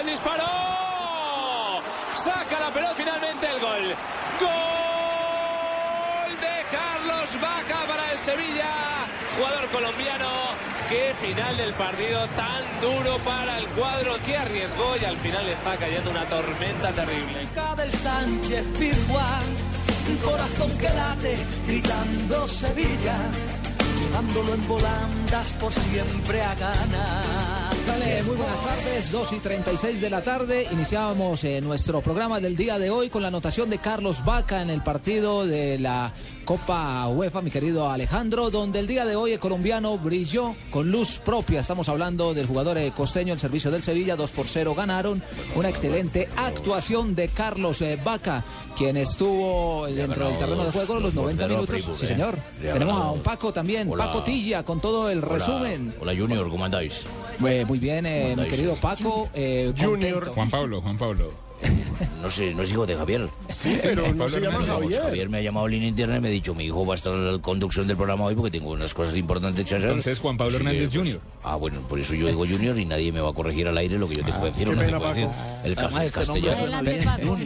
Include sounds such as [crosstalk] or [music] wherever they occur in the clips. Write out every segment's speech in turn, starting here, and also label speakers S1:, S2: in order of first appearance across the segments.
S1: el disparo. Saca la pelota finalmente el gol. Gol de Carlos Vaca para el Sevilla. Jugador colombiano. Qué final del partido tan duro para el cuadro que arriesgó y al final está cayendo una tormenta terrible.
S2: Del Sánchez Pizjuán, corazón que late, gritando Sevilla, llevándolo en volandas por siempre a ganar.
S3: Muy buenas tardes, 2 y 36 de la tarde. Iniciábamos eh, nuestro programa del día de hoy con la anotación de Carlos Vaca en el partido de la Copa UEFA, mi querido Alejandro, donde el día de hoy el colombiano brilló con luz propia. Estamos hablando del jugador eh, costeño el servicio del Sevilla, 2 por 0 ganaron. Una excelente actuación de Carlos eh, Vaca, quien estuvo eh, dentro del terreno de juego los 90 minutos. Sí, señor. Tenemos a un Paco también, Paco Tilla, con todo el resumen.
S4: Hola, Junior, ¿cómo andáis?
S3: muy bien, eh, mi querido Paco. Eh,
S5: Junior. Juan Pablo, Juan Pablo.
S4: [laughs] No sé, no es hijo de Javier.
S5: Sí, pero no se llama Javier.
S4: Javier me ha llamado a línea interna y me ha dicho, mi hijo va a estar en la conducción del programa hoy porque tengo unas cosas importantes que hacer.
S5: Entonces, Juan Pablo
S4: Así
S5: Hernández
S4: que, pues,
S5: Jr.
S4: Ah, bueno, por eso yo digo Junior y nadie me va a corregir al aire lo que yo te puedo decir o
S5: Ah, qué
S4: no te
S5: pena,
S4: puedo
S5: Paco.
S4: decir. El caso es castellano.
S6: Adelante, Paco.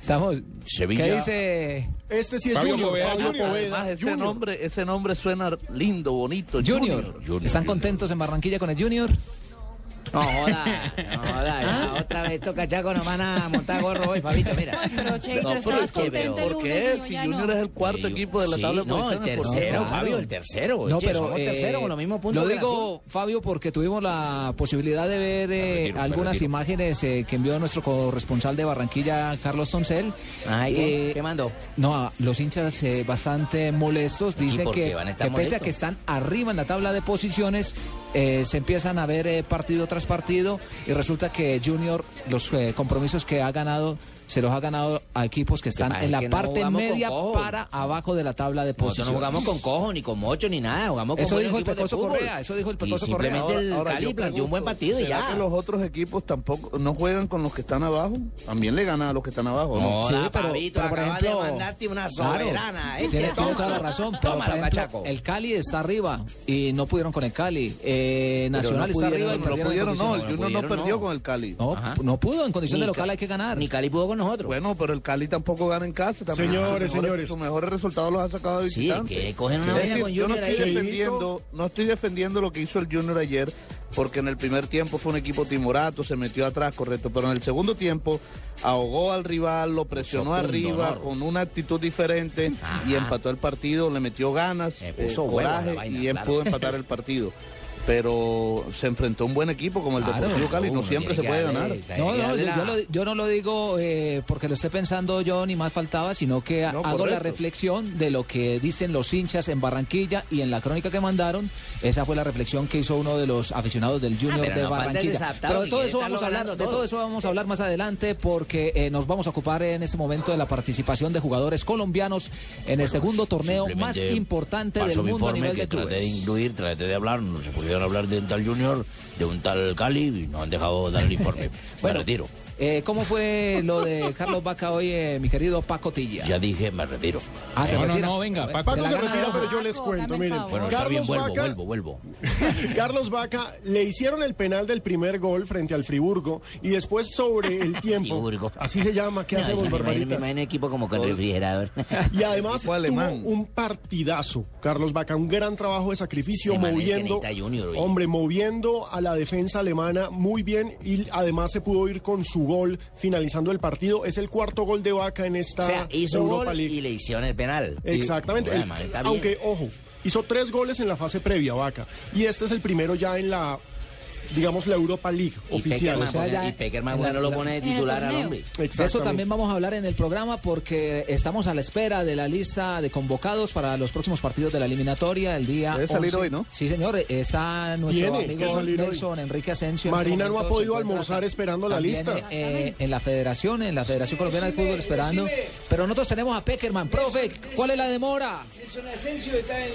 S3: Estamos. eh,
S4: Sevilla.
S3: ¿Qué dice
S5: Este sí es
S7: Fabio
S5: Junior.
S7: Poveda,
S5: Fabio
S7: Junior.
S5: Poveda,
S8: Además, ese
S5: Junior.
S8: nombre, ese nombre suena lindo, bonito.
S3: Junior?
S4: Junior,
S3: ¿Están
S4: Junior.
S3: contentos en Barranquilla con el Junior?
S9: No joda,
S6: Ah.
S9: no joda, ya otra vez toca chaco nomás a montar gorro hoy, Fabito, mira.
S6: Ay, pero Cheito,
S9: No, pero
S6: estabas
S9: es que, pero,
S6: contento el
S8: ¿Por
S6: lunes,
S8: qué?
S6: niño,
S8: Si
S6: ya
S8: Junior
S6: no.
S8: es el cuarto
S4: Sí,
S8: equipo de la
S4: sí,
S8: tabla.
S9: No, el
S8: posiciones, por
S9: tercero,
S8: favor.
S9: Fabio, el tercero.
S3: No,
S9: Oye,
S3: pero
S9: somos
S3: eh,
S9: tercero con los mismos puntos.
S3: Lo
S9: que
S3: digo, Fabio, porque tuvimos la posibilidad de ver eh,
S4: retiro, me
S3: algunas
S4: retiro.
S3: imágenes eh, que envió nuestro corresponsal de Barranquilla, Carlos Toncel.
S9: la azul. Ay, ¿qué,
S3: Eh,
S9: ¿qué mandó?
S3: No, a- los hinchas eh, bastante molestos dicen
S9: porque
S3: que,
S9: van a estar
S3: que pese a
S9: molestos.
S3: que están arriba en la tabla de posiciones, eh, se empiezan a ver eh, partido tras partido y resulta que Junior los eh, compromisos que ha ganado se los ha ganado a equipos que están
S9: pasa
S3: en
S9: es
S3: la
S9: que no
S3: parte
S9: jugamos con
S3: media
S9: cojo.
S3: para abajo de la tabla de
S9: Nosotros
S3: posiciones.
S9: no jugamos con cojo, ni con mocho, ni nada. Jugamos con
S3: Eso
S9: buenos
S3: dijo el
S9: equipos de
S3: Pecoso
S9: fútbol.
S3: Correa, eso dijo el
S9: Y
S3: Pecoso
S9: simplemente
S3: Correa.
S9: el
S8: Ahora,
S9: Cali
S8: yo
S9: planteó un buen
S8: pregunto,
S9: partido y
S8: ¿será
S9: ya.
S8: que los otros equipos tampoco no juegan con los que están abajo? También le ganan a los que están abajo, ¿no?
S9: No,
S3: Sí,
S9: da,
S3: pero-
S9: Fabito,
S3: pero, por
S9: acabas
S3: ejemplo,
S9: de mandarte una
S3: claro,
S9: soberana. ¿eh?
S3: tiene,
S9: ¿Qué
S3: tiene
S9: toma?
S3: toda la razón. Pero,
S9: Toma,
S3: por ejemplo,
S9: machaco.
S3: el Cali está arriba y no pudieron con el Cali. Eh, Nacional está arriba y
S8: no
S3: perdieron. en
S8: pudieron,
S3: condiciones.
S8: no, el Junior no
S9: pudieron,
S8: perdió
S9: no.
S8: con el Cali.
S3: No,
S9: Ajá.
S3: no pudo. En condición de
S9: Ni
S3: local
S9: Ca-
S3: hay que ganar.
S9: Ni Cali pudo con nosotros.
S8: Bueno, pero el Cali tampoco gana en casa. También
S5: Señores,
S8: sus mejores-
S5: señores.
S8: Sus mejores resultados los ha sacado de
S9: Sí,
S8: visitante.
S9: que cogen una
S8: Es
S9: vaina
S8: decir,
S9: con
S8: yo no
S9: Junior
S8: estoy
S9: ahí.
S8: defendiendo, no estoy defendiendo lo que hizo el Junior ayer, porque en el primer tiempo fue un equipo timorato, se metió atrás, correcto, pero en el segundo tiempo ahogó al rival, lo presionó
S9: Puso con
S8: arriba
S9: dolor.
S8: con una actitud diferente
S9: Ajá.
S8: y empató el partido, le metió ganas,
S9: Le puso
S8: eh,
S9: huevo a la
S8: coraje
S9: vaina,
S8: y él
S9: claro.
S8: pudo
S9: [laughs]
S8: empatar el partido. Pero se enfrentó a un buen equipo como el
S3: Claro,
S8: Deportivo Cali, no
S9: uno
S8: siempre
S9: tiene
S8: se
S9: que
S8: puede
S9: darle-
S8: ganar.
S3: No, no,
S9: Dale
S3: yo,
S9: la-
S3: yo lo- yo no lo digo eh, porque lo esté pensando yo, ni más faltaba, sino que hago
S8: No,
S3: la
S8: correcto.
S3: reflexión de lo que dicen los hinchas en Barranquilla y en la crónica que mandaron. Esa fue la reflexión que hizo uno de los aficionados del Junior
S9: pero
S3: de
S9: no falta el
S3: Barranquilla.
S9: desatado
S3: Pero de
S9: que
S3: todo
S9: quiere
S3: eso vamos a
S9: estarlo
S3: hablar,
S9: ganando
S3: de todo
S9: todo.
S3: eso vamos a hablar más adelante porque eh, nos vamos a ocupar en este momento de la participación de jugadores colombianos en el segundo torneo más
S4: Simplemente [laughs]
S3: importante
S4: paso
S3: del
S4: mi
S3: mundo a
S4: informe,
S3: nivel de
S4: que Traté de
S3: clubes.
S4: incluir, traté de hablar, no se pudieron hablar de un tal Junior, de un tal Cali, y no han dejado dar
S3: [laughs]
S4: el informe. me retiro.
S3: Eh, ¿Cómo fue lo de Carlos Vaca hoy, eh, mi querido Paco Tilla?
S4: Ya dije, me retiro.
S3: Ah, se
S5: No, no,
S3: retira.
S5: no, venga,
S3: Te
S5: Paco
S3: la
S5: se
S3: gana-
S5: retira, pero yo les
S6: Paco,
S5: cuento,
S6: dame el
S5: miren.
S6: favor.
S4: Bueno, está bien, vuelvo, vuelvo, vuelvo.
S5: [laughs] Carlos Vaca le hicieron el penal del primer gol frente al Friburgo y después sobre
S9: [laughs]
S5: el tiempo.
S9: Friburgo.
S5: Así se llama, ¿qué
S9: No,
S5: hace
S9: eso me
S5: hacemos,
S9: imagino- me
S5: Barbarita?
S9: imagino equipo como con refrigerador.
S6: [laughs]
S5: Y además
S8: Equipo
S5: tuvo
S8: alemán.
S5: un partidazo, Carlos Vaca, un gran trabajo de sacrificio,
S9: Ese man es
S5: moviendo,
S9: que necesita Junior, oye.
S5: hombre, moviendo a la defensa alemana muy bien y además se pudo ir con su gol finalizando el partido. Es el cuarto gol de Vaca en esta
S9: O sea, hizo
S5: Europa
S9: gol
S5: League.
S9: y le hicieron el penal.
S5: Exactamente.
S9: Bueno,
S5: El-
S9: man, está bien.
S5: aunque, ojo, hizo tres goles en la fase previa, Vaca. Y este es el primero ya en la digamos, la Europa League
S6: Y
S5: oficial.
S6: Peckerman,
S3: O sea,
S6: porque-
S3: ya-
S6: y Peckerman,
S3: en
S6: ¿por qué
S3: la-
S6: no lo
S3: la-
S6: pone de
S7: En el
S6: titular al
S7: torneo.
S6: hombre?
S3: De eso también vamos a hablar en el programa porque estamos a la espera de la lista de convocados para los próximos partidos de la eliminatoria el día.
S8: Debe salir
S3: 11.
S8: hoy, ¿no?
S3: Sí, señor. Está nuestro
S5: Tiene que
S3: amigo
S5: salir hoy.
S3: Nelson Enrique Asensio. en
S5: Marina no
S3: este
S5: ha
S3: momento se
S5: podido
S3: encuentra
S5: almorzar esperando la
S3: también,
S5: lista.
S3: eh, eh, en la Federación, en la Federación Colombiana de Fútbol esperando. Pero nosotros tenemos a Peckerman. Profe, ¿cuál es la demora?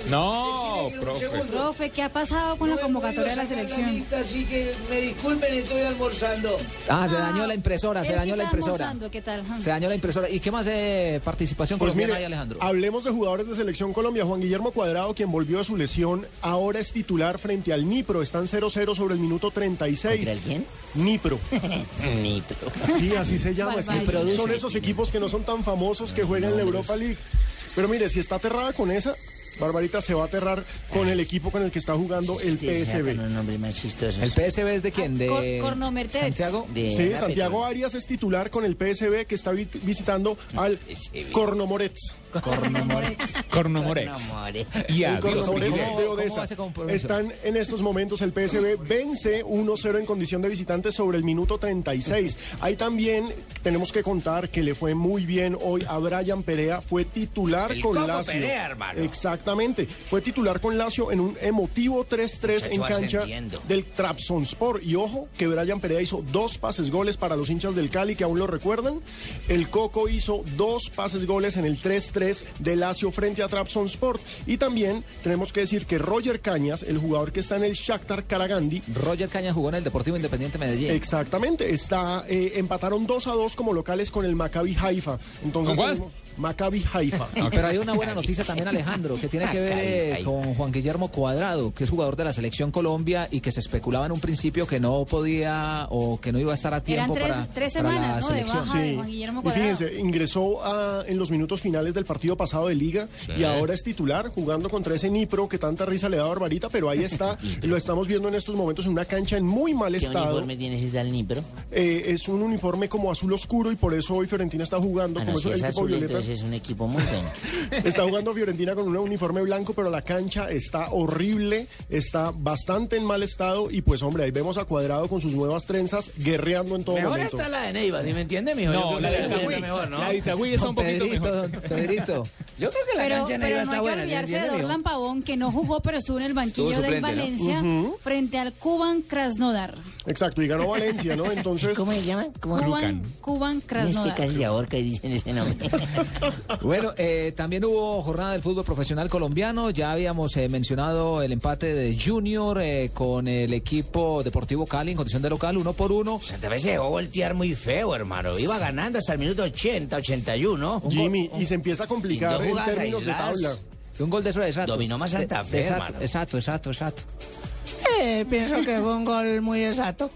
S1: No, profe.
S7: Profe, ¿qué ha pasado con la convocatoria de la selección?
S9: Así que me disculpen, estoy almorzando.
S3: Ah, se dañó la impresora, se
S7: Él sí
S3: dañó la
S7: está
S3: impresora.
S7: almorzando, ¿Qué tal?
S3: Se dañó la impresora. ¿Y qué más eh, participación
S5: Pues
S3: colombiana
S5: mire,
S3: hay, Alejandro?
S5: hablemos de jugadores de Selección Colombia. Juan Guillermo Cuadrado, quien volvió de su lesión, ahora es titular frente al Nipro. Están 0-0 sobre el minuto 36.
S6: ¿Contra el quién? [laughs]
S5: Nipro.
S6: Ni pero-
S5: Sí, así se llama. Es que
S7: Barbaridad.
S5: son esos equipos que no son tan famosos que juegan en la Europa League. Pero mire, si está aterrada con esa, Barbarita se va a aterrar con el equipo con el que está jugando el
S6: Ustedes sacan
S5: PSV.
S6: un nombre más chistoso.
S3: ¿El PSB es de quién?
S7: Ah, Cor-
S3: ¿De
S7: Cornomertets.
S3: Santiago?
S6: De
S5: Sí,
S6: la
S5: Santiago Arias es titular con el PSV que está vi- visitando al
S6: PSV.
S5: Cornomorets.
S6: Petrona.
S1: Cornomorex.
S6: No, more.
S1: Y
S5: El
S1: adiós,
S5: Cornomorets
S3: Miguel.
S1: Miguel.
S5: de
S3: ¿Cómo
S5: Odessa.
S3: hace con permiso?
S5: Están en estos momentos el PSV vence 1-0 en condición de visitante sobre el minuto 36. Ahí también tenemos que contar que le fue muy bien hoy a Brian Perea, fue titular
S6: El
S5: con
S6: Coco
S5: Lazio.
S6: Perea, hermano.
S5: Exactamente, fue titular con Lazio en un emotivo 3-3 en
S6: Muchacho
S5: cancha
S6: ascendiendo.
S5: del Trabzonspor y ojo que Brian Perea hizo dos pases goles para los hinchas del Cali que aún lo recuerdan. El Coco hizo dos pases goles en el 3-3 de Lazio frente a Trabzonspor y también tenemos que decir que Roger Cañas, el jugador que está en el Shakhtar Karagandhi,
S3: Roger Caña jugó en el Deportivo Independiente Medellín.
S5: exactamente, está eh, empataron 2 a 2 como locales con el Maccabi Haifa. Entonces
S1: ¿Con cuál?
S5: tenemos- Maccabi Haifa.
S3: [laughs] Pero hay una buena noticia también, Alejandro, que tiene que ver eh, con Juan Guillermo Cuadrado, que es jugador de la Selección Colombia y que se especulaba en un principio que no podía o que no iba a estar a
S7: Eran
S3: tiempo
S7: tres,
S3: para,
S7: tres
S3: para
S7: semanas,
S3: la
S7: ¿no? De
S3: selección.
S7: baja de Juan Guillermo
S5: Y
S7: Cuadrado.
S5: fíjense, ingresó a- en los minutos finales del partido pasado de Liga y ahora es titular jugando contra ese Nipro que tanta risa le da a Barbarita, pero ahí
S6: [laughs]
S5: está, lo estamos viendo en estos momentos en una cancha en muy mal
S6: ¿Qué
S5: estado.
S6: uniforme tiene ese tal Nipro?
S5: Eh, es un uniforme como azul oscuro y por eso hoy Fiorentina está jugando
S6: Ah,
S5: como
S6: no, si
S5: eso-
S6: es
S5: el equipo
S6: azul,
S5: violeta.
S6: entonces es un equipo muy bueno.
S5: [laughs] Está jugando Fiorentina con un uniforme blanco, pero la cancha está horrible, está bastante en mal estado y pues hombre, ahí vemos a Cuadrado con sus nuevas trenzas guerreando en todo
S6: Mejor
S5: momento.
S6: está la de Neiva, ¿sí me entiende, mijo?
S1: No,
S6: Yo creo
S1: la
S6: que
S1: de Itagüí.
S6: mejor, ¿no?
S1: La de Itagüí está
S3: Don
S1: un poquito
S3: Pedrito,
S1: mejor.
S3: don Pedrito.
S6: Yo creo que la
S7: Pero,
S6: cancha de
S7: pero
S6: Neiva
S7: no
S6: está
S7: hay
S6: buena,
S7: que
S6: ¿sí me
S7: olvidarse de
S6: entiende, mijo?
S7: Dorlan Pavón, que no jugó, pero estuvo en el banquillo
S6: Estuvo
S7: del
S6: suplente, ¿no?
S7: Valencia frente al Cuban Krasnodar.
S5: Exacto, y ganó Valencia, ¿no? Entonces...
S6: ¿Cómo se llama? ¿Cómo
S7: Cuban, Cuban
S6: Es que
S7: Krasnodar.
S6: casi se ahorca y dicen ese nombre.
S3: [laughs] Bueno, eh, también hubo jornada del fútbol profesional colombiano. Ya habíamos eh, mencionado el empate de Junior eh, con el equipo Deportivo Cali en condición de local, uno por uno.
S6: Santa Fe se dejó voltear muy feo, hermano. Iba ganando hasta el minuto 80, 81.
S5: Jimmy, y se empieza a
S6: Y
S5: complicar
S6: no
S5: en
S6: jugas
S5: términos de
S6: aisladas.
S5: tabla.
S3: Un gol de eso exacto.
S6: Dominó más Santa
S3: De-
S6: Fe,
S3: exacto,
S6: hermano.
S3: exacto, exacto, exacto.
S9: Eh, pienso que fue un gol muy exacto.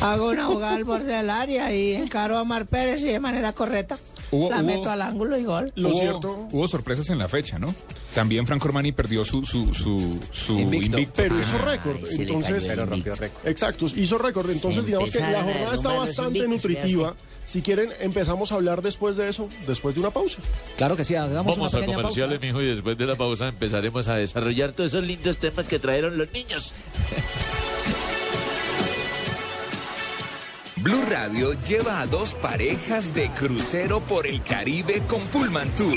S9: Hago una jugada al borde del área y encaro a Mar Pérez y de manera correcta.
S1: Hubo-
S9: la
S1: hubo-
S9: meto al ángulo y gol.
S5: Lo
S1: hubo,
S5: cierto-
S1: hubo sorpresas en la fecha, ¿no? También Franco Armani perdió su, su, su, su
S3: Invicto.
S1: invicto.
S5: Pero hizo
S6: Ay,
S5: récord.
S6: se le
S5: Entonces,
S6: cayó el Pero rompió invicto.
S5: récord. Exacto, hizo récord. Entonces,
S6: Se
S5: digamos que la
S6: empezaron a
S5: jornada está
S6: derrumbar los
S5: bastante
S6: invictos,
S5: nutritiva. Si quieren, empezamos a hablar después de eso, después de una pausa.
S3: Claro que sí, hagamos
S10: Vamos
S3: una
S10: a
S3: pequeña
S10: comerciales,
S3: pausa.
S10: mijo, y después de la pausa empezaremos a desarrollar todos esos lindos temas que trajeron los niños.
S11: Blue Radio lleva a dos parejas de crucero por el Caribe con Pullman Tour.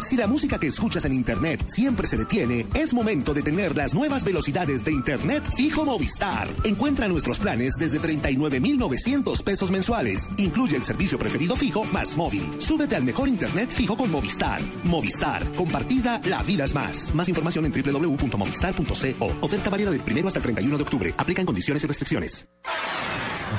S10: Si la música que escuchas en Internet siempre se detiene, es momento de tener las nuevas velocidades de Internet fijo Movistar. Encuentra nuestros planes desde 39,900 pesos mensuales. Incluye el servicio preferido fijo más móvil. Súbete al mejor Internet fijo con Movistar. Movistar, compartida, la vida es más. Más información en www.movistar.co. Oferta válida del primero hasta el 31 de octubre. Aplican condiciones y restricciones.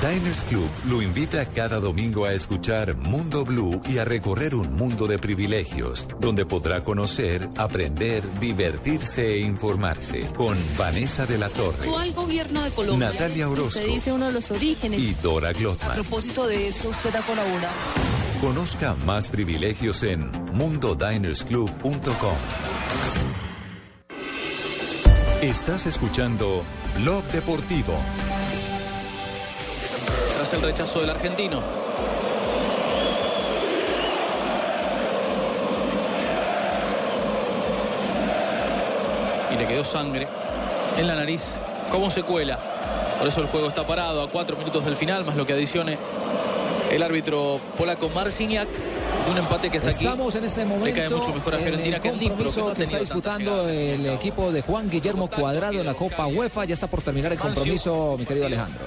S12: Diners Club lo invita cada domingo a escuchar Mundo Blue y a recorrer un mundo de privilegios, donde podrá conocer, aprender, divertirse e informarse con Vanessa de la Torre
S13: Actual gobierno de Colombia.
S12: Natalia Orozco.
S13: Usted dice uno de los orígenes.
S12: y Dora
S13: a
S12: Glotman.
S13: propósito de eso, usted ha colaborado.
S12: Conozca más privilegios en mundodinersclub.com. Estás escuchando Blog Deportivo.
S14: Tras el rechazo del argentino. Y le quedó sangre en la nariz. ¿Cómo se cuela? Por eso el juego está parado a cuatro minutos del final, más lo que adicione el árbitro polaco Marciniak. Un empate que hasta
S3: Estamos
S14: aquí.
S3: en este
S14: Le cae
S3: momento
S14: mucho mejor a
S3: en
S14: Argentina
S3: el
S14: que a Andín, pero
S3: compromiso
S14: no ha
S3: que está
S14: tenido tantas
S3: disputando el equipo de Juan Guillermo Cuadrado en la Copa UEFA. Ya está por terminar el compromiso, mi querido Alejandro.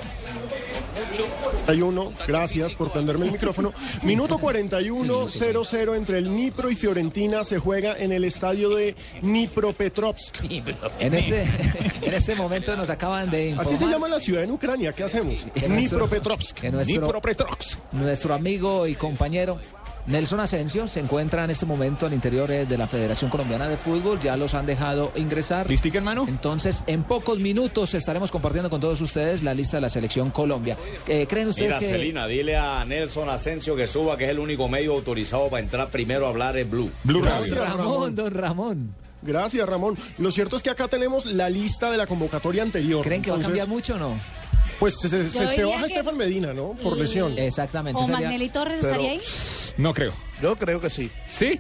S5: 41, gracias por prenderme el micrófono. Minuto 41, 0-0 entre el Nipro y Fiorentina se juega en el estadio de Dnipropetrovsk.
S3: En este, [laughs] en este momento nos acaban de informar
S5: Así se llama la ciudad en Ucrania, ¿qué hacemos?
S3: que nuestro-
S5: Dnipropetrovsk.
S3: que nuestro-
S5: Dnipropetrovsk.
S3: nuestro amigo y compañero. Nelson Asensio se encuentra en este momento al interior eh, de la Federación Colombiana de Fútbol, ya los han dejado ingresar. ¿Listica, hermano? Entonces, en pocos minutos estaremos compartiendo con todos ustedes la lista de la selección Colombia. Eh, ¿Creen ustedes
S15: Mira,
S3: que
S15: Celina, dile a Nelson Asensio que suba, que es el único medio autorizado para entrar primero a hablar en Blue.
S5: Gracias,
S3: Ramón, don Ramón.
S5: Gracias, Ramón. Lo cierto es que acá tenemos la lista de la convocatoria anterior.
S3: creen que va a
S5: Entonces,
S3: cambiar mucho o no?
S5: Pues se, se-
S7: Yo
S5: se- se
S7: diría
S5: baja
S7: que-
S5: Estefan Medina, ¿no? Por
S7: Y-
S5: lesión.
S3: Exactamente.
S7: ¿O Magnelli Torres estaría ahí?
S8: No creo. Yo creo que sí.
S14: ¿Sí?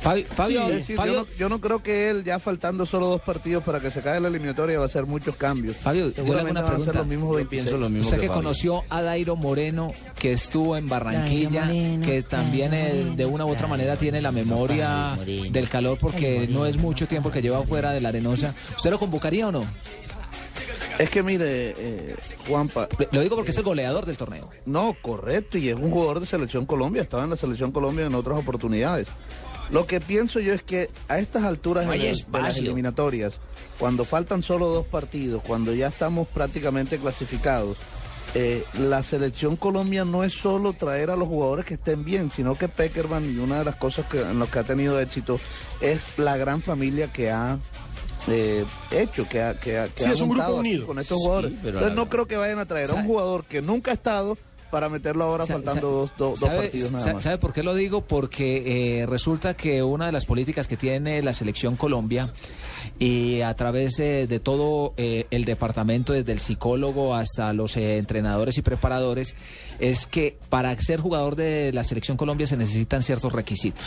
S3: Fabio,
S8: es decir,
S3: Fabio-
S8: Yo, no, yo no creo que él, ya faltando solo dos partidos para que se caiga la eliminatoria, va a hacer muchos cambios.
S3: Fabio, yo le hago
S8: Seguramente
S3: una
S8: van a ser
S3: pregunta.
S8: los mismos 26.
S3: Usted que, conoció a Dairo Moreno, que estuvo en Barranquilla, que también eh, de una u otra manera tiene la memoria del calor porque no es mucho tiempo que lleva fuera de la arenosa. ¿Usted lo convocaría o no?
S8: Es que mire, eh, Juanpa.
S3: Lo digo porque es el goleador del torneo.
S8: No, correcto, y es un jugador de Selección Colombia, estaba en la Selección Colombia en otras oportunidades. Lo que pienso yo es que a estas alturas
S6: No hay
S8: en el- de las
S6: espacio.
S8: eliminatorias, cuando faltan solo dos partidos, cuando ya estamos prácticamente clasificados, eh, la selección Colombia no es solo traer a los jugadores que estén bien, sino que Peckerman, y una de las cosas que, en las que ha tenido éxito, es la gran familia que ha eh, hecho, que ha, que ha- que
S5: Sí,
S8: ha
S5: es un grupo
S8: montado aquí
S5: unido.
S8: con estos
S5: Sí,
S8: jugadores.
S5: pero
S8: Entonces
S5: la-
S8: no creo que vayan a traer
S3: Sa-
S8: a un jugador que nunca ha estado para meterlo ahora
S3: Sa-
S8: faltando
S3: sa-
S8: dos, dos- dos
S3: ¿Sabe-
S8: partidos nada
S3: sa-
S8: más.
S3: ¿Sabe por qué lo digo? Porque eh, resulta que una de las políticas que tiene la selección Colombia y a través eh, de todo eh, el departamento, desde el psicólogo hasta los eh, entrenadores y preparadores, es que para ser jugador de la selección Colombia se necesitan ciertos requisitos.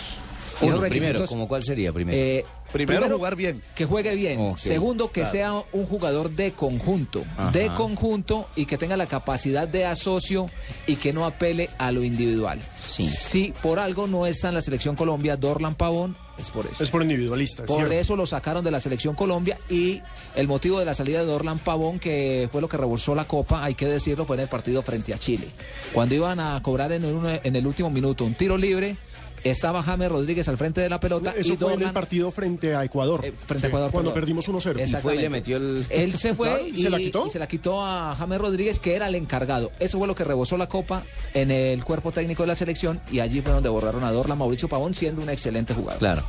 S3: Y
S16: Uno,
S3: esos
S16: primero,
S3: requisitos,
S16: ¿cómo cuál sería primero?
S3: eh,
S16: Primero
S8: jugar bien.
S3: Que juegue bien.
S16: Ok,
S3: Segundo, que
S16: claro.
S3: sea un jugador de conjunto.
S16: Ajá.
S3: De conjunto y que tenga la capacidad de asocio y que no apele a lo individual. Si por algo no está en la selección Colombia, Dorlan Pavón, es por eso.
S5: Es por individualista. es
S3: Por
S5: cierto.
S3: eso lo sacaron de la selección Colombia y el motivo de la salida de Dorlan Pavón, que fue lo que rebolsó la copa, hay que decirlo, fue en el partido frente a Chile. Cuando iban a cobrar en, un- en el último minuto un tiro libre, estaba James Rodríguez al frente de la pelota
S5: Eso
S3: y
S5: fue en el
S3: Dorlan
S5: partido frente a Ecuador.
S3: eh, frente
S5: Sí,
S3: a Ecuador.
S5: Cuando
S3: perdón.
S5: perdimos 1-0.
S3: Exactamente. Él se fue
S5: Claro,
S3: y,
S5: [laughs] y se la quitó.
S3: y se la quitó a James Rodríguez, que era el encargado. Eso fue lo que rebosó la copa en el cuerpo técnico de la selección y allí fue donde borraron a Dorla Mauricio Pavón, siendo un excelente jugador.
S16: Claro.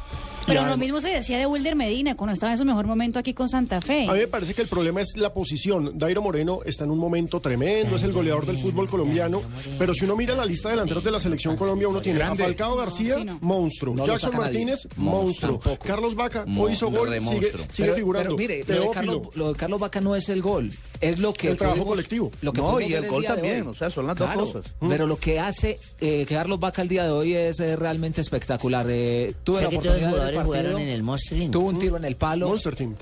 S7: Pero lo mismo se decía de Wilder Medina cuando estaba en su mejor momento aquí con Santa Fe.
S5: A mí me parece que el problema es la posición. Dairo Moreno está en un momento tremendo, es el goleador del fútbol colombiano, pero si uno mira la lista de delanteros de la selección Colombia, uno tiene a
S16: Grande.
S5: Falcao García, monstruo,
S3: No lo
S5: Jackson
S3: saca nadie.
S5: Martínez,
S3: Monstruo.
S5: monstruo,
S3: Tampoco.
S5: Carlos Vaca, hoy hizo gol, sigue, sigue
S3: Pero-
S5: figurando.
S3: pero mire, lo de,
S5: Teófilo.
S3: Carlos, lo de Carlos Vaca no es el gol, es lo que.
S5: El trabajo
S3: pudimos-
S5: colectivo.
S3: Lo que
S5: No,
S3: pudimos
S5: y
S3: ver
S5: el
S3: el
S5: gol
S3: día de
S5: también,
S3: hoy.
S5: o sea, son las dos cosas. Mm.
S3: Pero lo que hace eh, Carlos Vaca el día de hoy es eh, realmente espectacular. Eh, tuve
S16: O sea
S3: la
S16: que todos
S3: oportunidad de
S16: los
S3: ver el
S16: jugadores jugaron
S3: partido.
S16: en el Monster Team.
S3: Tuvo un tiro en el palo.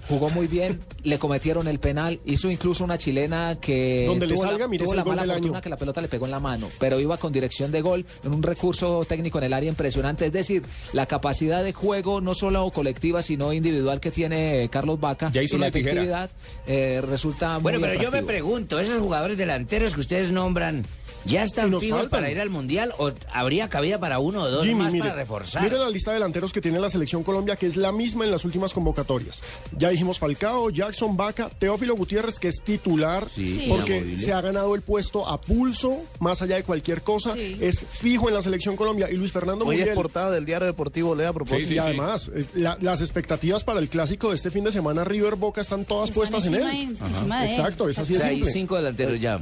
S3: Jugó muy bien. le cometieron el penal. Hizo incluso una chilena que
S5: Donde le
S3: tuvo
S5: salga,
S3: la,
S5: mire, es
S3: tuvo
S5: el
S3: la
S5: gol
S3: mala
S5: del año.
S3: fortuna que la pelota le pegó en la mano. Pero iba con dirección de gol en un recurso técnico en el área impresionante. Es decir, la capacidad de juego, no solo colectiva, sino individual que tiene Carlos Vaca.
S16: Ya hizo
S3: y la
S16: la tijera.
S3: efectividad eh, resulta muy
S16: Bueno,
S6: pero yo me pregunto, esos jugadores delanteros que ustedes nombran, ¿ya
S5: Y
S6: están
S5: nos
S6: fijos
S5: faltan.
S6: para ir al Mundial o habría cabida para uno o dos más para reforzar?
S5: mire la lista de delanteros que tiene la selección Colombia, que es la misma en las últimas convocatorias. Ya dijimos Falcao, Jackson Vaca, Teófilo Gutiérrez, que es titular,
S16: Sí,
S5: porque
S16: inamovible.
S5: se ha ganado el puesto a pulso, más allá de cualquier cosa.
S8: Sí.
S5: Es fijo en la selección Colombia. Y Luis Fernando
S8: Hoy
S5: Muriel.
S8: es portada del diario deportivo Lea a propósito.
S5: y además, es- la- las expectativas para el clásico de este fin de semana, River Boca, están todas puestas en él.
S8: encima de- encima de él.
S5: Exacto, es así
S8: O
S5: de
S8: sea, hay
S5: simple.
S8: cinco
S6: delanteros ya.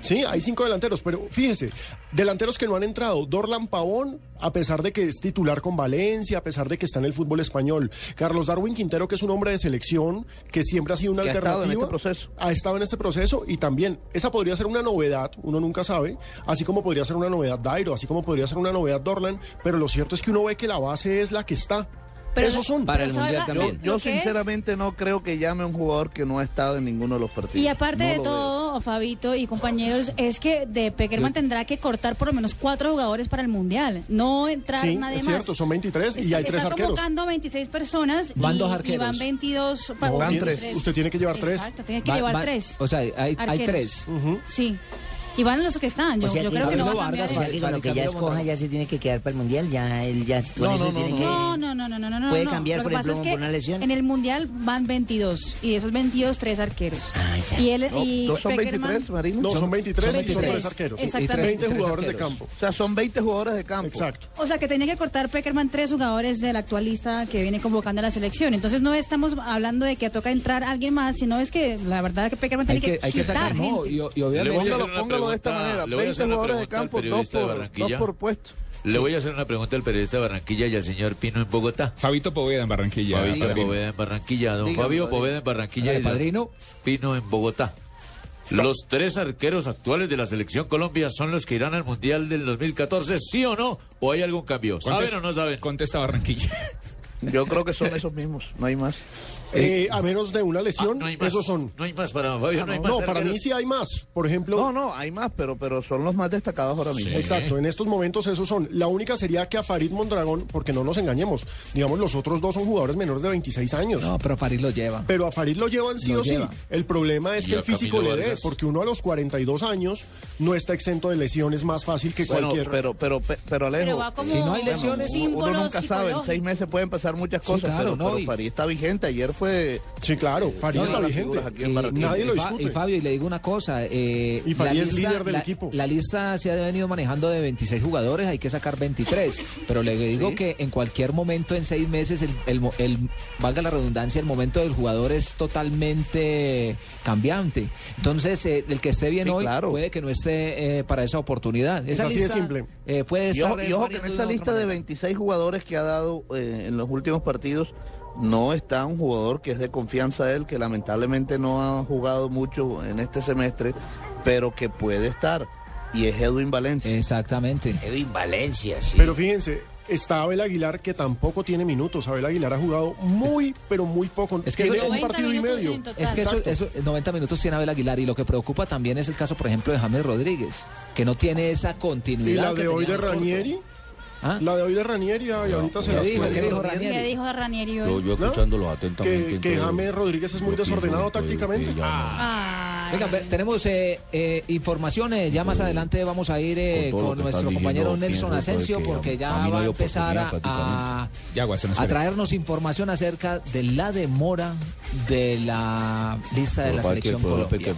S5: Sí, hay cinco delanteros, pero fíjese, delanteros que no han entrado. Dorlan Pavón, a pesar de que es titular con Valencia, a pesar de que está en el fútbol español. Carlos Darwin Quintero, que es un hombre de selección, que siempre ha sido una
S8: Que ha
S5: alternativa.
S8: estado en este proceso.
S5: Ha estado en este proceso y también esa podría ser una novedad, uno nunca sabe, así como podría ser una novedad Dairo, así como podría ser una novedad Dorlan, pero lo cierto es que uno ve que la base es la que está. Esos son.
S8: Yo, yo sinceramente no creo que llame a un jugador que no ha estado en ninguno de los partidos.
S7: Y aparte
S8: No
S7: de
S8: lo
S7: todo, Fabito y compañeros, es que de Peckerman tendrá que cortar por lo menos cuatro jugadores para el Mundial. No entrar
S5: Sí,
S7: nadie
S5: es
S7: más.
S5: cierto, son 23 y
S7: Está-
S5: hay tres
S7: está
S5: arqueros.
S7: convocando 26 personas
S3: Van
S7: y,
S3: dos
S7: y
S3: arqueros.
S7: van 22 pa-
S5: No,
S3: Van
S5: tiene-
S3: tres.
S5: Usted tiene que llevar tres.
S7: Exacto, tiene que
S3: Va-
S7: llevar
S3: va-
S7: tres.
S3: O sea, hay, hay
S7: Arqueros.
S3: tres.
S7: Sí. Y van los que están. Yo,
S3: O sea,
S7: yo
S3: que
S7: creo que no
S3: Gabriel
S7: va a cambiar.
S3: Vargas,
S7: eso.
S3: o sea, que
S6: Con lo que ya escoja ya se tiene que quedar para el Mundial, ya él ya con
S7: No,
S6: eso
S7: no, no,
S6: tiene
S7: no,
S6: que...
S7: no, no, no, no, no,
S6: Puede
S7: no.
S6: cambiar,
S7: Lo
S6: por
S7: que
S6: ejemplo,
S7: pasa
S6: por una lesión.
S7: En el mundial van 22 y de esos 22 tres arqueros.
S6: Ah,
S7: Y él
S8: No,
S7: y
S8: ¿no son
S7: Peckerman-
S8: 23, Marina?
S5: No, son 23 y son
S8: 23.
S5: tres arqueros.
S7: Exactamente.
S5: 20 jugadores de campo.
S8: O sea, son 20 jugadores de campo. Exacto.
S7: O sea, que tenía que cortar Peckerman tres jugadores de la actualista que viene convocando a la selección. Entonces no estamos hablando de que toca entrar alguien más, sino es que la verdad que Peckerman
S3: Hay
S7: tiene
S3: que,
S7: que,
S3: hay que
S7: quitar
S3: sacar, no,
S7: gente.
S3: y, y obviamente...
S17: Le voy a hacer una
S8: Póngalo de esta
S17: pregunta-
S8: manera,
S17: le voy a
S8: 20
S17: hacer una
S8: jugadores de
S17: pregunta al
S8: campo, dos
S17: periodista de
S8: por, dos
S17: Barranquilla.
S8: por puesto.
S17: Le voy a hacer una pregunta al periodista de Barranquilla y al señor Pino en Bogotá.
S18: Fabito Poveda en Barranquilla. ¿eh?
S17: Fabito
S18: Dígame.
S17: Poveda en Barranquilla. Don
S18: Dígame,
S17: Fabio
S18: padrino.
S17: Poveda en Barranquilla
S18: Dale,
S17: y don
S18: padrino.
S17: Pino en Bogotá. ¿Los tres arqueros actuales de la selección Colombia son los que irán al Mundial del 2014, sí o no? ¿O hay algún cambio? ¿Saben
S18: Contest-
S17: o no saben? Ah,
S18: Contesta Barranquilla.
S8: Yo creo
S17: [laughs]
S8: que son esos mismos, no hay más.
S5: Eh, a menos de una lesión,
S8: Ah, no hay más.
S5: esos son. Ah,
S17: No hay más para
S8: Fabio, no hay más
S5: para
S8: arqueros.
S5: mí sí hay más. Por ejemplo.
S8: No, no, hay más, pero, pero son los más destacados ahora mismo.
S5: Exacto, en estos momentos esos son. La única sería que a Farid Mondragón, porque no nos engañemos, digamos, los otros dos son jugadores menores de 26 años.
S3: No, pero Farid lo lleva.
S5: Pero a Farid lo llevan sí
S3: Lo
S5: o
S3: lleva.
S5: sí. El problema es
S3: Y
S5: que
S3: a
S5: el físico
S3: Camilo
S5: le dé,
S3: Vargas.
S5: porque uno a los 42 años no está exento de lesiones más fácil que
S8: Bueno,
S5: cualquier.
S8: pero, pero, pe- pero Alejo,
S5: Pero va como
S8: si no hay
S5: Bueno,
S8: lesiones, uno pues,
S5: símbolos
S8: nunca sabe, en
S5: psicológicos.
S8: seis meses pueden pasar muchas
S5: Sí,
S8: cosas,
S5: claro,
S8: pero,
S5: no,
S8: pero
S5: y-
S8: Farid está vigente, ayer fue...
S5: Sí, claro, Farid
S8: una
S5: está
S8: de las
S5: vigente.
S8: figuras aquí en
S5: Y-
S8: Barranquilla.
S5: nadie lo
S3: Fa- y Fabio, y le digo una cosa. eh,
S8: Y Farid es líder del
S3: la-
S8: equipo.
S3: La lista se ha venido manejando de 26 jugadores, hay que sacar 23. Pero le digo
S8: Sí.
S3: que en cualquier momento, en seis meses, el, el mo- el- valga la redundancia, el momento del jugador es totalmente cambiante. Entonces, eh, el que esté bien
S8: Sí,
S3: hoy
S8: claro.
S3: puede que no esté eh, para esa oportunidad. Esa
S8: así de
S3: lista,
S8: simple.
S3: eh, puede
S8: Y ojo,
S3: estar, eh,
S8: y ojo que en
S3: variando una
S8: esa
S3: u otra
S8: lista de 26 jugadores que ha dado eh, en los últimos partidos, no está un jugador que es de confianza de él, que lamentablemente no ha jugado mucho en este semestre, pero que puede estar, y es Edwin Valencia.
S3: Exactamente.
S6: Edwin Valencia, sí.
S5: Pero fíjense, está Abel Aguilar que tampoco tiene minutos. Abel Aguilar ha jugado muy, pero muy poco.
S3: Es que
S5: tiene
S3: eso-
S5: un partido y medio.
S3: Es que eso,
S5: Exacto.
S3: eso, 90 minutos tiene Abel Aguilar y lo que preocupa también es el caso, por ejemplo, de James Rodríguez, que no tiene esa
S5: Y
S3: continuidad.
S5: la
S3: que
S5: de
S3: tenía
S5: hoy de
S3: Roberto.
S5: Ranieri. La de hoy de Ranieri, ay, ahorita se
S3: ¿Ah? ¿Qué
S5: las
S3: dijo?
S5: cuelga.
S3: ¿Qué dijo
S7: ¿Qué dijo Ranieri hoy?
S5: escuchándolo atentamente. Que, que James Rodríguez es muy desordenado tácticamente.
S3: Ah. Venga, ve- tenemos eh, eh, informaciones. Ya más adelante vamos a ir
S5: Con
S3: eh,
S5: todo lo
S3: con
S5: que
S3: nuestro
S5: estás
S3: compañero
S5: diciendo,
S3: Nelson
S5: pienso,
S3: Asensio,
S5: porque
S3: porque
S5: a
S3: ya
S5: mí no
S3: va a
S5: hay
S3: empezar a, a-
S18: Ya, Guasón,
S3: a
S18: espere.
S3: traernos información acerca de la demora de la lista de la selección Colombia.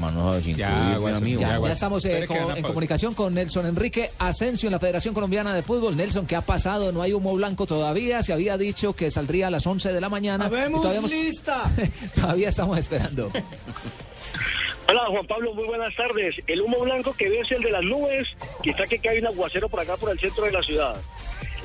S18: Ya, Guasón,
S3: Pues, Ya, ya
S18: Guasón.
S3: estamos eh,
S18: Espere que
S3: con-
S18: gana
S3: en
S18: Pablo.
S3: comunicación con Nelson Enrique Asensio en la Federación Colombiana de Fútbol. Nelson, ¿qué ha pasado? No hay humo blanco todavía. Se había dicho que saldría a las 11 de la mañana. y todavía, hemos-
S19: lista!
S3: todavía estamos esperando.
S19: Hola Juan Pablo, muy buenas tardes. El humo blanco que ves el de las nubes, que está que cae un aguacero por acá por el centro de la ciudad.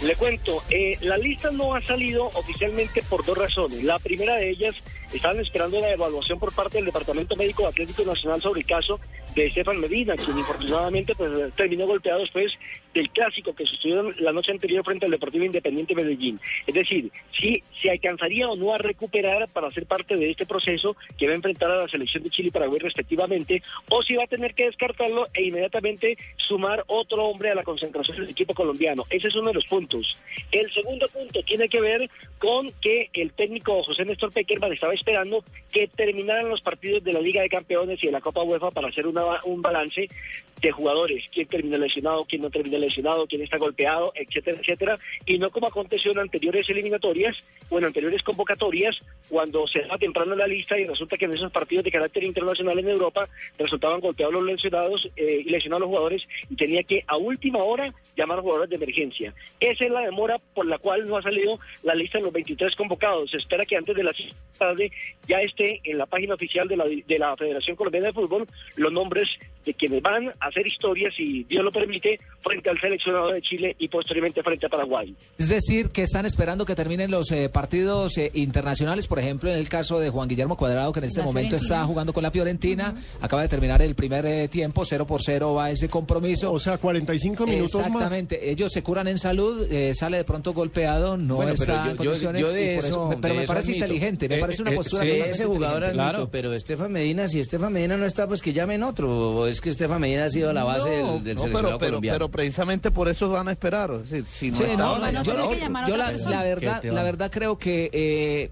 S19: Le cuento, eh, la lista no ha salido oficialmente por dos razones. La primera de ellas, estaban esperando la evaluación por parte del Departamento Médico Atlético Nacional sobre el caso de Estefan Medina, quien infortunadamente pues, terminó golpeado después del clásico que sucedió la noche anterior frente al Deportivo Independiente Medellín. Es decir, si se alcanzaría o no a recuperar para ser parte de este proceso que va a enfrentar a la selección de Chile y Paraguay respectivamente, o si va a tener que descartarlo e inmediatamente sumar otro hombre a la concentración del equipo colombiano. Ese es uno de los puntos. El segundo punto tiene que ver con que el técnico José Néstor Peckerman estaba esperando que terminaran los partidos de la Liga de Campeones y de la Copa UEFA para hacer una- un balance de jugadores, quién terminó lesionado, quién no terminó lesionado, quién está golpeado, etcétera, etcétera, y no como aconteció en anteriores eliminatorias o en anteriores convocatorias, cuando se da temprano la lista y resulta que en esos partidos de carácter internacional en Europa resultaban golpeados los lesionados eh, y lesionados los jugadores y tenía que a última hora llamar a jugadores de emergencia. Esa es la demora por la cual no ha salido la lista de los 23 convocados. Se espera que antes de las seis de la tarde ya esté en la página oficial de la, de la Federación Colombiana de Fútbol los nombres de quienes van a hacer historias, si Dios lo permite, frente al seleccionado de Chile y posteriormente frente a Paraguay.
S3: Es decir, que están esperando que terminen los eh, partidos eh, internacionales, por ejemplo, en el caso de Juan Guillermo Cuadrado, que en este
S16: La
S3: momento
S16: Fiorentina.
S3: está jugando con la Fiorentina, acaba de terminar el primer eh, tiempo, 0 por 0 va ese compromiso. O
S5: sea, 45
S3: minutos Exactamente, ellos se curan en salud, eh, sale de pronto golpeado, no
S6: Bueno, pero
S3: está
S6: yo-
S3: en
S6: yo-
S3: condiciones,
S6: yo de
S3: y por
S6: eso-
S3: me- pero
S6: de
S3: me
S6: eso
S3: parece
S6: admito.
S3: inteligente, me
S6: Eh,
S3: parece una
S6: eh,
S3: postura
S6: sí,
S3: totalmente
S6: ese jugador
S3: inteligente.
S6: admito, pero Estefan Medina, si Estefan Medina no está, pues que llamen otro. O es que Estefan Medina ha sido la base
S8: No,
S6: del, del
S8: no,
S6: seleccionado
S8: pero, pero,
S6: colombiano.
S8: pero precisamente por eso van a esperar. Es decir, si no
S3: Sí,
S8: está,
S3: no,
S8: van
S3: no,
S8: a llamar
S3: yo
S8: a
S3: la-
S8: otro.
S3: yo la, la verdad, la verdad creo que eh,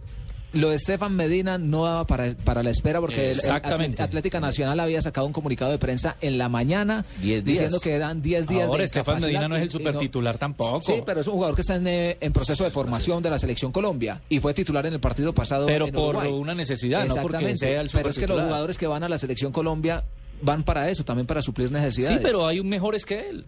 S3: lo de Estefan Medina no daba para, para la espera porque el- el
S20: Exactamente.
S3: Atl- Atlética Nacional había sacado un comunicado de prensa en la mañana
S20: Diez días.
S3: diciendo que eran 10 días
S20: Ahora
S3: de
S20: Estefan
S3: incapacidad
S20: Medina no es
S3: y-
S20: el
S3: y no-
S20: supertitular tampoco.
S3: Sí, pero es un jugador que está en, eh, en proceso de formación de la selección Colombia y fue titular en el partido pasado.
S20: Pero
S3: en
S20: por
S3: Uruguay.
S20: una necesidad, no porque
S3: Exactamente.
S20: sea
S3: Pero
S20: el
S3: es que los
S20: supertitular.
S3: jugadores que van a la selección Colombia van para eso, también para suplir necesidades.
S20: Sí, pero hay un mejores que él.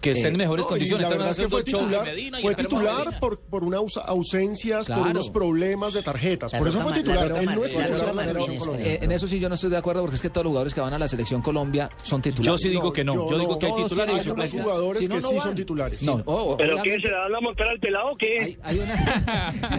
S20: Que
S3: Eh,
S20: está en mejores
S5: Eh, no, y
S20: condiciones.
S5: La
S20: Están
S5: verdad es que
S20: haciendo
S5: fue
S20: el show de
S5: titular,
S20: Medina y
S5: fue
S20: esperemos a
S5: titular
S20: Medina.
S5: por, por unas aus- ausencias,
S3: Claro.
S5: por unos problemas de tarjetas. por eso fue titular. Él no es titular de la selección
S3: Eh,
S5: colombiana.
S3: En eso sí yo no estoy de acuerdo porque es que todos los jugadores que van a la selección Colombia son titulares.
S20: Yo sí digo que no. Yo digo que hay
S3: Todos
S20: titulares
S3: tienen
S20: y suplentes.
S3: suplentes. Si no, no van.
S20: No.
S3: Oh,
S19: ¿Pero
S3: obviamente.
S19: qué? ¿Se la van a montar al pelado o qué?
S18: [laughs]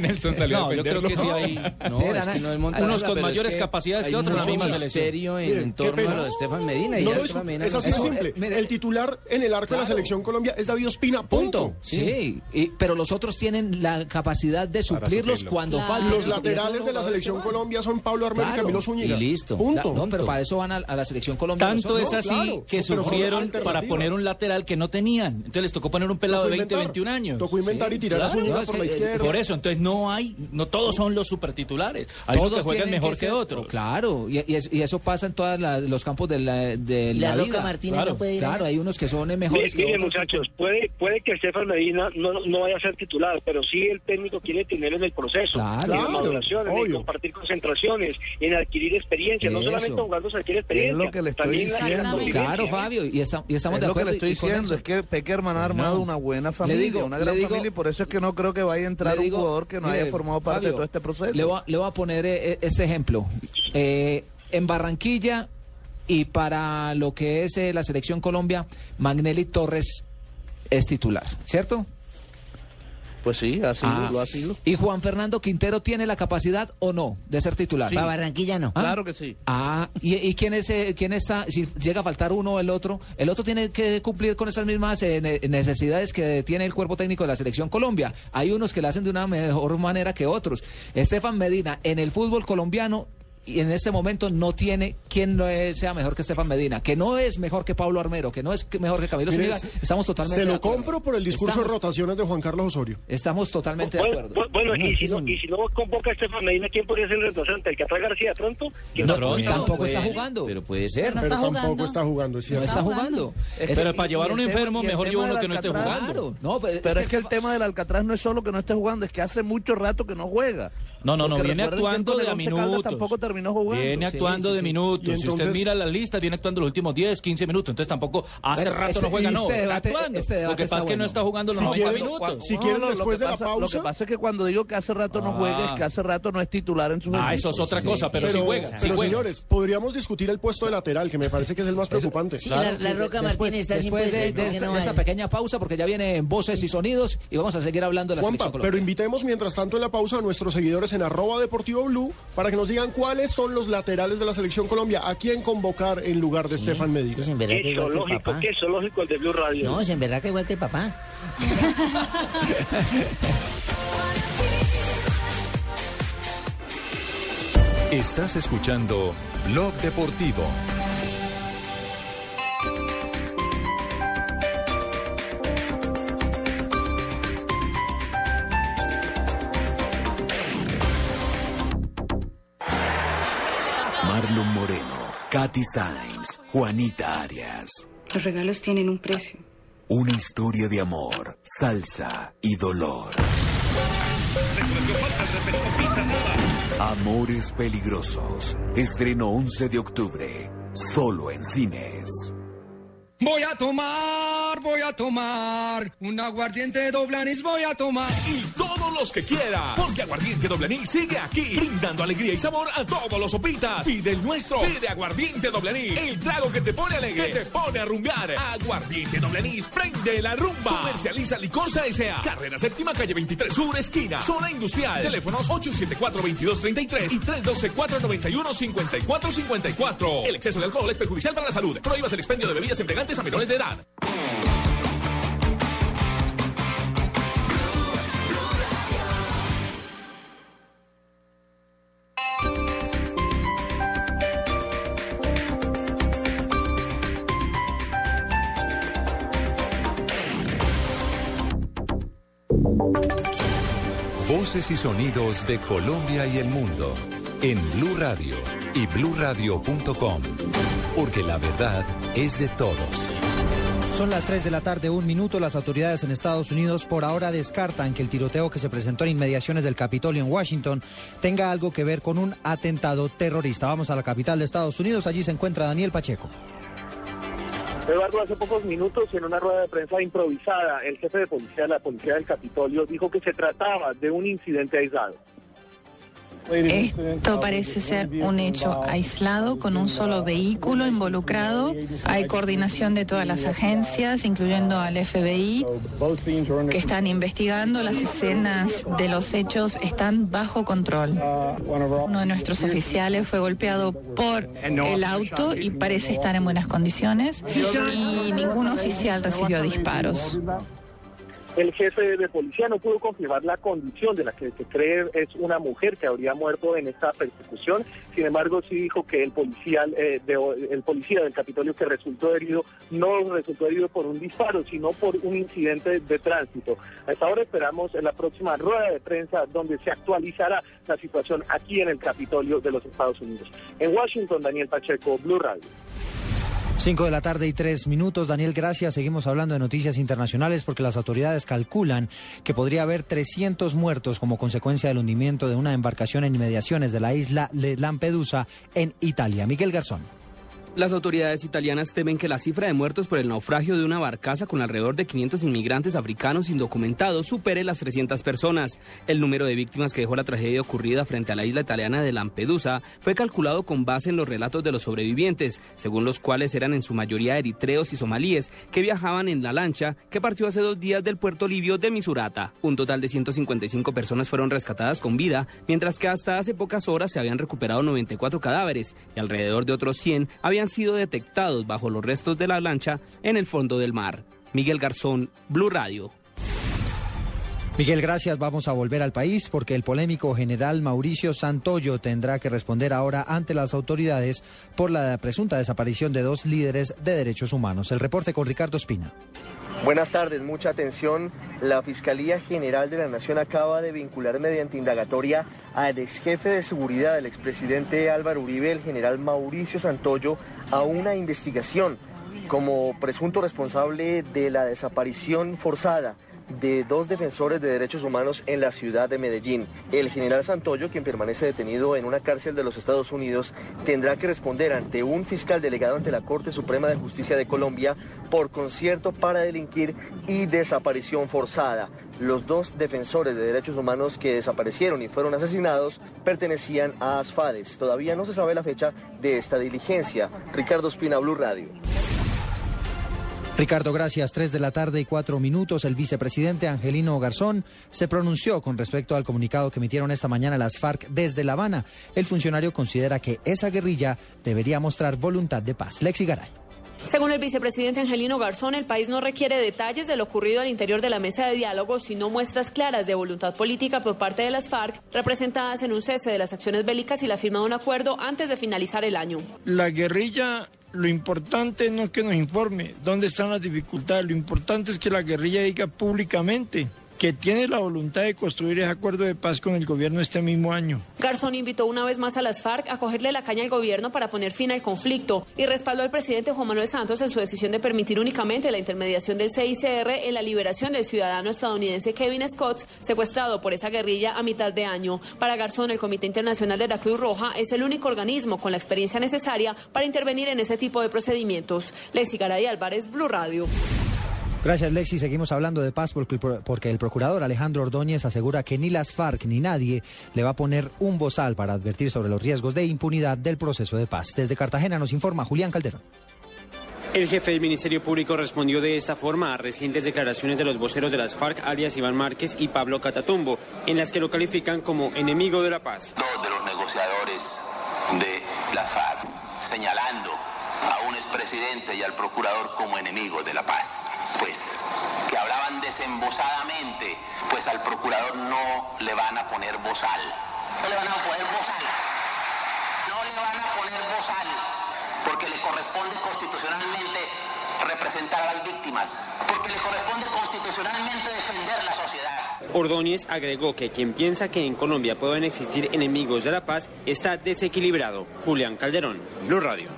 S18: Nelson salió
S20: No,
S18: a
S20: yo creo que sí
S18: defenderlo. [laughs]
S20: hay
S6: No, es que no es montarla,
S20: unos con
S6: pero es
S20: mayores
S6: que
S20: capacidades
S6: hay
S20: que otros en la
S6: mucho
S20: misma
S6: misterio
S20: selección.
S6: en- en torno a lo de Estefan Medina. Y
S5: No
S6: ya
S5: lo
S6: Estefan
S5: discu-
S6: Medina
S5: es
S6: no
S5: así de
S6: está.
S5: simple. el titular en el arco de la
S3: Claro.
S5: selección Colombia es David Ospina, punto.
S3: Sí, y- pero los otros tienen la capacidad de suplirlos
S5: suplirlo.
S3: cuando
S5: Claro.
S3: faltan.
S5: Los
S3: Y esos
S5: laterales de la
S3: jugadores
S5: selección
S3: que van.
S5: Colombia son Pablo Armero y
S3: Claro.
S5: Camilo Zúñiga.
S3: Y listo.
S5: Punto.
S3: La- no, pero para eso van a, a la selección Colombia.
S20: Tanto
S3: nosotros.
S20: es así que
S5: pero son
S20: sufrieron para
S5: alternativas.
S20: poner un lateral que no tenían. Entonces les tocó poner un pelado
S5: Tocó
S20: de 20,
S5: inventar.
S20: 21 años.
S5: Tocó inventar y tirar a Zúñiga
S20: no, es
S5: por
S20: que,
S5: la
S20: eh,
S5: izquierda.
S20: Por eso, entonces no hay, no todos son los supertitulares. Hay
S3: Todos
S20: unos que juegan
S3: tienen
S20: mejor que,
S3: ser-
S20: otros.
S3: Claro, y, y es- y eso pasa en todos los campos de la, de
S19: La
S3: la,
S19: Roca
S3: vida.
S19: Martínez
S3: claro,
S19: no puede ir
S3: claro,
S19: allá.
S3: hay unos que son eh,
S19: Mire,
S3: mejores que
S19: mire,
S3: otros.
S19: muchachos, puede, puede que Estefan Medina no, no vaya a ser titular, pero sí el técnico quiere tener en el proceso,
S3: Claro.
S19: en la maduración, en el
S8: Obvio.
S19: compartir concentraciones, en adquirir experiencia, no
S3: Eso.
S19: solamente jugando se adquiere
S8: Es
S19: experiencia,
S8: lo que le estoy
S19: también la- la
S8: diciendo.
S19: convivencia,
S3: Claro, Fabio, y, esta- y estamos
S8: es
S3: de
S8: lo que
S3: acuerdo.
S8: le estoy
S3: y con eso.
S8: diciendo, es que Peckerman ha armado una buena familia,
S3: digo,
S8: una
S3: le
S8: gran
S3: digo-
S8: familia, y por eso es que no creo que vaya a entrar
S3: Le digo,
S8: un jugador que no
S3: mire,
S8: haya formado parte
S3: Fabio,
S8: de todo este proceso.
S3: Le voy a, le voy a poner eh, este ejemplo. Eh, en Barranquilla y para lo que es eh, la selección Colombia, Magnelli Torres es titular, ¿cierto?
S8: Pues sí, así
S3: Ah.
S8: lo ha sido.
S3: ¿Y Juan Fernando Quintero tiene la capacidad o no de ser titular?
S8: Sí. Para Barranquilla no.
S3: ¿Ah?
S8: Claro que sí.
S3: Ah, ¿y, y quién, es, eh, quién está? Si llega a faltar uno o el otro, el otro tiene que cumplir con esas mismas eh, ne- necesidades que tiene el cuerpo técnico de la selección Colombia. Hay unos que la hacen de una mejor manera que otros. Estefan Medina, en el fútbol colombiano, y en este momento no tiene quien no es- sea mejor que Estefan Medina, que no es mejor que Pablo Armero, que no es que- mejor que Camilo
S5: Mire,
S3: Zúñiga. Estamos totalmente
S5: Se
S3: de
S5: lo
S3: acuerdo.
S5: compro por el discurso de
S3: Estamos-
S5: rotaciones de Juan Carlos Osorio.
S3: Estamos totalmente de
S19: Bueno,
S3: acuerdo.
S19: bu- bueno, y, si no, y si no convoca a Estefan Medina, ¿quién podría ser el reemplazante? ¿El que atrae García pronto? ¿Quién
S3: No,
S19: va a
S3: pero
S19: convocar?
S3: tampoco está
S19: Bueno,
S3: jugando.
S6: Pero puede ser.
S19: Pero no
S5: Pero
S19: está
S5: tampoco
S19: jugando.
S5: está jugando, es
S3: No
S5: cierto.
S3: está jugando.
S8: Es-
S20: Pero para llevar
S8: y
S20: a un
S8: el tema-
S20: enfermo,
S8: y el
S20: mejor
S8: tema
S20: lleva uno
S8: del
S20: que no esté
S8: Alcatraz-
S20: jugando.
S3: No, pero,
S8: pues, es, que el tema del Alcatraz no es solo que no esté jugando, es que hace mucho rato que no juega.
S20: No, no, no,
S8: Porque
S20: viene
S8: recuerden que
S20: actuando
S8: con
S20: de
S8: el
S20: a
S8: Once Caldas
S20: minutos.
S8: tampoco terminó jugando.
S20: Viene actuando de minutos.
S8: Y
S20: Si usted
S8: entonces-
S20: mira la lista, viene actuando los últimos 10, 15 minutos. Entonces tampoco hace
S3: Bueno,
S20: rato
S3: este-
S20: no juega, no.
S3: este
S20: está
S3: debate-
S20: actuando.
S3: este debate
S20: Lo que
S3: está
S20: pasa es que
S3: bueno.
S20: no está jugando los
S3: Si
S20: 90
S3: quieren-
S20: minutos.
S8: No, no, lo que pasa- Lo que pasa es que cuando digo que hace rato no
S20: Ah.
S8: juega, es que hace rato no es titular en su
S20: Ah, eso es otra cosa, pero si juega, si
S5: pues pero,
S20: juega.
S5: señores, podríamos discutir el puesto de lateral, que me parece que es el más preocupante.
S3: Sí, después de, de esta, de esta pequeña pausa, porque ya vienen voces y sonidos, y vamos a seguir hablando de la
S5: Juanpa,
S3: selección
S5: pero
S3: Colombia.
S5: invitemos mientras tanto en la pausa a nuestros seguidores en arroba deportivo blue para que nos digan cuáles son los laterales de la selección Colombia, a quién convocar en lugar de Estefan Medina.
S19: Qué zoológico,
S8: Ah.
S19: qué zoológico el de Blue Radio.
S6: No, es en verdad que igual que el papá.
S12: Estás escuchando Blog Deportivo.
S10: Moreno, Katy Sainz, Juanita Arias.
S21: Los regalos tienen un precio.
S10: Una historia de amor, salsa y dolor. Amores peligrosos. Estreno 11 de octubre. Solo en cines.
S3: Voy a tomar, voy a tomar. Un aguardiente doblanis voy a tomar.
S16: Y todos los que quiera. Porque Aguardiente Doblaní sigue aquí, brindando alegría y sabor a todos los sopitas. Pide el nuestro. Pide Aguardiente Doblaní, el trago que te pone alegre, que te pone a rumbear. Aguardiente Doblaní prende la rumba. Comercializa Licorsa S.A. Carrera Séptima, calle 23 Sur, esquina. Zona Industrial. Teléfonos 874-2233 y 312-491-5454. El exceso de alcohol es perjudicial para la salud. Prohíbas el expendio de bebidas embriagantes a menores de edad.
S12: Voces y sonidos de Colombia y el mundo en Blue Radio y bluradio.com. Porque la verdad es de todos.
S22: Son las 3 de la tarde, un minuto. Las autoridades en Estados Unidos por ahora descartan que el tiroteo que se presentó en inmediaciones del Capitolio en Washington tenga algo que ver con un atentado terrorista. Vamos a la capital de Estados Unidos. Allí se encuentra Daniel Pacheco.
S23: Eduardo, hace pocos minutos, en una rueda de prensa improvisada, el jefe de policía de la Policía del Capitolio dijo que se trataba de un incidente aislado.
S24: Esto parece ser un hecho aislado con un solo vehículo involucrado. Hay coordinación de todas las agencias, incluyendo al FBI, que están investigando las escenas de los hechos, están bajo control. Uno de nuestros oficiales fue golpeado por el auto y parece estar en buenas condiciones y ningún oficial recibió disparos.
S23: El jefe de policía no pudo confirmar la condición de la que se cree es una mujer que habría muerto en esta persecución. Sin embargo, sí dijo que el policía, eh, de- el policía del Capitolio que resultó herido no resultó herido por un disparo, sino por un incidente de tránsito. Hasta ahora esperamos en la próxima rueda de prensa donde se actualizará la situación aquí en el Capitolio de los Estados Unidos. En Washington, Daniel Pacheco, Blue Radio.
S22: 5 de la tarde y 3 minutos. Daniel, gracias. Seguimos hablando de noticias internacionales porque las autoridades calculan que podría haber 300 muertos como consecuencia del hundimiento de una embarcación en inmediaciones de la isla de Lampedusa en Italia. Miguel Garzón.
S15: Las autoridades italianas temen que la cifra de muertos por el naufragio de una barcaza con alrededor de 500 inmigrantes africanos indocumentados supere las 300 personas. El número de víctimas que dejó la tragedia ocurrida frente a la isla italiana de Lampedusa fue calculado con base en los relatos de los sobrevivientes, según los cuales eran en su mayoría eritreos y somalíes que viajaban en la lancha que partió hace dos días del puerto libio de Misurata. Un total de 155 personas fueron rescatadas con vida, mientras que hasta hace pocas horas se habían recuperado 94 cadáveres y alrededor de otros 100 habían sido detectados bajo los restos de la lancha en el fondo del mar. Miguel Garzón, Blue Radio.
S22: Miguel, gracias. Vamos a volver al país porque el polémico general Mauricio Santoyo tendrá que responder ahora ante las autoridades por la presunta desaparición de dos líderes de derechos humanos. El reporte con Ricardo Espina.
S25: Buenas tardes, mucha atención. La Fiscalía General de la Nación acaba de vincular mediante indagatoria al ex jefe de seguridad del expresidente Álvaro Uribe, el general Mauricio Santoyo, a una investigación como presunto responsable de la desaparición forzada de dos defensores de derechos humanos en la ciudad de Medellín. El general Santoyo, quien permanece detenido en una cárcel de los Estados Unidos, tendrá que responder ante un fiscal delegado ante la Corte Suprema de Justicia de Colombia por concierto para delinquir y desaparición forzada. Los dos defensores de derechos humanos que desaparecieron y fueron asesinados pertenecían a ASFADES. Todavía no se sabe la fecha de esta diligencia. Ricardo Espina, Blue Radio.
S22: Ricardo, gracias. Tres de la tarde y cuatro minutos. El vicepresidente Angelino Garzón se pronunció con respecto al comunicado que emitieron esta mañana las FARC desde La Habana. El funcionario considera que esa guerrilla debería mostrar voluntad de paz. Lexi Garay.
S26: Según el vicepresidente Angelino Garzón, el país no requiere detalles de lo ocurrido al interior de la mesa de diálogo, sino muestras claras de voluntad política por parte de las FARC, representadas en un cese de las acciones bélicas y la firma de un acuerdo antes de finalizar el año.
S13: La guerrilla, lo importante no es que nos informe dónde están las dificultades, lo importante es que la guerrilla diga públicamente que tiene la voluntad de construir ese acuerdo de paz con el gobierno este mismo año.
S26: Garzón invitó una vez más a las FARC a cogerle la caña al gobierno para poner fin al conflicto y respaldó al presidente Juan Manuel Santos en su decisión de permitir únicamente la intermediación del CICR en la liberación del ciudadano estadounidense Kevin Scott, secuestrado por esa guerrilla a mitad de año. Para Garzón, el Comité Internacional de la Cruz Roja es el único organismo con la experiencia necesaria para intervenir en ese tipo de procedimientos. Lexi Garay Álvarez, Blue Radio.
S22: Gracias, Lexi. Seguimos hablando de paz porque el, pro- porque el procurador Alejandro Ordóñez asegura que ni las FARC ni nadie le va a poner un bozal para advertir sobre los riesgos de impunidad del proceso de paz. Desde Cartagena nos informa Julián Calderón.
S1: El jefe del Ministerio Público respondió de esta forma a recientes declaraciones de los voceros de las FARC, alias Iván Márquez y Pablo Catatumbo, en las que lo califican como enemigo de la paz.
S10: Dos de los negociadores de la FARC señalando a un expresidente y al procurador como enemigos de la paz. Pues que hablaban desembosadamente, pues al procurador no le van a poner bozal. No le van a poner bozal. No le van a poner bozal. Porque le corresponde constitucionalmente representar a las víctimas. Porque le corresponde constitucionalmente defender la sociedad.
S1: Ordóñez agregó que quien piensa que en Colombia pueden existir enemigos de la paz está desequilibrado. Julián Calderón, Blue Radio.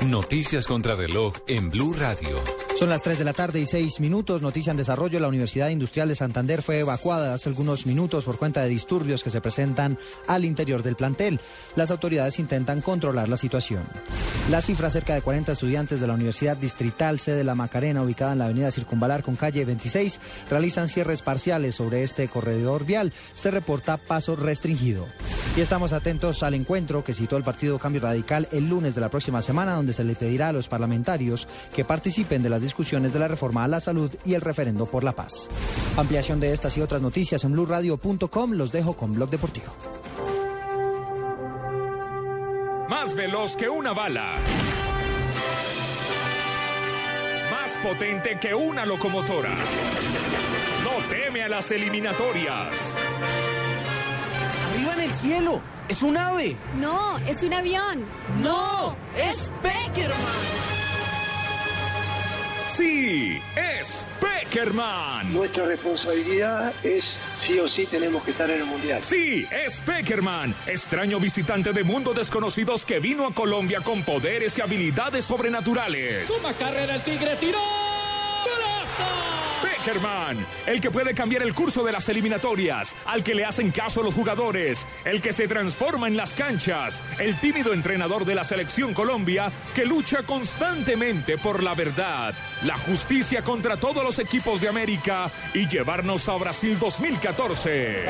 S27: Noticias contra reloj en Blue Radio.
S22: Son las 3 de la tarde y 6 minutos. Noticia en desarrollo. La Universidad Industrial de Santander fue evacuada hace algunos minutos por cuenta de disturbios que se presentan al interior del plantel. Las autoridades intentan controlar la situación. La cifra cerca de 40 estudiantes de la Universidad Distrital sede La Macarena, ubicada en la avenida Circunvalar con calle 26, realizan cierres parciales sobre este corredor vial. Se reporta paso restringido. Y estamos atentos al encuentro que citó el partido Cambio Radical el lunes de la próxima semana, donde se le pedirá a los parlamentarios que participen de las discusiones de la reforma a la salud y el referendo por la paz. Ampliación de estas y otras noticias en blurradio.com. Los dejo con Blog Deportivo.
S16: Más veloz que una bala. Más potente que una locomotora. No teme a las eliminatorias.
S18: ¡Arriba en el cielo! ¡Es un ave!
S28: No, es un avión.
S18: ¡No! ¡Es Peckerman!
S16: Sí, es Peckerman.
S11: Nuestra responsabilidad es sí o sí tenemos que estar en el Mundial.
S16: Sí, es Peckerman, extraño visitante de mundos desconocidos que vino a Colombia con poderes y habilidades sobrenaturales.
S18: ¡Suma carrera el tigre! ¡Tiró!
S16: Peckerman, el que puede cambiar el curso de las eliminatorias, al que le hacen caso los jugadores, el que se transforma en las canchas, el tímido entrenador de la selección Colombia que lucha constantemente por la verdad, la justicia contra todos los equipos de América y llevarnos a Brasil 2014.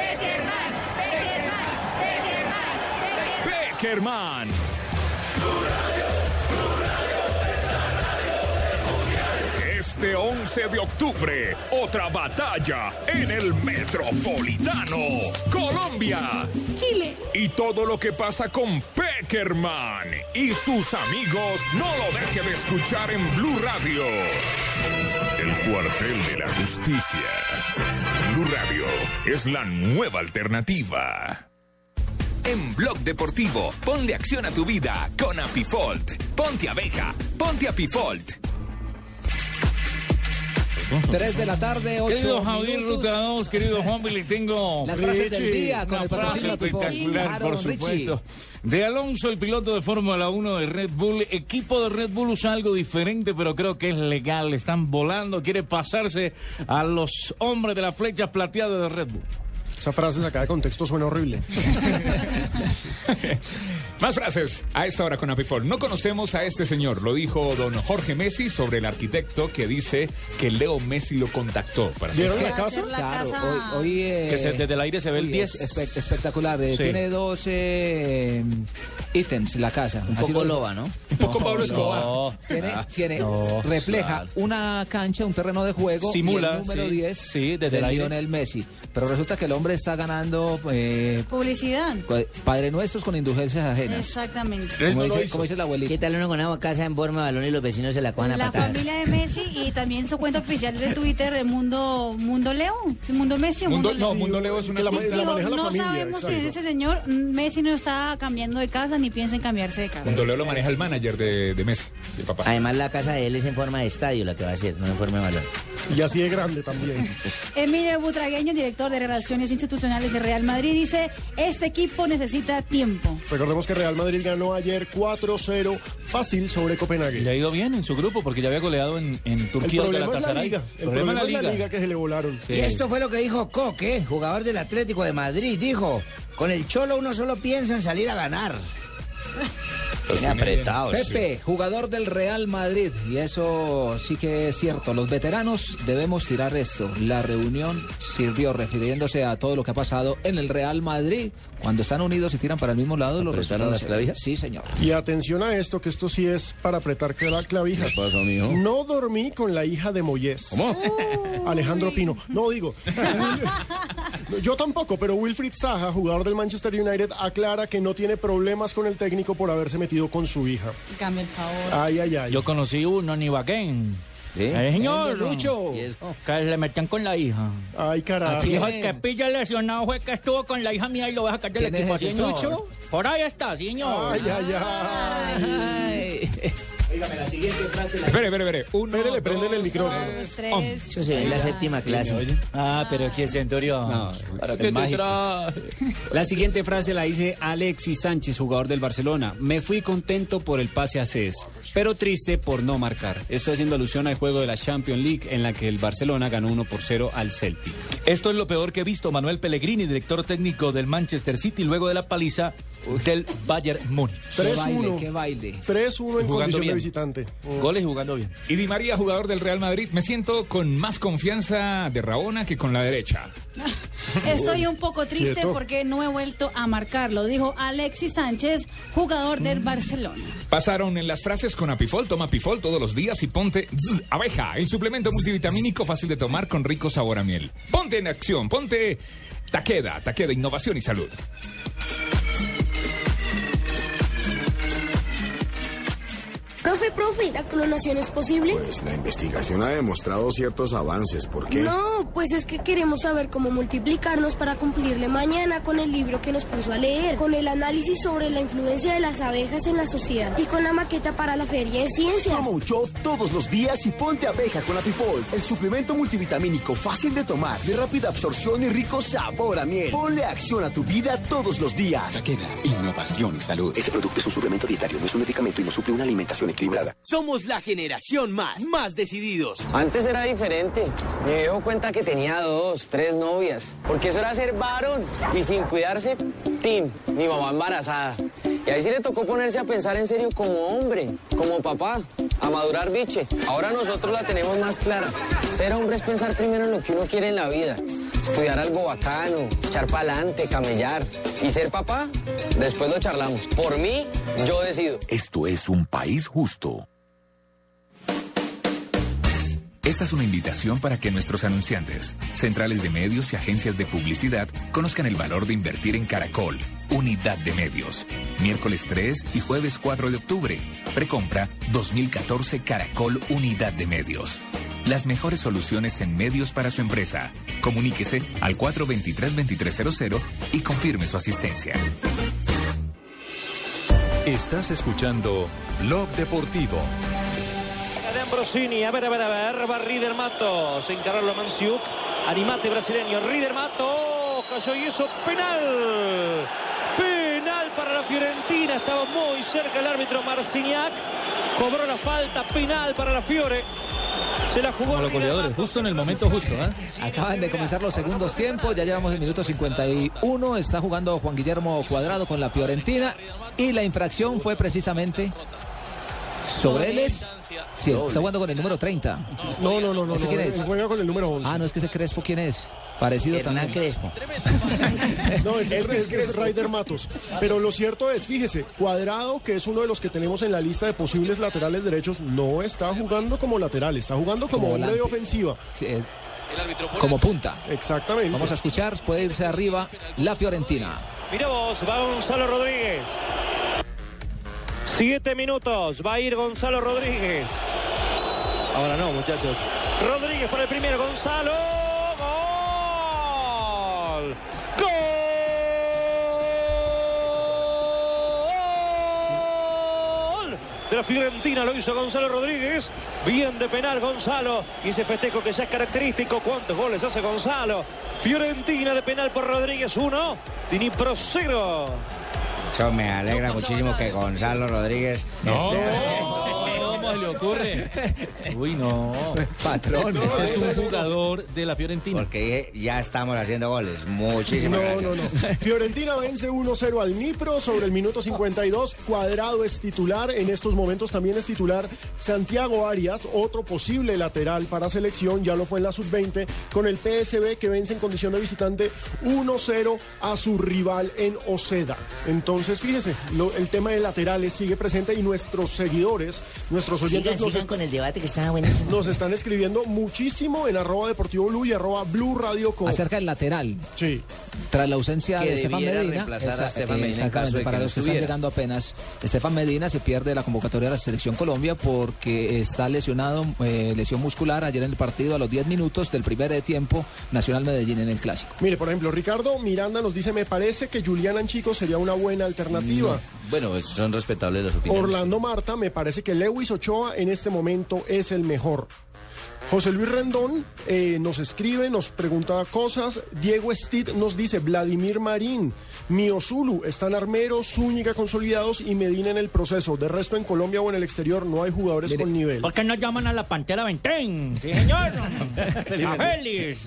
S16: Peckerman. Este 11 de octubre, otra batalla en el Metropolitano, Colombia. Chile. Y todo lo que pasa con Peckerman y sus amigos, no lo deje de escuchar en Blue Radio. El cuartel de la justicia. Blue Radio es la nueva alternativa.
S11: En Blog Deportivo, ponle acción a tu vida con Apifolt. Ponte abeja, ponte Apifolt.
S3: 3 de la tarde, 8
S20: Querido Javier Ruta 2, querido Juan, le tengo
S3: Las frases del día con
S20: una
S3: el
S20: frase
S3: patrocinio tipo
S20: espectacular, por
S3: Harold Richie.
S20: supuesto. De Alonso, el piloto de Fórmula 1 de Red Bull. Equipo de Red Bull usa algo diferente, pero creo que es legal. Están volando, quiere pasarse a los hombres de las flechas plateadas de Red Bull.
S5: Esa frase sacada de contexto suena horrible.
S16: Más frases a esta hora con Apipol. No conocemos a este señor, lo dijo don Jorge Messi sobre el arquitecto que dice que Leo Messi lo contactó para hacer-
S3: ¿Vieron la casa? La Claro, casa- hoy- hoy, eh,
S9: que se- desde el aire se ve el
S3: Uy, es
S9: 10.
S3: espe- espectacular. eh,
S9: Sí.
S3: Tiene 12 eh, ítems la casa.
S29: Un poco loba, ¿no?
S3: Un
S29: poco Pablo Escobar.
S3: Tiene,
S29: Ah,
S3: tiene-
S29: no,
S3: refleja
S29: claro.
S3: una cancha, un terreno de juego.
S9: Simula,
S3: y el número
S9: sí,
S3: 10
S9: sí, desde
S3: de
S9: el aire.
S3: Lionel Messi. Pero resulta que el hombre está ganando eh,
S7: Publicidad.
S3: cua- Padre Nuestros con indulgencias ajenas.
S7: Exactamente.
S3: Como dice, como dice la abuelita.
S29: ¿Qué tal uno con agua casa en forma de balón y los vecinos se la cojan a
S7: La
S29: patadas?
S7: familia de Messi y también su cuenta oficial de Twitter, el Mundo, Mundo Leo. ¿Es Mundo Messi o Mundo,
S5: Mundo- no, Mundo Leo es una- la- la
S7: Dijo,
S5: maneja la
S7: No
S5: familia,
S7: sabemos si es
S5: exacto.
S7: ese señor. Messi no está cambiando de casa ni piensa en cambiarse de casa.
S16: Don Leo lo maneja el manager de, de Messi, el papá.
S29: Además, la casa de él es en forma de estadio la que va a ser, no en forma de balón.
S5: Y así de grande
S3: [laughs]
S5: también.
S7: Emilio Butragueño, director de Relaciones Institucionales de Real Madrid, dice, este equipo necesita tiempo.
S5: Recordemos que Real Madrid ganó ayer 4-0 fácil sobre Copenhague.
S20: Le ha ido bien en su grupo porque ya había goleado en, en Turquía
S5: el problema
S20: al
S5: es la
S20: Galatasaray.
S5: liga. El problema es la liga. que se le volaron.
S9: Y esto fue lo que dijo Coque, jugador del Atlético de Madrid. Dijo, con el Cholo uno solo piensa en salir a ganar. Viene apretado.
S3: Pepe, jugador del Real Madrid, y eso sí que es cierto. Los veteranos debemos tirar esto. La reunión sirvió, refiriéndose a todo lo que ha pasado en el Real Madrid. Cuando están unidos y tiran para el mismo lado, los
S5: ¿Apretaron las clavijas?
S3: Sí, señor.
S5: Y atención a esto, que esto sí es para apretar que la clavija. No dormí con la hija de Moyés.
S30: ¿Cómo?
S5: Alejandro Pino. No digo. [laughs] No, Yo tampoco, pero Wilfried Zaha, jugador del Manchester United, aclara que no tiene problemas con el técnico por haberse metido con su hija.
S7: Cambia el favor.
S20: Ah,
S5: Ay, ay, ay.
S20: Yo conocí uno en Ibaquén. Eh, señor,
S5: Venga, Lucho.
S20: que le metían con la hija.
S5: Ay, carajo.
S20: Dijo, el que pilla lesionado fue que estuvo con la hija mía y lo va a sacar del
S5: ¿Quién es
S20: equipo,
S5: ese
S20: señor.
S5: señor?
S20: Por ahí está, señor.
S5: Ay, ay, ay.
S9: Oígame, la siguiente frase la...
S20: Espere, espere, espere. Uno,
S5: le prenden el micrófono.
S9: Eso se ve en la séptima clase.
S29: Ah, pero aquí es Centurión.
S20: ¿Para
S29: El
S20: qué te
S29: mágico.
S20: traje?
S29: La siguiente frase la dice Alexis Sánchez, jugador del Barcelona. Me fui contento por el pase a CES, pero triste por no marcar. Esto haciendo alusión al juego de la Champions League en la que el Barcelona ganó 1 por 0 al Celtic.
S20: Esto es lo peor que he visto. Manuel Pellegrini, director técnico del Manchester City, luego de la paliza del Bayern Múnich.
S3: Qué baile,
S5: 3-1.
S3: qué baile.
S5: 3-1 en
S20: Jugando
S5: condición de
S20: bien.
S5: visitante.
S20: Goles jugando bien.
S31: Y Di María, jugador del Real Madrid, me siento con más confianza de Rabona que con la derecha.
S7: Estoy un poco triste
S31: Quieto.
S7: porque no he vuelto a marcarlo, dijo Alexis Sánchez, jugador del Barcelona.
S31: Pasaron en las frases con Apifol, toma Apifol todos los días y ponte zzz, abeja, el suplemento multivitamínico fácil de tomar con rico sabor a miel. Ponte en acción, ponte Taqueda, Taqueda, innovación y salud.
S14: Profe, profe, ¿la clonación es posible?
S32: Pues la investigación ha demostrado ciertos avances. ¿Por qué?
S14: No, pues es que queremos saber cómo multiplicarnos para cumplirle mañana con el libro que nos puso a leer, con el análisis sobre la influencia de las abejas en la sociedad y con la maqueta para la feria de ciencias.
S10: Toma un shot todos los días y ponte abeja con Apifol, el suplemento multivitamínico fácil de tomar, de rápida absorción y rico sabor a miel. Ponle acción a tu vida todos los días.
S33: Queda innovación y salud. Este producto es un suplemento dietario, no es un medicamento y no suple una alimentación equilibrada.
S18: Somos la generación más, más decididos.
S19: Antes era diferente. Me dejo cuenta que tenía dos, tres novias. Porque eso era ser varón. Y sin cuidarse, Tim, mi mamá embarazada. Y ahí sí le tocó ponerse a pensar en serio como hombre, como papá, a madurar biche. Ahora nosotros la tenemos más clara. Ser hombre es pensar primero en lo que uno quiere en la vida. Estudiar algo bacano, echar pa'lante, camellar. Y ser papá, después lo charlamos. Por mí, yo decido.
S33: Esto es un país justo.
S11: Esta es una invitación para que nuestros anunciantes, centrales de medios y agencias de publicidad conozcan el valor de invertir en Caracol, unidad de medios. Miércoles 3 y jueves 4 de octubre, precompra 2014 Caracol Unidad de Medios. Las mejores soluciones en medios para su empresa. Comuníquese al 423-2300 y confirme su asistencia.
S12: Estás escuchando Blog Deportivo.
S34: De Ambrosini, a ver, a ver, a ver, va Rieder Mato, se encaró Manciuk, animate brasileño, Rieder Mato, cayó y eso, penal, penal para la Fiorentina, estaba muy cerca el árbitro Marciniak, cobró la falta, penal para la Fiore, se la jugó
S20: Como los goleadores, justo en el momento justo. ¿eh?
S3: Acaban de comenzar los segundos tiempos, ya llevamos el minuto 51, está jugando Juan Guillermo Cuadrado con la Fiorentina y la infracción fue precisamente sobre él. es- Sí,
S5: Doble.
S3: está jugando con el número 30.
S5: No, no, no, no.
S3: ¿Ese
S5: no,
S3: quién es?
S5: Juega con el número 11.
S3: Ah, no, es que ese Crespo, ¿quién es? Parecido
S5: Hernán
S3: también.
S5: Crespo. [laughs] No, ese es, ese es Ryder Matos. Pero lo cierto es, fíjese, Cuadrado, que es uno de los que tenemos en la lista de posibles laterales derechos, no está jugando como lateral, está jugando como,
S3: Como
S5: hombre de
S3: volante. eh,
S5: ofensiva.
S3: Como punta.
S5: Exactamente.
S3: Vamos a escuchar, puede irse arriba la Fiorentina.
S34: Mira vos, va Gonzalo Rodríguez. Siete minutos, va a ir Gonzalo Rodríguez. Ahora no, muchachos. Rodríguez por el primero, Gonzalo. Gol. Gol. de la Fiorentina. Lo hizo Gonzalo Rodríguez. Bien de penal Gonzalo. Y ese festejo que ya es característico. ¿Cuántos goles hace Gonzalo? Fiorentina de penal por Rodríguez 1. Dinipro 0.
S6: Eso me alegra muchísimo que Gonzalo Rodríguez
S13: No.
S6: esté haciendo-
S2: Oh,
S13: ¿Cómo se le ocurre? [laughs] Uy, no.
S6: Patrón,
S13: este es
S6: no.
S9: ¿eh?
S13: un jugador de la Fiorentina.
S6: Porque dije, ya estamos haciendo goles. Muchísimas gracias.
S5: No, no, no. Fiorentina vence 1-0 al Nipro sobre el minuto 52. Cuadrado es titular. En estos momentos también es titular Santiago Arias, otro posible lateral para selección. Ya lo fue en la sub-20 con el PSB que vence en condición de visitante 1-0 a su rival en Oceda. Entonces, fíjese, lo- el tema de laterales sigue presente y nuestros seguidores, nuestros oyentes
S6: Sigan, sigan
S5: est-
S6: con el debate que está buenísimo.
S5: nos están escribiendo muchísimo en arroba deportivo blue y arroba blue radio Co.
S3: Acerca del lateral.
S5: Sí.
S3: Tras la ausencia
S5: Que
S3: de Estefan
S5: debiera
S3: Medina.
S5: reemplazar a
S3: esa-
S5: Estefan Medina en
S3: exactamente,
S5: caso de que
S3: para
S5: no
S3: los que están
S5: estuviera.
S3: llegando apenas, Estefan Medina se pierde la convocatoria de la Selección Colombia porque está lesionado, eh, lesión muscular ayer en el partido a los 10 minutos del primer eh, tiempo Nacional Medellín en el Clásico.
S5: Mire, por ejemplo, Ricardo Miranda nos dice, me parece que Julián Anchico sería una buena alternativa.
S4: Mm,
S1: Bueno, pues son respetables las opiniones.
S5: Orlando Marta, me parece que Lewis Ochoa en este momento es el mejor. José Luis Rendón eh, nos escribe, nos pregunta cosas. Diego Steed nos dice, Vladimir Marín, Miozulu, están armeros, Zúñiga consolidados y Medina en el proceso. De resto, en Colombia o en el exterior no hay jugadores con nivel.
S2: ¿Por qué no llaman a la Pantera Ventrín? Sí,
S3: [laughs]
S2: señor. La Félix.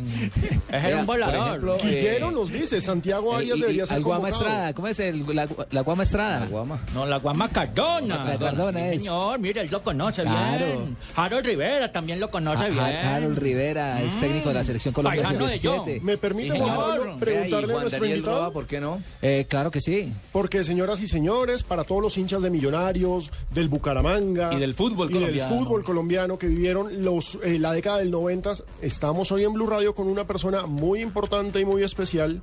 S2: Es
S3: Vea,
S2: un volador.
S3: por ejemplo,
S5: Quillero
S3: eh,
S5: nos dice, Santiago
S3: El-
S5: Arias
S3: y-
S5: debería
S3: y-
S5: ser
S3: al Guama
S5: convocado.
S3: Estrada, ¿cómo es el, la, la Guama Estrada?
S2: No, la Guama Cardona.
S3: La Cardona
S2: Sí,
S3: es.
S2: Señor, mire, él lo conoce
S3: Claro.
S2: bien. Harold Rivera también lo
S5: Ah,
S2: conoce
S3: Ja-
S2: bien.
S3: Ja- Ah, Harold Rivera, ex técnico de la selección Colombia
S2: Paisano de yo.
S3: sub-17.
S5: ¿Me permite, Juan Pablo, preguntarle a nuestro invitado?
S1: ¿por qué no?
S3: Eh, claro que sí.
S5: Porque, señoras y señores, para todos los hinchas de Millonarios, del Bucaramanga...
S20: Y del fútbol
S5: y
S20: colombiano.
S5: del fútbol colombiano que vivieron los, eh, la década del 90, estamos hoy en Blue Radio con una persona muy importante y muy especial.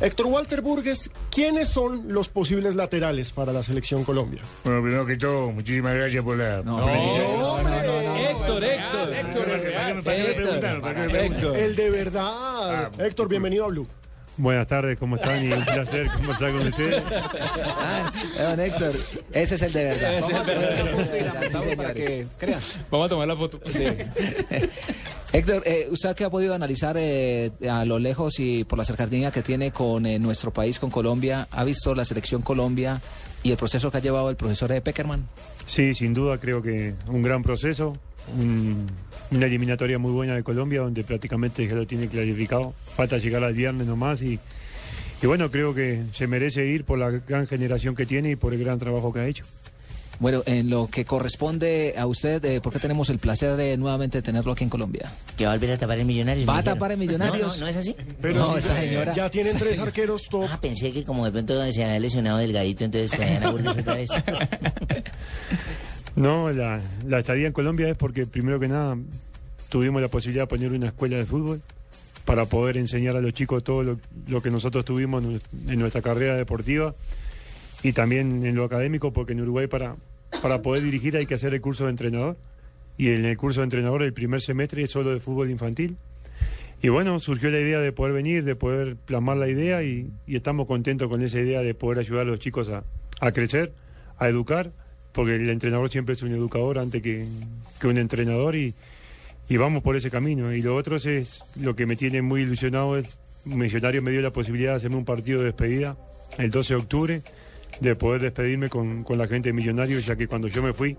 S5: Héctor Walter Burgues, ¿quiénes son los posibles laterales para la Selección Colombia?
S19: Bueno, primero que todo, muchísimas gracias por la... No,
S13: Héctor, Héctor. Héctor,
S19: ¿Para qué me preguntaron? ¿Para qué me Ah, preguntaron?
S5: El de verdad. Héctor, bienvenido a Blue.
S35: Buenas tardes, ¿cómo están? Y un placer [laughs] conversar con ustedes.
S3: Eh, don Héctor, ese es el de verdad.
S35: Ese es el
S3: para que creas.
S8: Vamos a tomar la foto.
S3: [laughs] Héctor, eh, usted que ha podido analizar eh, a lo lejos y por la cercanía que tiene con eh, nuestro país, con Colombia, ¿ha visto la selección Colombia y el proceso que ha llevado el profesor eh, Peckerman?
S35: Sí, sin duda creo que un gran proceso, un- una eliminatoria muy buena de Colombia donde prácticamente ya lo tiene clasificado. Falta llegar al viernes nomás y, y bueno, creo que se merece ir por la gran generación que tiene y por el gran trabajo que ha hecho.
S3: Bueno, en lo que corresponde a usted, eh, porque tenemos el placer de nuevamente tenerlo aquí en Colombia.
S6: Que va a volver a tapar en Millonarios.
S3: ¿Va a
S6: me dijeron.
S3: tapar en Millonarios?
S6: No, no, no es así.
S3: Pero No, sí, esta señora- ya tienen tres
S5: arqueros top.
S6: Ah, pensé que como de pronto se había lesionado delgadito, entonces traían a Burgos otra
S3: [laughs]
S6: vez.
S35: No, la, la estadía en Colombia es porque primero que nada tuvimos la posibilidad de poner una escuela de fútbol para poder enseñar a los chicos todo lo, lo que nosotros tuvimos en, nues- en nuestra carrera deportiva y también en lo académico, porque en Uruguay para, para poder dirigir hay que hacer el curso de entrenador y en el curso de entrenador el primer semestre es solo de fútbol infantil. Y bueno, surgió la idea de poder venir, de poder plasmar la idea y, y estamos contentos con esa idea de poder ayudar a los chicos a, a crecer, a educar, porque el entrenador siempre es un educador antes que, que un entrenador y, y vamos por ese camino. Y lo otro es lo que me tiene muy ilusionado es Millonario me dio la posibilidad de hacerme un partido de despedida el 12 de octubre, de poder despedirme con, con la gente de Millonarios, ya que cuando yo me fui,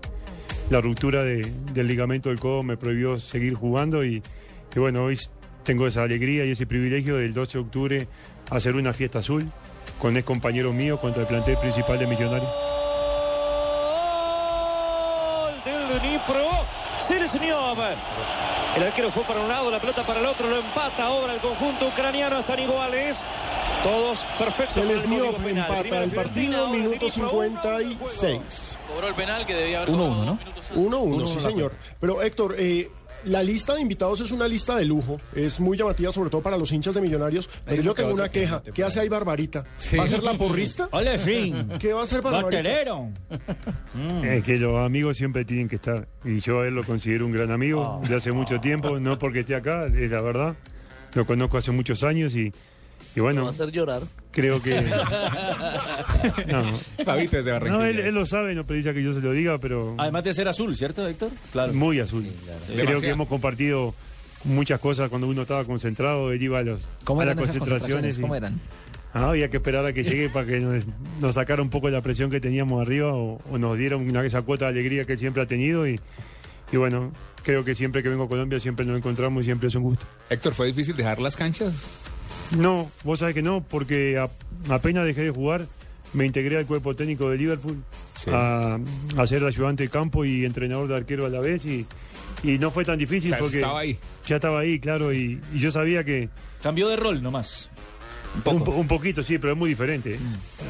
S35: la ruptura de- del ligamento del codo me prohibió seguir jugando y, y bueno, hoy tengo esa alegría y ese privilegio del 12 de octubre hacer una fiesta azul con ex compañero mío contra el plantel principal de Millonarios.
S34: del Dnipro. Selesnyov. El arquero fue para un lado, la pelota para el otro, lo empata ahora el conjunto ucraniano, están iguales. Todos perfectos. con el código
S5: Selesniov
S34: penal.
S5: empata
S34: Primera
S5: el partido, minuto 56.
S24: Cobró el penal que debía haber
S5: 1-1, ¿no? 1-1,
S24: Uno,
S5: sí,
S24: uno,
S5: señor. Pero Héctor, eh, la lista de invitados es una lista de lujo. Es muy llamativa, sobre todo para los hinchas de Millonarios. Pero yo
S24: que
S5: tengo
S24: otro
S5: una queja. ¿Qué hace ahí Barbarita?
S24: Sí.
S5: ¿Va a ser la porrista?
S24: Ole, fin.
S5: ¿Qué va a hacer Barbarita?
S24: Bartelero.
S3: Mm.
S35: Es que los amigos siempre tienen que estar. Y yo a él lo considero un gran amigo
S3: Ah.
S35: de hace mucho tiempo, no porque esté acá, es la verdad. Lo conozco hace muchos años y, Y bueno,
S4: va a hacer llorar.
S3: [laughs]
S35: creo
S7: [laughs]
S35: que... No.
S8: Fabito es de Barranquilla.
S35: No, él, él lo sabe, no precisa que yo se lo diga, pero
S3: Ah,
S20: Además de ser azul, ¿cierto, Héctor?
S35: muy azul. Creo que
S20: Demasiado.
S35: hemos compartido muchas cosas cuando uno estaba concentrado, él iba a, los,
S3: ¿Cómo
S35: a las
S3: eran esas concentraciones?
S35: concentraciones. y-
S3: ¿Cómo eran?
S35: Ah, había que esperar a que llegue para que nos, nos sacara un poco la presión que teníamos arriba o, o nos diera una, esa cuota de alegría que él siempre ha tenido. Y, y bueno, creo que siempre que vengo a Colombia siempre nos encontramos y siempre es un gusto.
S8: Héctor, ¿fue difícil dejar las canchas?
S35: No, vos sabés que no, porque a- apenas dejé de jugar, me integré al cuerpo técnico de Liverpool a, a ser ayudante de campo y entrenador de arquero a la vez. Y, y no fue tan difícil
S8: O sea,
S35: porque
S8: estaba ahí.
S35: ya estaba ahí, claro, y, y yo sabía que...
S20: Cambió de rol nomás.
S35: Un, po- un poquito, sí, pero es muy diferente.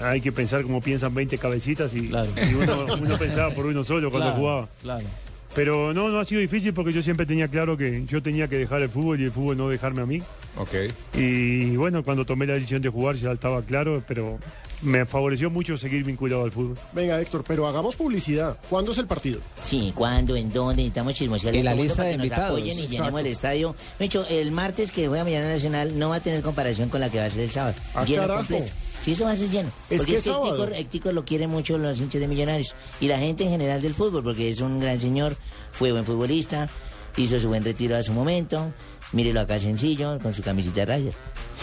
S35: Hay que pensar como piensan 20 cabecitas y, y uno, uno pensaba por uno solo cuando
S20: Claro,
S35: jugaba.
S20: Claro.
S35: Pero no, no ha sido difícil porque yo siempre tenía claro que yo tenía que dejar el fútbol y el fútbol no dejarme a mí.
S8: Ok.
S35: Y bueno, cuando tomé la decisión de jugar ya estaba claro, pero me favoreció mucho seguir vinculado al fútbol.
S5: Venga, Héctor, pero hagamos publicidad. ¿Cuándo es el partido?
S6: Sí, ¿cuándo? ¿En dónde? Necesitamos chismosearle
S5: En la
S6: al mundo
S5: lista
S6: para
S5: de
S6: que nos
S5: invitados.
S6: apoyen y
S5: Exacto.
S6: llenemos el estadio. Mecho, el martes que voy a Millonarios Nacional no va a tener comparación con la que va a ser el sábado.
S5: Ah,
S6: lleno
S5: carajo.
S6: completo. Sí, eso va a ser lleno.
S5: Es
S6: porque
S5: que
S6: es que el
S5: sábado.
S6: Tico, el Tico lo quiere mucho los hinchas de Millonarios. Y la gente en general del fútbol, porque es un gran señor, fue buen futbolista, hizo su buen retiro a su momento. Mírelo acá sencillo, con su camisita de rayas.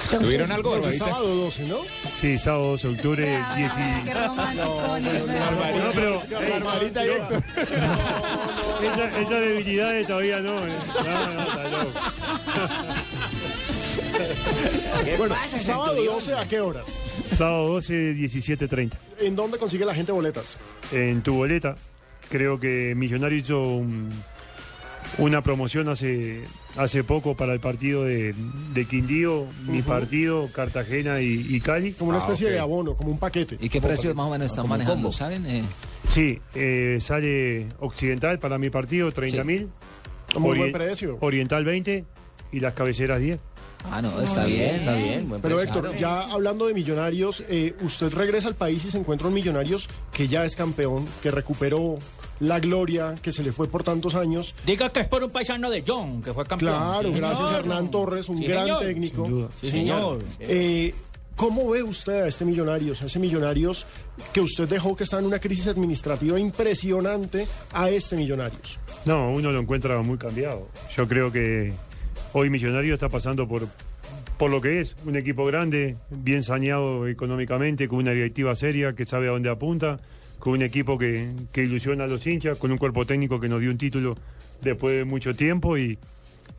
S8: ¿Tuvieron algo,
S5: El
S8: Barbarita?
S5: sábado 12, ¿no?
S35: Sí, sábado 12 de octubre, 10 y- No, pero ey, no, [laughs] esa, esa debilidad de todavía no. eh. No, no, está loco.
S5: Bueno,
S35: pasa,
S5: sábado 12, ¿a qué horas?
S35: Sábado 12, 17.30.
S5: ¿En dónde consigue la gente boletas?
S35: en tu boleta. Creo que Millonario hizo un- una promoción hace, hace poco para el partido de, de Quindío, mi
S5: Ujú.
S35: partido, Cartagena y, y Cali.
S3: Ah,
S5: Como una especie de abono, como un paquete.
S35: ¿Y
S3: ¿Qué precios más o menos están manejando? ¿Saben? Eh,
S35: Sí, eh, sale Occidental para mi partido, 30 mil.
S5: Muy buen precio.
S35: Oriental 20 y las cabeceras 10.
S3: Ah, no, está bien, está bien. buen
S5: Pero
S3: precio.
S5: Héctor,
S3: Claro.
S5: ya hablando de millonarios, eh, usted regresa al país y se encuentra un millonarios que ya es campeón, que recuperó la gloria que se le fue por tantos años.
S2: Diga que es por un paisano de John, que fue campeón.
S5: Claro,
S2: Sí,
S5: gracias
S2: señor.
S5: a Hernán Torres, un
S2: Sí,
S5: gran
S2: señor.
S5: técnico.
S2: Sin duda. Sí, señor.
S5: Eh, ¿Cómo ve usted a este Millonarios, a ese Millonarios que usted dejó que está en una crisis administrativa impresionante, a este Millonarios?
S35: No, uno lo encuentra muy cambiado. Yo creo que hoy Millonario está pasando por, por lo que es, un equipo grande, bien saneado económicamente, con una directiva seria que sabe a dónde apunta, con un equipo que, que ilusiona a los hinchas, con un cuerpo técnico que nos dio un título después de mucho tiempo y,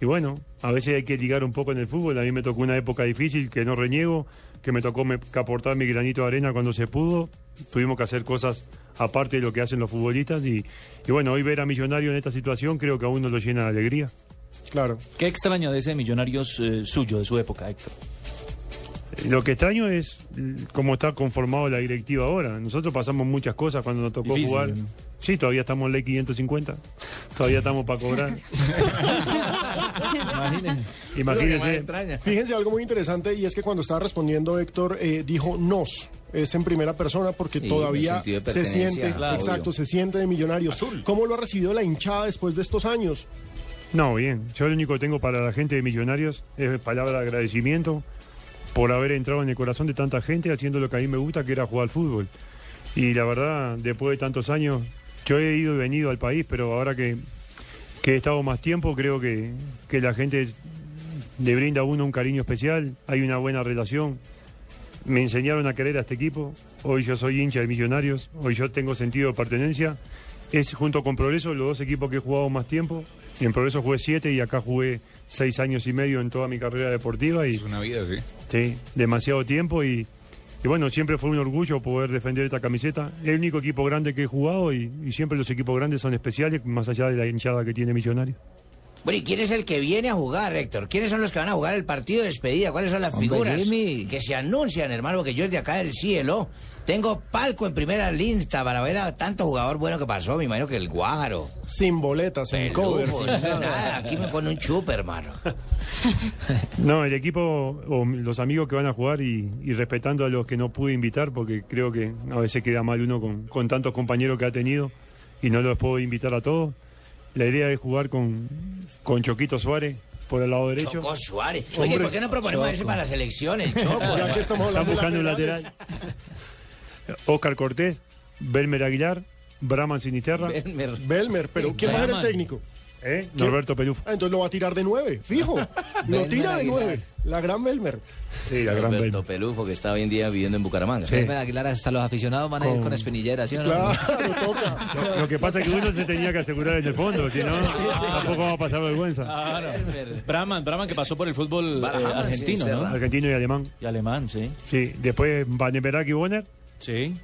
S35: y bueno, a veces hay que ligar un poco en el fútbol. A mí me tocó una época difícil que no reniego, que me tocó me- que aportar mi granito de arena cuando se pudo. Tuvimos que hacer cosas aparte de lo que hacen los futbolistas. Y, y bueno, hoy ver a Millonario en esta situación creo que a uno lo llena de alegría.
S5: Claro.
S20: ¿Qué extraña de ese Millonarios eh, suyo, de su época, Héctor?
S35: Eh, Lo que extraño es mm, cómo está conformado la directiva ahora. Nosotros pasamos muchas cosas cuando nos tocó
S20: Difícil,
S35: jugar.
S20: ¿no?
S35: Sí, todavía estamos en ley 550. Todavía estamos
S20: [laughs]
S35: para cobrar. Imagínense.
S5: Fíjense algo muy interesante y es que cuando estaba respondiendo Héctor eh, dijo nos. Es en primera persona porque
S1: Sí, el
S5: todavía
S1: sentido de
S5: se
S1: pertenencia,
S5: siente,
S1: claro,
S5: exacto,
S1: obvio.
S5: se siente de millonarios. ¿Cómo lo ha recibido la hinchada después de estos años?
S35: No, bien. Yo lo único que tengo para la gente de Millonarios es palabra de agradecimiento por haber entrado en el corazón de tanta gente haciendo lo que a mí me gusta, que era jugar al fútbol. Y la verdad, después de tantos años, yo he ido y venido al país, pero ahora que, que he estado más tiempo, creo que, que la gente le brinda a uno un cariño especial, hay una buena relación. Me enseñaron a querer a este equipo. Hoy yo soy hincha de Millonarios. Hoy yo tengo sentido de pertenencia. Es junto con Progreso los dos equipos que he jugado más tiempo. En Progreso jugué siete y acá jugué seis años y medio en toda mi carrera deportiva. Y,
S8: Es una vida, sí.
S35: Sí, demasiado tiempo y, y bueno, siempre fue un orgullo poder defender esta camiseta. Es el único equipo grande que he jugado y, y siempre los equipos grandes son especiales, más allá de la hinchada que tiene Millonarios.
S6: Bueno, ¿y quién es el que viene a jugar, Héctor? ¿Quiénes son los que van a jugar el partido de despedida? ¿Cuáles son las
S3: Hombre,
S6: figuras
S3: Jimmy.
S6: que se anuncian, hermano? Porque yo es de acá del cielo. Tengo palco en primera lista para ver a tanto jugador bueno que pasó. Me imagino que el Guájaro.
S5: Sin boletas, sin cover,
S6: Pelufo,
S5: sin
S6: nada. Aquí me pone un chup, hermano.
S35: No, el equipo o los amigos que van a jugar y, y respetando a los que no pude invitar, porque creo que a veces queda mal uno con, con tantos compañeros que ha tenido y no los puedo invitar a todos. La idea es jugar con, con Choquito Suárez, por el lado derecho.
S4: Choco Suárez. Oye, ¿por qué no proponemos ese para la selección, el
S35: [laughs]
S4: Choco?
S5: pues,
S35: Están buscando un lateral. Oscar Cortés, Belmer Aguilar, Brahman Sinisterra.
S5: Belmer. pero ¿quién va a ser el
S35: Brahman.
S5: técnico?
S35: ¿Eh? Norberto Pelufo.
S5: Ah, entonces lo va a tirar de nueve, fijo. lo
S1: Belmer
S5: tira de
S1: Aguilar.
S5: nueve. La gran Belmer.
S1: Sí,
S5: la gran
S1: Pelufo, que está hoy en día viviendo en Bucaramanga.
S3: Sí. Aguilar, hasta los aficionados van a ir
S1: Con-
S3: con espinilleras, ¿sí o no? [laughs]
S35: Lo, lo que pasa es que uno se tenía que asegurar en el fondo, si no, tampoco va a pasar vergüenza.
S20: Claro. Brahman, Brahman que pasó por el fútbol eh, argentino, ¿no?
S35: Argentino y alemán.
S20: Y alemán, sí.
S35: Sí, después Vandenberg y Bonner.
S20: Sí.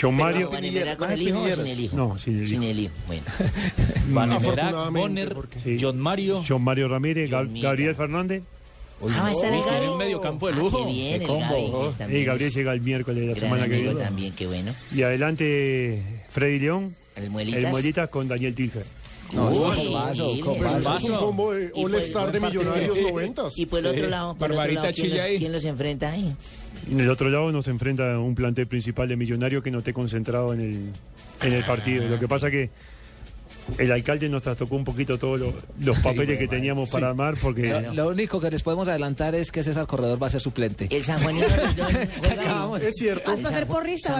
S35: John
S6: Pero
S35: Mario.
S6: Vandenberg
S5: Ah,
S6: con el hijo o sin el hijo.
S35: No, sin el hijo.
S6: Sin el hijo,
S35: [laughs]
S6: bueno.
S20: Vandenberg, Bonner, John Mario.
S35: John Mario Ramírez, Gab- Gabriel Fernández.
S6: Ah,
S5: Oh,
S6: está en el Gaby.
S20: un medio campo de lujo.
S6: Ah, qué bien,
S20: Qué
S6: el
S20: combo.
S6: Gaby, que es también
S35: Y Gabriel
S6: es
S35: llega el miércoles de la
S6: gran
S35: semana que
S6: amigo
S35: viene.
S6: también, qué bueno.
S35: Y adelante Freddy León.
S6: El Muelitas.
S35: Muelitas con Daniel Tilger.
S6: No, Uy, eso es un vaso, un combo.
S5: Eso pues, es
S6: Vaso.
S5: un combo de
S6: Y pues, por-
S5: All-Star de
S6: buen partido.
S5: Millonarios noventas.
S6: eh, Y por el otro lado, por el otro lado ¿quién, los, quién los enfrenta ahí?
S35: En el otro lado nos enfrenta un plantel principal de Millonario que no esté concentrado en el, en el partido. Lo que pasa que el alcalde nos trastocó un poquito todos los- los papeles que teníamos para armar porque...
S3: Lo, lo único que les podemos adelantar es que César Corredor va a ser suplente.
S6: El San Juanino
S3: Rendón.
S5: Es cierto.
S6: San- San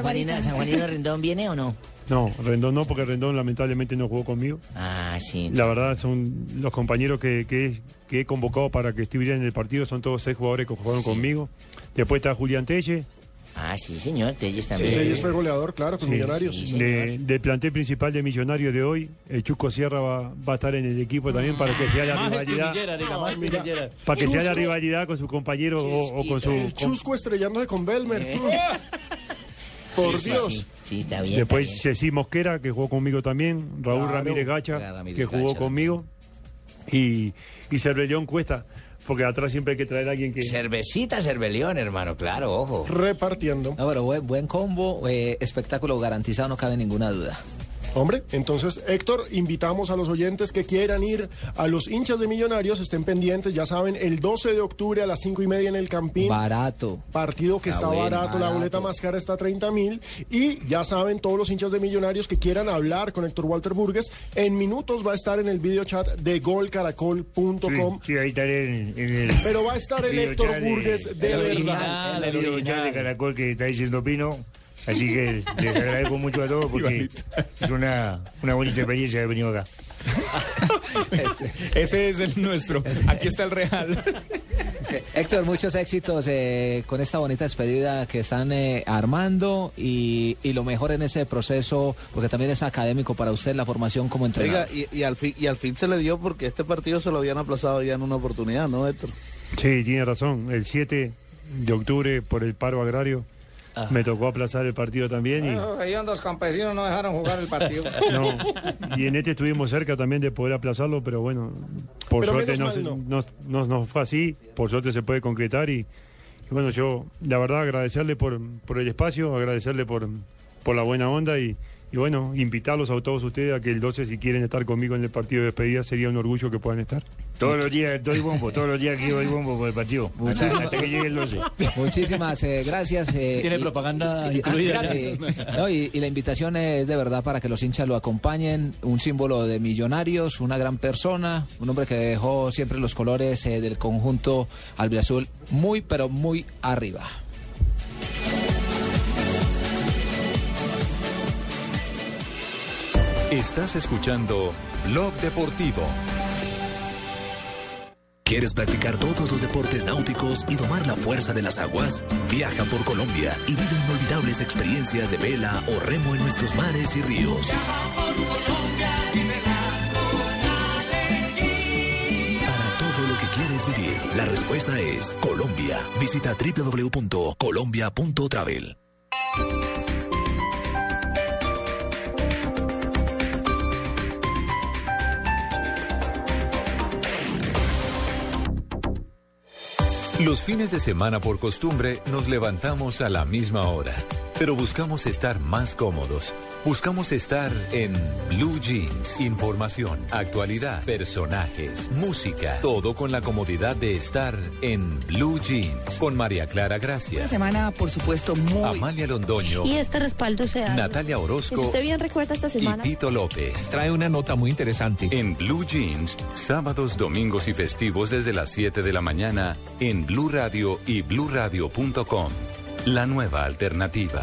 S6: Juanino, San Juanino Rendón viene o no?
S35: No, Rendón no, porque Rendón lamentablemente no jugó conmigo.
S6: Ah, sí.
S35: La verdad, son los compañeros que, que, que he convocado para que estuvieran en el partido, son todos seis jugadores que jugaron conmigo. Después está Julián Telle.
S6: Ah, sí, señor, Telles también.
S5: Reyes Este fue goleador, claro, con
S35: Sí.
S5: Millonarios.
S35: De- del plantel principal de Millonarios de hoy, el Chuco Sierra va, va a estar en el equipo también para que sea la
S20: Más
S35: rivalidad.
S20: espinillera, diga, más espinillera.
S35: Para que sea la
S5: Chusco.
S35: rivalidad con su compañero o, o con Eh. su.
S5: El chusco estrellándose con Belmer. [laughs] Por
S6: Sí, sí,
S5: Dios.
S6: Sí, sí, está bien.
S35: Después Ceci Mosquera, que jugó conmigo también, Raúl
S6: Claro.
S35: Ramírez Gacha,
S6: Claro, Ramírez
S35: que jugó
S6: Gacha
S35: conmigo, y, y Cervellón Cuesta, porque atrás siempre hay que traer a alguien que...
S4: Cervecita, cervelión, hermano, claro, ojo.
S5: Repartiendo.
S3: No, pero buen, buen combo, eh, espectáculo garantizado, no cabe ninguna duda.
S5: Hombre, entonces Héctor, invitamos a los oyentes que quieran ir a los hinchas de Millonarios, estén pendientes, ya saben, el 12 de octubre a las 5 y media en el Campín.
S3: [laughs] Barato.
S5: Partido que está,
S3: Está bueno,
S5: barato, la
S3: barato.
S5: boleta más cara está a 30 mil. Y ya saben, todos los hinchas de Millonarios que quieran hablar con Héctor Walter Burgues, en minutos va a estar en el videochat de golcaracol.com.
S19: Sí, ahí estaré en, en el.
S5: Pero va a estar el Héctor
S19: videochat
S5: Burgues de
S19: el
S5: verdad.
S19: original, El videochat de Caracol que está diciendo Pino. Así que les agradezco mucho a todos porque es una, una bonita experiencia
S3: [laughs]
S19: haber venido acá.
S8: Este, Ese es el nuestro. Aquí está el real.
S3: Héctor, muchos éxitos eh, con esta bonita despedida que están eh, armando y, y lo mejor en ese proceso, porque también es académico para usted la formación como entrenador.
S7: Oiga, y, y al fin, y al fin se le dio porque este partido se lo habían aplazado ya en una oportunidad, ¿no, Héctor?
S35: Sí, tiene razón, el 7 de octubre por el paro agrario
S6: Ah.
S35: me tocó aplazar el partido también
S4: Ah.
S35: y...
S9: Ahí andan los campesinos, no dejaron jugar el partido.
S35: No, y en este estuvimos cerca también de poder aplazarlo, pero bueno, por
S9: Pero
S35: suerte no,
S9: menos
S35: se-
S9: mal
S35: no- no- no fue así, por suerte se puede concretar y, y bueno, yo la verdad agradecerle por, por el espacio, agradecerle por, por la buena onda y, y bueno, invitarlos a todos ustedes a que el 12 si quieren estar conmigo en el partido de despedida sería un orgullo que puedan estar.
S19: Todos los días doy bombo, todos los días aquí doy bombo por el partido. Hasta,
S35: Muchísimas-
S19: hasta que llegue el
S4: [laughs]
S19: 12.
S3: [laughs] Muchísimas eh, gracias. eh,
S20: Tiene
S3: y-
S20: propaganda
S3: y-
S20: incluida. ya.
S3: y- [laughs] no, y, y la invitación es de verdad para que los hinchas lo acompañen. Un símbolo de millonarios, una gran persona, un hombre que dejó siempre los colores eh, del conjunto albiazul muy, pero muy arriba.
S12: Estás escuchando Blog Deportivo.
S10: ¿Quieres practicar todos los deportes náuticos y domar la fuerza de las aguas? Viaja por Colombia y vive inolvidables experiencias de vela o remo en nuestros mares y ríos. Para todo lo que quieres vivir, la respuesta es Colombia. Visita www.colombia.travel.
S12: Los fines de semana por costumbre nos levantamos a la misma hora, pero buscamos estar más cómodos. Buscamos estar en Blue Jeans. Información, actualidad, personajes, música. Todo con la comodidad de estar en Blue Jeans. Con María Clara Gracia,
S14: Una semana, por supuesto, muy...
S12: Amalia Londoño,
S14: Y este respaldo se da...
S12: Natalia
S14: Si
S12: Orozco
S14: usted bien recuerda esta
S12: y
S14: semana...
S12: Tito López. Trae una nota muy interesante. En Blue Jeans, sábados, domingos y festivos desde las 7 de la mañana en Blue Radio y bluradio.com. La nueva alternativa.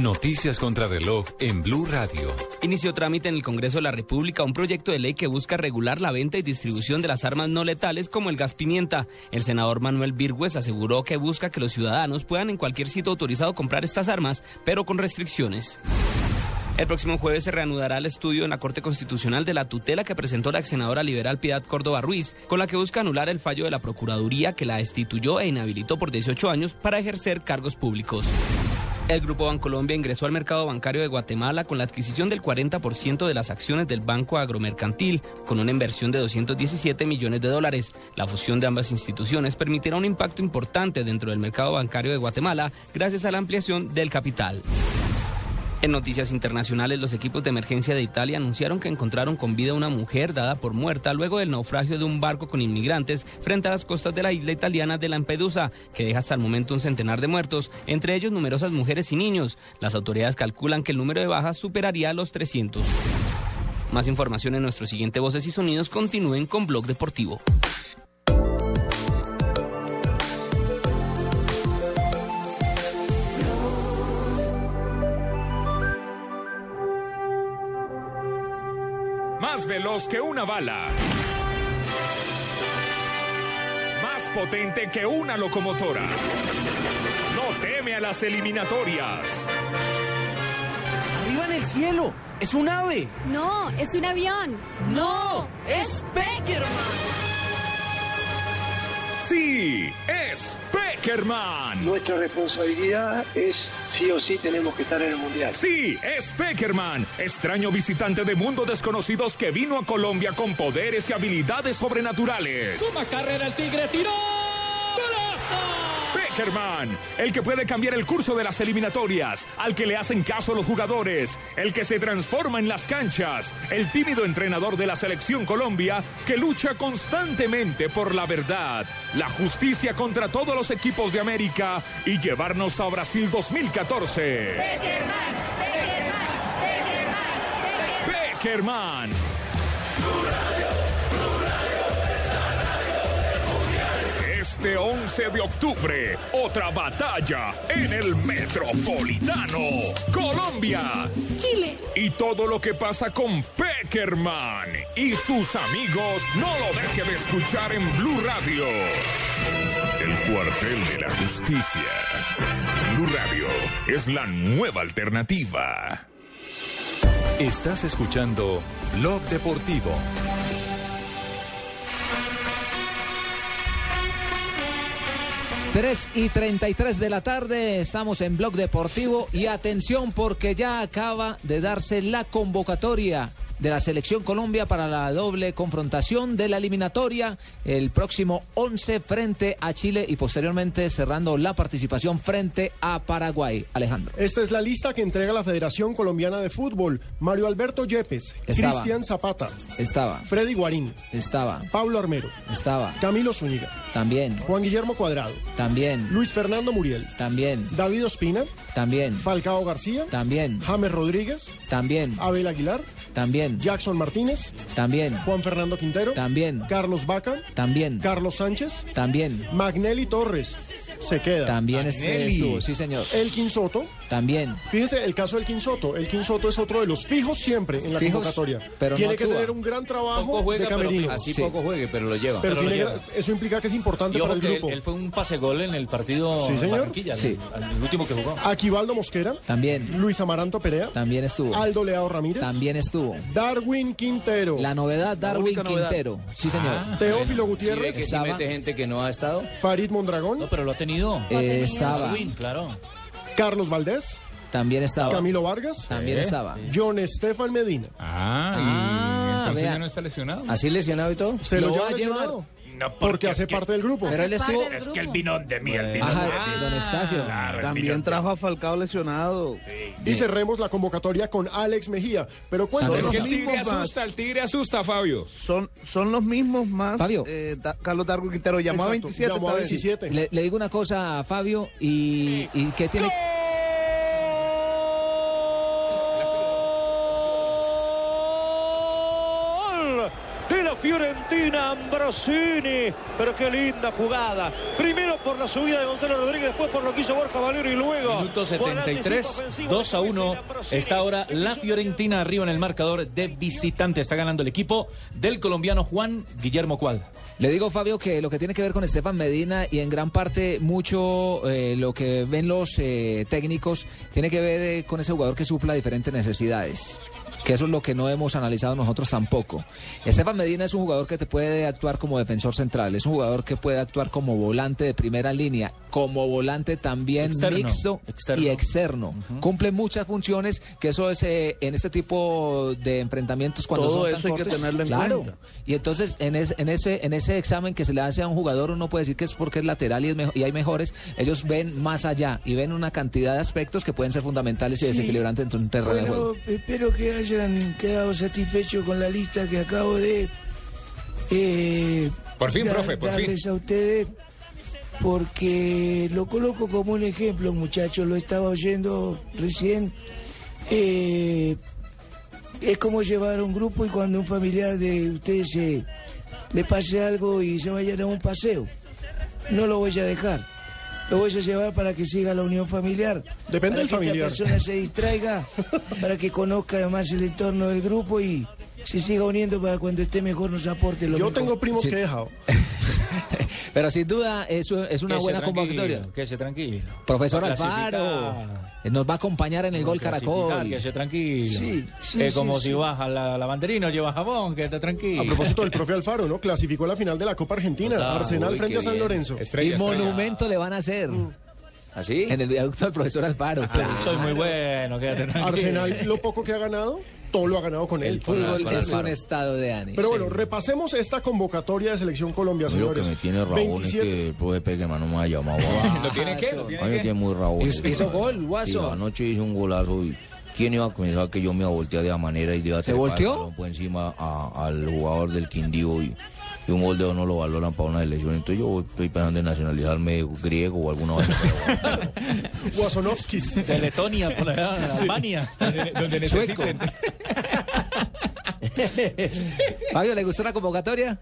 S12: Noticias contra reloj en Blue Radio.
S15: Inició trámite en el Congreso de la República un proyecto de ley que busca regular la venta y distribución de las armas no letales como el gas pimienta. El senador Manuel Virgüez aseguró que busca que los ciudadanos puedan en cualquier sitio autorizado comprar estas armas, pero con restricciones. El próximo jueves se reanudará el estudio en la Corte Constitucional de la tutela que presentó la ex senadora liberal Piedad Córdoba Ruiz, con la que busca anular el fallo de la Procuraduría que la destituyó e inhabilitó por 18 años para ejercer cargos públicos. El Grupo Bancolombia ingresó al mercado bancario de Guatemala con la adquisición del 40% de las acciones del Banco Agromercantil, con una inversión de 217 millones de dólares. La fusión de ambas instituciones permitirá un impacto importante dentro del mercado bancario de Guatemala gracias a la ampliación del capital. En noticias internacionales, los equipos de emergencia de Italia anunciaron que encontraron con vida a una mujer dada por muerta luego del naufragio de un barco con inmigrantes frente a las costas de la isla italiana de Lampedusa, que deja hasta el momento un centenar de muertos, entre ellos numerosas mujeres y niños. Las autoridades calculan que el número de bajas superaría los 300. Más información en nuestro siguiente Voces y Sonidos. Continúen con Blog Deportivo.
S16: Más veloz que una bala. Más potente que una locomotora. No teme a las eliminatorias.
S15: ¡Arriba en el cielo! ¡Es un ave!
S18: No, es un avión. No, es
S16: Sí, es Peckerman.
S22: Nuestra responsabilidad es sí o sí tenemos que estar en el Mundial.
S16: Sí, es Peckerman, extraño visitante de mundo desconocidos que vino a Colombia con poderes y habilidades sobrenaturales.
S15: Toma carrera el tigre, tiró.
S16: Peckerman, el que puede cambiar el curso de las eliminatorias, al que le hacen caso los jugadores, el que se transforma en las canchas, el tímido entrenador de la selección Colombia que lucha constantemente por la verdad, la justicia contra todos los equipos de América y llevarnos a Brasil 2014. Peckerman. Este 11 de octubre, otra batalla en el Metropolitano, Colombia.
S15: Chile.
S16: Y todo lo que pasa con Peckerman y sus amigos, no lo deje de escuchar en Blue Radio. El cuartel de la justicia. Blue Radio es la nueva alternativa.
S12: Estás escuchando Blog Deportivo.
S3: Tres y 33 de la tarde, estamos en Blog Deportivo y atención porque ya acaba de darse la convocatoria de la Selección Colombia para la doble confrontación de la eliminatoria el próximo 11 frente a Chile y posteriormente cerrando la participación frente a Paraguay. Alejandro.
S5: Esta es la lista que entrega la Federación Colombiana de Fútbol. Mario Alberto Yepes,
S3: Estaba.
S5: Cristian Zapata,
S3: Estaba.
S5: Freddy Guarín,
S3: Estaba.
S5: Pablo Armero,
S3: Estaba.
S5: Camilo Zúñiga,
S3: también.
S5: Juan Guillermo Cuadrado,
S3: también.
S5: Luis Fernando Muriel,
S3: también.
S5: David Ospina,
S3: también.
S5: Falcao García,
S3: también.
S5: James Rodríguez,
S3: también.
S5: Abel Aguilar,
S3: también.
S5: Jackson Martínez,
S3: también.
S5: Juan Fernando Quintero,
S3: también.
S5: Carlos Vaca,
S3: también.
S5: Carlos Sánchez,
S3: también.
S5: Magnelli Torres, se queda.
S3: También este estuvo, sí, señor.
S5: Elkin Soto.
S3: También.
S5: Fíjese el caso del Quinsoto. El Quinsoto es otro de los fijos siempre en la
S3: Fijos,
S5: convocatoria.
S3: pero no
S5: tiene que
S3: actúa.
S5: tener un gran trabajo
S3: Poco juega,
S5: de
S3: pero
S5: camerino.
S3: fijo.
S4: Así
S3: Sí.
S4: poco juegue, pero lo lleva.
S5: Pero
S20: Pero lo
S5: tiene
S20: lleva.
S5: gra- eso implica que es importante
S20: Y
S5: para
S20: ojo
S5: el
S20: que él,
S5: grupo.
S20: él fue un pase gol en el partido
S5: Sí,
S20: en
S5: señor.
S20: Barranquilla,
S5: Sí.
S20: al- al último que jugó.
S5: Aquivaldo Mosquera.
S3: También.
S5: Luis Amaranto Perea.
S3: También estuvo.
S5: Aldo Leao Ramírez.
S3: También estuvo.
S5: Darwin Quintero.
S3: La novedad, Darwin Quintero.
S20: Ah,
S3: Sí, señor.
S5: Teófilo
S4: ¿Sí ve
S5: Gutiérrez.
S4: que sí mete gente que no ha estado?
S5: Farid Mondragón.
S20: Pero lo ha tenido.
S3: Eh, estaba.
S20: Win, claro.
S5: Carlos Valdés.
S3: También estaba.
S5: Camilo Vargas.
S3: También
S5: Sí.
S3: estaba.
S5: John Estefan Medina.
S11: Ah, y entonces
S3: vea.
S11: ya no está lesionado.
S4: ¿Así lesionado y todo?
S5: Se lo,
S3: Lo
S5: lleva
S3: va a llevar.
S5: lesionado.
S11: No,
S5: porque hace parte del grupo. eh,
S3: Pero él estuvo.
S11: Es que el vino de mí, el vino
S20: Ah,
S3: Ajá, don Estacio.
S8: También trajo a Falcao lesionado.
S5: Y cerremos la convocatoria con Alex Mejía. Pero
S11: Es
S5: cuéntanos,
S11: que el tigre
S8: mismos más.
S11: asusta, el tigre asusta, Fabio.
S8: Son, son los mismos más.
S3: Fabio.
S8: eh, Da- Carlos Darwin Quintero llamó a
S5: Exacto,
S8: 27.
S5: llamó a
S8: esta vez.
S5: 27.
S8: [laughs]
S3: Le, le digo una cosa a Fabio y, y que tiene.
S34: gol de la Fiorentina Ambrosini. Pero qué linda jugada. Primero por la subida de Gonzalo Rodríguez, después por lo que hizo Borja Valero y luego.
S20: Minuto
S34: por el anticipo
S20: 73,
S34: ofensivo
S20: 2 a
S34: de Messi
S20: 1.
S34: Ambrosini.
S20: Está ahora la Fiorentina arriba en el marcador de visitante. Está ganando el equipo del colombiano Juan Guillermo Cual.
S3: Le digo, Fabio, que lo que tiene que ver con Estefan Medina y en gran parte mucho eh, lo que ven los eh, técnicos tiene que ver eh, con ese jugador que supla diferentes necesidades. Que eso es lo que no hemos analizado nosotros tampoco. Estefan Medina es un jugador que te puede actuar como defensor central, es un jugador que puede actuar como volante de primera línea, como volante también
S20: Externo,
S3: mixto
S20: externo.
S3: y externo. Cumple muchas funciones, que eso es eh, en este tipo de enfrentamientos cuando
S8: Todo
S3: son tan
S8: eso hay que
S3: cortos,
S8: tenerlo en
S3: claro,
S8: cuenta.
S3: y entonces en, es- en ese en ese examen que se le hace a un jugador uno puede decir que es porque es lateral y, es mejo- y hay mejores. Ellos ven más allá y ven una cantidad de aspectos que pueden ser fundamentales y
S13: Sí.
S3: desequilibrantes dentro de un terreno de
S13: Bueno,
S3: juego.
S13: espero que hayan quedado satisfechos con la lista que acabo de. eh,
S11: Por fin, profe, por fin.
S13: darles a ustedes, porque lo coloco como un ejemplo, muchachos, lo estaba oyendo recién. Eh, es como llevar a un grupo y cuando un familiar de ustedes se, le pase algo y se vayan a un paseo. No lo voy a dejar. Lo voy a llevar para que siga la unión familiar.
S5: Depende
S13: para
S5: del
S13: que
S5: familiar.
S13: Esta
S5: [laughs]
S13: persona se distraiga, para que conozca más el entorno del grupo y se siga uniendo para cuando esté mejor nos aporte lo
S5: yo
S13: mejor.
S5: tengo primos que he dejado.
S3: [laughs] Pero sin duda eso es una
S20: Que se
S3: buena
S20: tranquilo,
S3: convocatoria.
S20: Que se tranquilo.
S3: Profesor
S20: Va a
S3: Alfaro
S20: clasificar,
S3: eh, nos va a acompañar en el
S20: va a
S3: gol
S20: clasificar,
S3: Caracol.
S20: Que se tranquilo.
S13: Sí, sí,
S20: Que
S13: sí,
S20: como
S13: sí.
S20: si baja la lavanderina o lleva jabón, que está tranquilo.
S5: A propósito del profe Alfaro, ¿no? Clasificó a la final de la Copa Argentina.
S20: Total.
S5: Arsenal
S20: Uy,
S5: frente
S20: qué
S5: a San
S20: bien.
S5: Lorenzo.
S3: y monumento le van a hacer
S20: Mm. ¿Ah,
S4: ¿Así?
S3: en el viaducto al profesor Alfaro. claro.
S20: Soy muy bueno,
S3: [laughs]
S20: quédate tranquilo.
S5: Arsenal, lo poco que ha ganado, todo lo ha ganado con él.
S3: El fútbol
S4: Alfaro.
S3: es un estado de ánimo.
S5: Pero bueno, repasemos esta convocatoria de Selección Colombia,
S4: Lo que
S5: señores.
S4: me tiene rabón es
S5: 27.
S4: que el profe Peckerman no
S20: [laughs]
S4: me ha llamado.
S3: [laughs]
S11: ¿Lo tiene qué? ¿Lo
S4: Ay, me
S11: tiene qué?
S4: tiene muy rabón.
S3: Hizo- hizo gol, guaso.
S4: Sí, anoche hizo un golazo y... ¿Quién iba a pensar que yo me iba a voltear de la manera y le iba a
S3: ¿Se
S4: trepar el
S3: volteó?
S4: balón por encima a- al jugador del Quindío y, y un gol de oro no lo valoran para una elección? Entonces yo estoy pensando en nacionalizarme griego o
S3: [laughs]
S4: alguna vaina.
S5: Wasonovskis.
S20: De Letonia,
S4: [laughs]
S20: por allá, de Albania.
S11: Donde
S3: Sueco.
S11: necesiten.
S3: Fabio, ¿le gustó la convocatoria?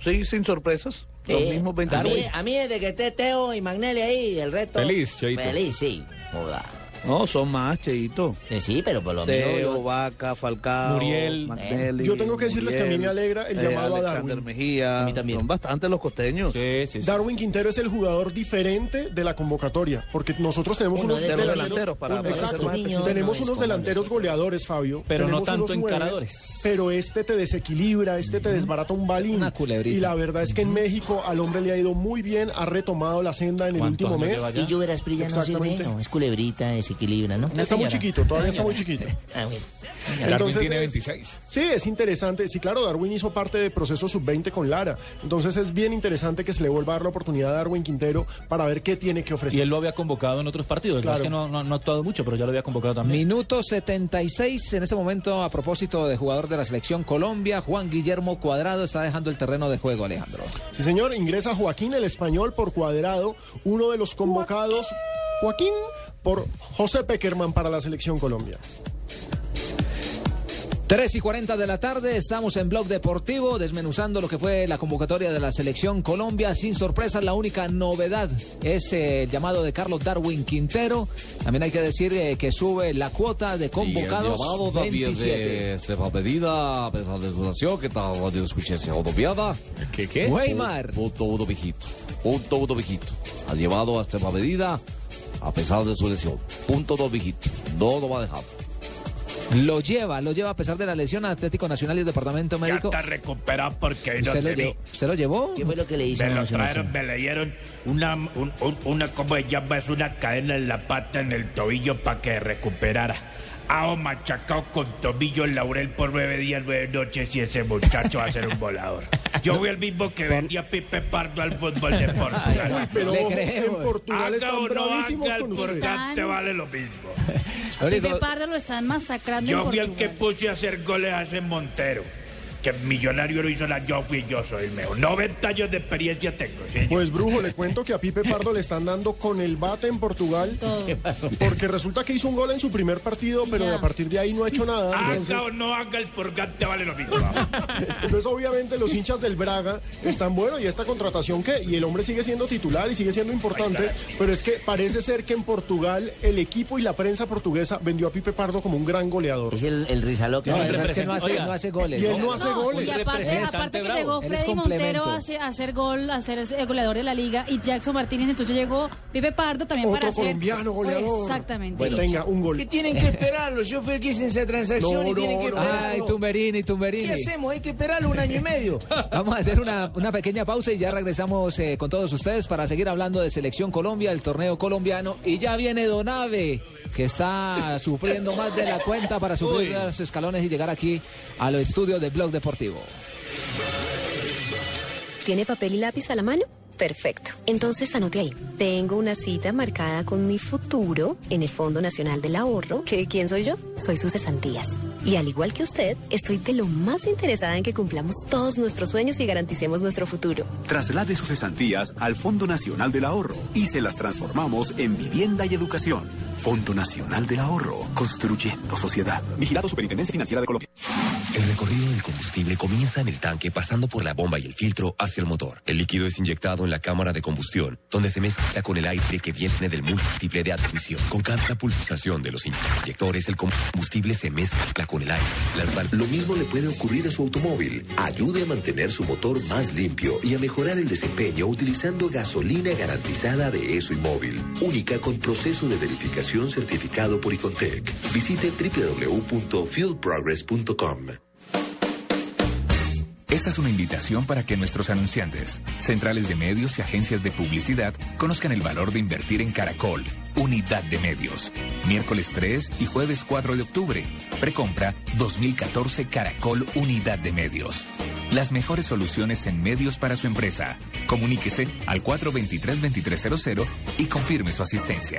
S8: Sí, sin sorpresas. Los
S29: Eh,
S8: mismos
S29: a, mí,
S8: 26.
S29: a mí desde que esté Teo y Magnelli ahí, el resto...
S11: Feliz, Cheito.
S29: Feliz, sí. Joda.
S8: No, son más, Cheito.
S29: Eh, Sí, pero por lo menos...
S8: Teo,
S29: yo-
S8: Vaca, Falcao,
S20: Muriel.
S8: Magnelli,
S5: Yo tengo que decirles que a mí me
S8: Muriel,
S5: alegra el
S8: eh,
S5: llamado a
S8: Alexander
S5: Darwin.
S8: Mejía.
S29: A mí también.
S8: Son bastantes los costeños.
S20: Sí, sí, sí.
S5: Darwin Quintero es el jugador diferente de la convocatoria, porque nosotros tenemos
S29: Uno
S5: unos
S29: de los
S5: delanteros,
S8: delanteros, para- para
S5: Exacto.
S8: ser más específico.
S5: tenemos
S29: No es
S5: unos
S29: como
S5: delanteros goleadores, Fabio.
S20: Pero no
S5: Tenemos
S20: tanto
S5: unos nueves,
S20: encaradores.
S5: Pero este te desequilibra, este te desbarata un balín.
S3: Una culebrita.
S5: Y la verdad es que en México al hombre le ha ido muy bien, ha retomado la senda en el
S20: ¿Cuántos
S5: último
S20: años
S5: mes.
S20: lleva ya?
S29: Y yo verás, Prilla no sirve,
S5: Exactamente.
S29: no, es culebrita, desequilibra, ¿no?
S5: Está muy
S20: señora.
S5: chiquito, todavía está muy
S6: [laughs]
S5: chiquito.
S29: Ah, bueno.
S11: Darwin
S5: Entonces
S11: tiene
S5: es-
S11: 26.
S5: Sí, es interesante. Sí, claro, Darwin hizo parte del proceso sub-20 con Lara. Entonces es bien interesante que se le vuelva a dar la oportunidad a Darwin Quintero para ver qué tiene que ofrecer.
S20: Y él lo había convocado en otros partidos.
S5: Claro.
S20: Es que no, no- no ha actuado mucho, pero ya lo había convocado también.
S3: Minuto 76 en este momento a propósito de jugador de la selección Colombia, Juan Guillermo Cuadrado está dejando el terreno de juego, Alejandro.
S5: Sí, señor, ingresa Joaquín el español por cuadrado, uno de los convocados, Joaquín, por José Peckerman para la selección Colombia.
S3: 3 y 40 de la tarde, estamos en Blog Deportivo, desmenuzando lo que fue la convocatoria de la selección Colombia. Sin sorpresa, la única novedad es eh, el llamado de Carlos Darwin Quintero. También hay que decir eh, que sube la cuota de convocados.
S2: Y el llamado también
S3: 27.
S2: de Estefan Medina, a pesar de su nación, que tal radio escuché se autopiada.
S36: ¿Qué
S3: qué? Weimar.
S2: Un todo viejito, un todo viejito. Ha llevado a Estefan Medina, a pesar de su lesión. Punto dos viejito, no lo va a dejar.
S3: Lo lleva, lo lleva a pesar de la lesión a Atlético Nacional y el Departamento Médico.
S17: recuperado porque no
S3: ¿Usted lo,
S17: te vi.
S3: llevó, ¿Usted lo llevó? ¿Qué fue lo que le
S17: Me lo trajeron, me leyeron una, un- un- una, ¿cómo se llama? Es una cadena en la pata, en el tobillo, para que recuperara. Hago machacado con tobillo laurel por nueve días, nueve noches y ese muchacho va a ser un volador. Yo fui el mismo que vendía a Pipe Pardo al fútbol de Portugal.
S5: pero
S17: Le
S5: ojo,
S17: creo.
S5: en Portugal
S17: Haga
S5: están
S17: o no
S5: bravísimos
S17: haga, el
S5: con usted.
S17: Portugal te vale lo mismo.
S7: Pipe Pardo lo están masacrando. en
S17: Yo fui el
S7: Portugal.
S17: que puse a hacer goles a ese Montero. Que millonario lo hizo la yo fui yo soy el mejor. 90 años de experiencia tengo, sí.
S5: Pues Brujo, le cuento que a Pipe Pardo le están dando con el bate en Portugal. Porque resulta que hizo un gol en su primer partido, pero a partir de ahí no ha hecho nada.
S17: Haga
S5: entonces-
S17: o no haga el purgante vale lo mismo.
S5: Entonces, obviamente, los hinchas del Braga están bueno y esta contratación que, y el hombre sigue siendo titular y sigue siendo importante, pero es que parece ser que en Portugal el equipo y la prensa portuguesa vendió a Pipe Pardo como un gran goleador. Es
S37: el, el Rizaloca.
S3: No, el es que no hace, no hace goles.
S5: Y él no hace goles.
S7: Y aparte, aparte que llegó
S3: Él es
S7: Freddy
S3: complemento.
S7: Montero a hacer, a hacer gol, a ser el goleador de la liga, y Jackson Martínez, entonces llegó Pipe Pardo también
S5: Otro
S7: para hacer... Pues,
S5: colombiano goleador.
S7: Exactamente.
S5: Que tenga un gol.
S13: ¿Qué tienen que esperarlo? Yo fui el que hice esa transacción
S3: No,
S13: y tienen
S3: no,
S13: que
S3: no.
S13: esperarlo.
S3: Ay, Tumberini, Tumberini.
S13: ¿Qué hacemos? Hay que esperarlo un año y medio.
S3: Vamos a hacer una, una pequeña pausa y ya regresamos eh, con todos ustedes para seguir hablando de Selección Colombia, el torneo colombiano. Y ya viene Donave, que está sufriendo más de la cuenta para subir
S38: Uy.
S3: de los escalones y llegar aquí a los estudios de Blog Deportivo.
S39: ¿Tiene papel y lápiz a la mano? Perfecto. Entonces anote ahí. Tengo una cita marcada con mi futuro en el Fondo Nacional del Ahorro. ¿Que quién soy yo? Soy sus cesantías. Y al igual que usted, estoy de lo más interesada en que cumplamos todos nuestros sueños y garanticemos nuestro futuro.
S40: Traslade sus cesantías al Fondo Nacional del Ahorro y se las transformamos en vivienda y educación. Fondo Nacional del Ahorro, construyendo sociedad. Vigilado Superintendencia Financiera de Colombia.
S41: El recorrido del combustible comienza en el tanque pasando por la bomba y el filtro hacia el motor. El líquido es inyectado en la cámara de combustión, donde se mezcla con el aire que viene del múltiple de admisión. Con cada pulsación de los inyectores, el combustible se mezcla con el aire.
S12: Lo mismo le puede ocurrir a su automóvil. Ayude a mantener su motor más limpio y a mejorar el desempeño utilizando gasolina garantizada de ESO Inmóvil. Única con proceso de verificación certificado por Icontec. Visite www.fieldprogress.com.
S11: Esta es una invitación para que nuestros anunciantes, centrales de medios y agencias de publicidad conozcan el valor de invertir en Caracol, unidad de medios. Miércoles 3 y jueves 4 de octubre, precompra 2014 Caracol Unidad de Medios. Las mejores soluciones en medios para su empresa. Comuníquese al 423-2300 y confirme su asistencia.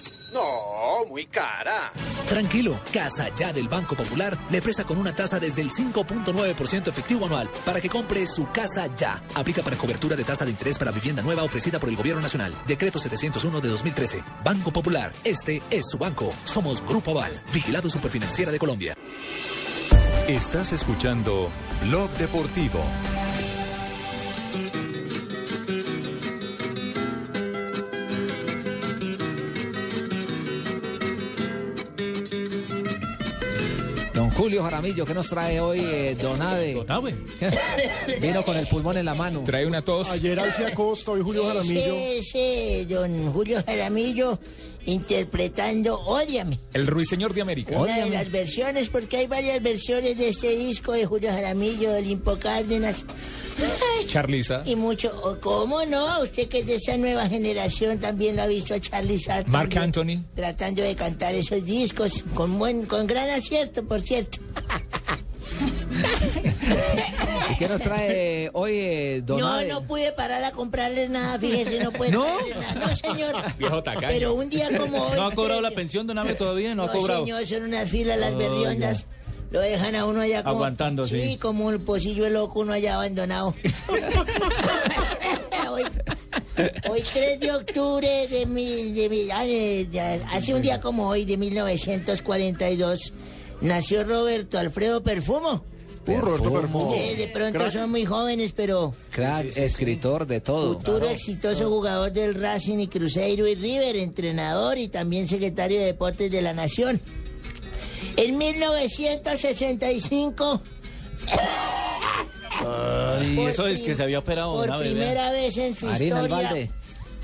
S42: No, muy cara.
S10: Tranquilo, Casa Ya del Banco Popular le presta con una tasa desde el 5.9% efectivo anual para que compre su casa ya. Aplica para cobertura de tasa de interés para vivienda nueva ofrecida por el Gobierno Nacional. Decreto 701 de 2013. Banco Popular, este es su banco. Somos Grupo Aval, vigilado Superfinanciera de Colombia.
S43: Estás escuchando Blog Deportivo.
S3: Don Julio Jaramillo, ¿qué nos trae hoy eh, Donave? Donave. [laughs] Vino con el pulmón en la mano.
S36: Trae una tos.
S5: Ayer Alcia Acosta, hoy Julio Jaramillo.
S6: Ese don Julio Jaramillo interpretando Ódiame.
S36: El ruiseñor de América.
S6: Una de las versiones, porque hay varias versiones de este disco de Julio Jaramillo, Olimpo Cárdenas.
S36: Charliza.
S6: Y mucho, o ¿cómo no? Usted que es de esa nueva generación también lo ha visto a Charlie Sutton.
S36: Marc
S6: también,
S36: Anthony.
S6: Tratando de cantar esos discos, con buen, con gran acierto, por cierto.
S3: ¿Y qué nos trae hoy, eh, don
S6: No,
S3: Ave?
S6: no pude parar a comprarles nada, fíjese,
S20: [laughs]
S6: no pude
S3: ¿No?
S6: comprarles nada. No, señor.
S20: Viejo tacaño.
S6: Pero un día como hoy.
S20: ¿No ha cobrado la pensión de un ave todavía? No, ha cobrado. Oh,
S6: señor, son unas filas las
S20: Ay,
S6: berriondas. Lo dejan a uno allá como...
S20: Aguantando, sí.
S6: como un pocillo de loco, uno allá
S20: [laughs]
S6: abandonado. [laughs] hoy, hoy 3 de octubre de mil... De mil- ah, de- de- hace un día como hoy, de 1942, nació Roberto Alfredo Perfumo.
S3: Roberto Perfumo.
S6: Ustedes de pronto son muy jóvenes, pero...
S3: Crack, escritor de todo.
S6: Futuro
S20: Ah.
S6: exitoso jugador del Racing y Cruzeiro y River, entrenador y también secretario de Deportes de la Nación. En 1965,
S20: Ay,
S6: Por
S20: eso es que
S6: prim-
S20: se había operado
S6: por
S20: una bebé.
S6: primera vez en su
S20: Marina
S6: historia,
S20: Albalde.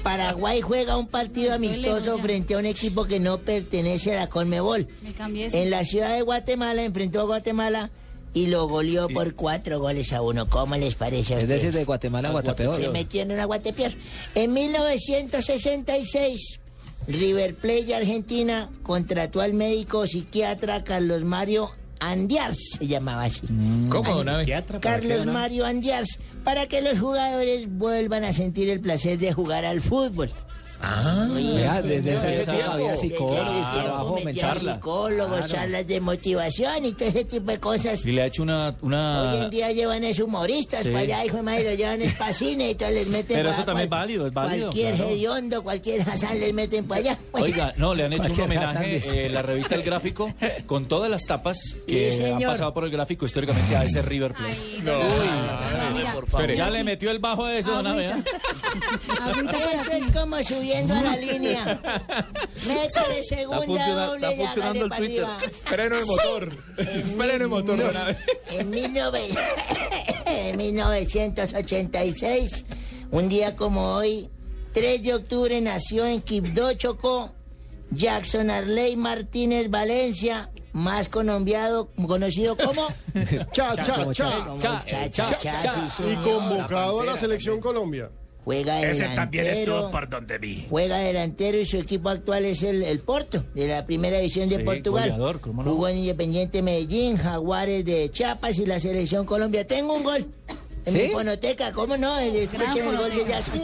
S6: Paraguay juega un partido amistoso frente a un equipo que no pertenece a la Conmebol.
S14: Me cambié ese.
S6: En la ciudad de Guatemala enfrentó a Guatemala y lo goleó por cuatro goles a uno. ¿Cómo les parece a
S3: Es decir,
S6: ustedes?
S3: de Guatemala a Guatepeor.
S6: Se metieron en Guatepeor. En 1966, River Plate de Argentina contrató al médico psiquiatra Carlos Mario Andiars, se llamaba así.
S8: ¿Cómo,
S6: Así.
S8: don Ave? ¿Psiquiatra? ¿Para qué,
S6: Carlos
S8: don Ave?
S6: Mario Andiars, para que los jugadores vuelvan a sentir el placer de jugar al fútbol. Ah,
S3: vea, desde esa época había psicólogos, trabajo, mentarla.
S6: psicólogos,
S20: Claro.
S6: charlas de motivación y todo ese tipo de cosas.
S20: Y le ha hecho una...
S6: Hoy
S20: una...
S6: en día llevan es humoristas
S20: Ah. Sí.
S6: para allá, hijo de madre, lo llevan es
S20: [laughs]
S6: pa' cine y todo les meten
S20: Pero
S6: pa'
S20: eso también es válido, es válido.
S6: este Cualquier
S20: claro.
S6: hediondo, cualquier hasán les meten para allá. [laughs]
S20: Oiga, no, le han hecho un
S6: Cualquier Hassan
S20: homenaje eh, la revista El Gráfico con todas las tapas que
S6: Sí,
S20: han
S6: señor.
S20: pasado por el gráfico históricamente a ese River Plate.
S14: no.
S20: Uy,
S14: Mira,
S20: por favor.
S14: mira.
S20: Ya le metió el bajo a eso, don Abe, ¿eh?
S14: Agüita por
S6: Eso
S14: aquí.
S6: es como subiendo
S20: [laughs]
S6: a la línea. Meta de segunda
S8: funcionando-
S6: doble
S8: está
S6: y hágale
S8: funcionando el
S6: pa'
S8: Twitter.
S6: arriba.
S8: Freno el motor. Freno el motor, don Ave.
S6: En 19 en 1986, un día como hoy, 3 de octubre, nació en Quibdó, Chocó, Jackson Arley Martínez Valencia, más colombiado, conocido
S20: [laughs]
S6: como...
S5: Cha, cha, cha.
S6: Como Cha, cha, cha, sí,
S5: Y
S6: señor.
S5: convocado a la selección Colombia.
S6: Juega
S17: Ese también estuvo
S6: delantero,
S17: por donde vi.
S6: juega delantero y su equipo actual es el, el Porto, de la primera división de
S20: Sí,
S6: Portugal.
S20: goleador, cómo no.
S6: Jugó en Independiente Medellín, Jaguares de Chiapas y la selección Colombia. Tengo un gol en
S3: ¿Sí?
S6: mi fonoteca, ¿cómo no? Escuchen el gol de Jackson.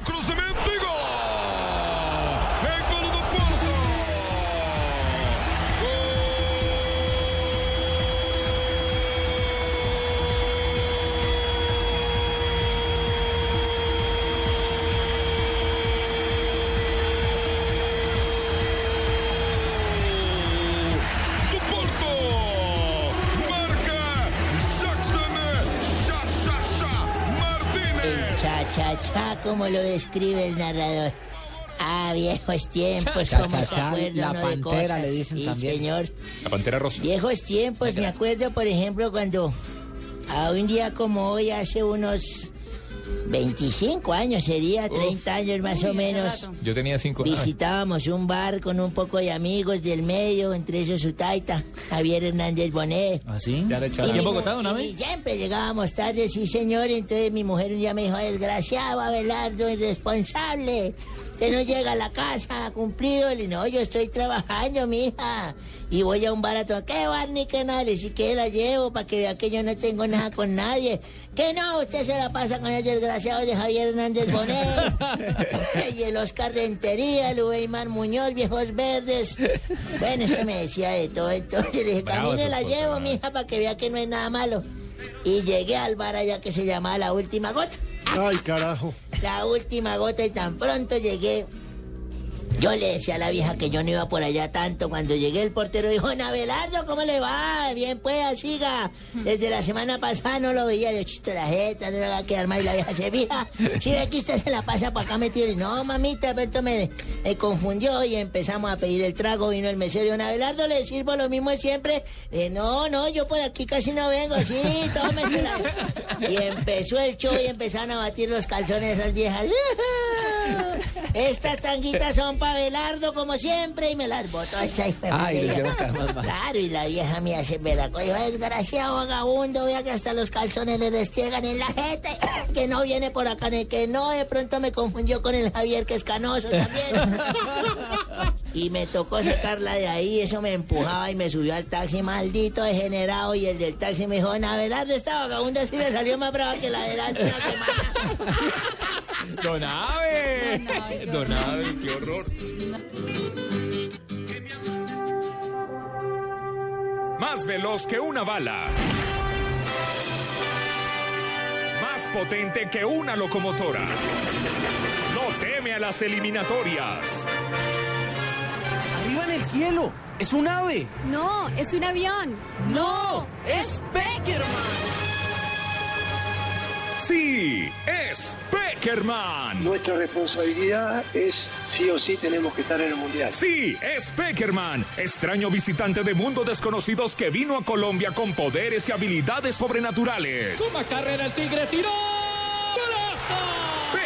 S6: El cha, cha, cha, como lo describe el narrador. Ah, viejos tiempos,
S3: Cha,
S6: cómo
S3: cha,
S6: se
S3: cha,
S6: acuerda
S3: la
S6: uno de
S3: pantera,
S6: cosas.
S3: le dicen
S6: Sí,
S3: también.
S6: señor.
S8: La pantera rosa.
S6: Viejos tiempos, me acuerdo, por ejemplo, cuando a un día como hoy, hace unos 25 años sería, 30 años más o menos,
S8: Yo tenía cinco.
S6: visitábamos un bar con un poco de amigos del medio, entre ellos su taita, Javier Hernández Bonet.
S20: ¿Ah, sí?
S3: Ya le
S20: ¿Aquí en
S6: mi
S20: Bogotá,
S6: mu-
S20: don
S6: y
S20: Abe?
S6: mi- Siempre llegábamos tarde, sí señor, entonces mi mujer un día me dijo, desgraciado Abelardo, irresponsable, usted no llega a la casa, cumplido, le dije, no, yo estoy trabajando, mija, y voy a un barato, ¿qué bar ni qué nada? Le dije, que la llevo para que vea que yo no tengo nada con nadie, que no, usted se la pasa con el desgraciado de Javier Hernández Bonet, y el Oscar Rentería, el Uweimar Muñoz, Viejos Verdes, bueno, eso me decía de todo, entonces le dije,
S8: Bravo,
S6: camine
S8: esos
S6: la
S8: cosas,
S6: llevo,
S8: ¿no?
S6: mija, para que vea que no es nada malo. Y llegué al bar allá que se llamaba La Última Gota.
S5: Ay, carajo.
S6: La Última Gota y tan pronto llegué. Yo le decía a la vieja que yo no iba por allá tanto. Cuando llegué el portero dijo, Nabelardo, ¿cómo le va? Bien pues, siga. Desde la semana pasada no lo veía. Le digo, "Chiste, la jeta, no le haga quedar mal. Y la vieja se fija. Si ve que usted se la pasa para acá metido. Y no, mamita, pero esto me, me confundió y empezamos a pedir el trago. Vino el mesero, Nabelardo, le sirvo lo mismo de siempre. Eh, no, no, yo por aquí casi no vengo. Sí, tómesela. Y empezó el show y empezaron a batir los calzones de esas viejas. Estas tanguitas son pa' Belardo, como siempre, y me las botó esta hija de
S3: Ay,
S6: puta.
S3: le hicieron caer más mal.
S6: Claro, y la vieja mía se me la cogió. Desgraciado vagabundo, vea que hasta los calzones le destiegan en la gente. [coughs] Que no viene por acá, en el que no, de pronto me confundió con el Javier, que es canoso también. y me tocó sacarla de ahí, eso me empujaba y me subió al taxi, maldito degenerado, y el del taxi me dijo, Navelardo, esta vagabunda sí le salió más brava que la de la otra semana.
S11: Don Ave. Don Ave, qué horror.
S16: Más veloz que una bala. Más potente que una locomotora. No teme a las eliminatorias.
S18: ¡Arriba en el cielo! ¡Es un ave!
S30: No, es un avión.
S18: ¡No! ¡Es Beckerman!
S16: Sí, es Peckerman.
S19: Nuestra responsabilidad es sí o sí tenemos que estar en el Mundial.
S16: Sí, es Peckerman, extraño visitante de mundos desconocidos que vino a Colombia con poderes y habilidades sobrenaturales.
S18: Suma carrera el tigre, tiró.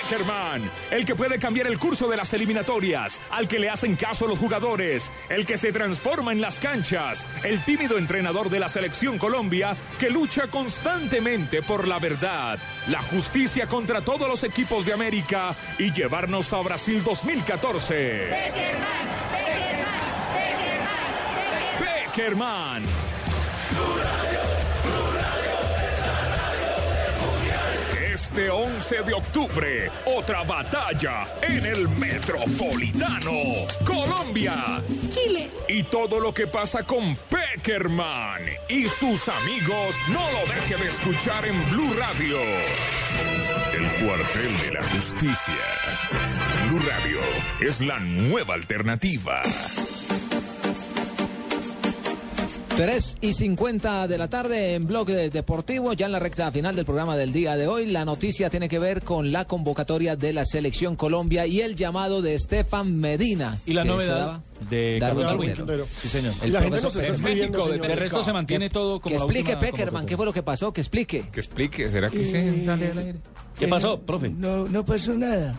S16: Peckerman, el que puede cambiar el curso de las eliminatorias, al que le hacen caso los jugadores, el que se transforma en las canchas, el tímido entrenador de la selección Colombia que lucha constantemente por la verdad, la justicia contra todos los equipos de América y llevarnos a Brasil 2014.
S30: Peckerman, Peckerman, Peckerman,
S16: Peckerman. Este 11 de octubre, otra batalla en el Metropolitano, Colombia,
S30: Chile.
S16: Y todo lo que pasa con Peckerman y sus amigos, no lo deje de escuchar en Blue Radio. El cuartel de la justicia. Blue Radio es la nueva alternativa.
S3: 3 y 50 de la tarde en Blog de- Deportivo, ya en la recta final del programa del día de hoy. La noticia tiene que ver con la convocatoria de la Selección Colombia y el llamado de Estefan Medina.
S20: Y la
S3: que se
S20: novedad
S3: daba-
S20: de
S3: Darwin
S20: Carlos Darwin
S3: Quintero.
S20: Quintero. Sí, señor.
S3: El
S20: La gente
S3: profesor
S20: nos está
S3: Pérez.
S20: escribiendo, Hermético, señores. de resto se mantiene
S3: Que-
S20: todo como
S3: Que
S20: la
S3: explique
S20: última
S3: Peckerman,
S20: convocatoria.
S3: ¿qué fue lo que pasó? Que explique.
S11: Que explique, ¿será que
S13: Eh,
S11: se sale al aire?
S13: eh,
S20: pasó,
S13: no-
S20: profe?
S13: No, no pasó nada.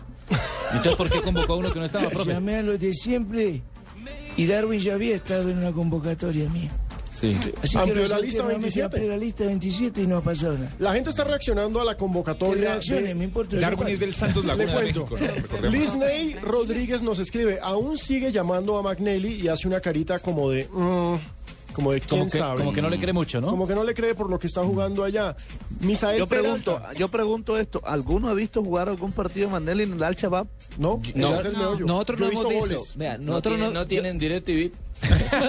S20: Entonces, ¿por qué convocó a uno que no estaba, profe?
S13: Llamé a los de siempre y Darwin ya había estado en una convocatoria mía. Así
S20: Sí.
S5: Amplió
S13: que
S5: la
S13: nosotros
S5: lista
S13: vamos a
S5: 27.
S13: ampliar la lista 27 y no ha pasado nada.
S5: La gente está reaccionando a la
S13: Que
S5: convocatoria.
S13: reaccione, me importa, eso
S11: Darwin es del Santos
S5: Le
S11: Laguna de
S5: cuento.
S11: México, ¿no? Recordemos.
S5: Lisney Rodríguez nos escribe, aún sigue llamando a McNally y hace una carita como de... "Mm", como de quién
S20: Como que-
S5: sabe.
S20: como que no le cree mucho, ¿no?
S5: Como que no le cree por lo que está jugando allá. Misael
S8: Yo pregunto,
S5: Peralta.
S8: yo pregunto esto, ¿alguno ha visto jugar algún partido de Manel en el Al-Shabaab?
S5: No,
S8: no.
S5: ese es el meollo.
S3: Nosotros
S5: Yo he
S3: no hemos
S5: visto
S3: visto.
S5: goles.
S3: Vea, nosotros
S8: tienen-
S3: no,
S8: no tienen
S3: DirecTV. [laughs]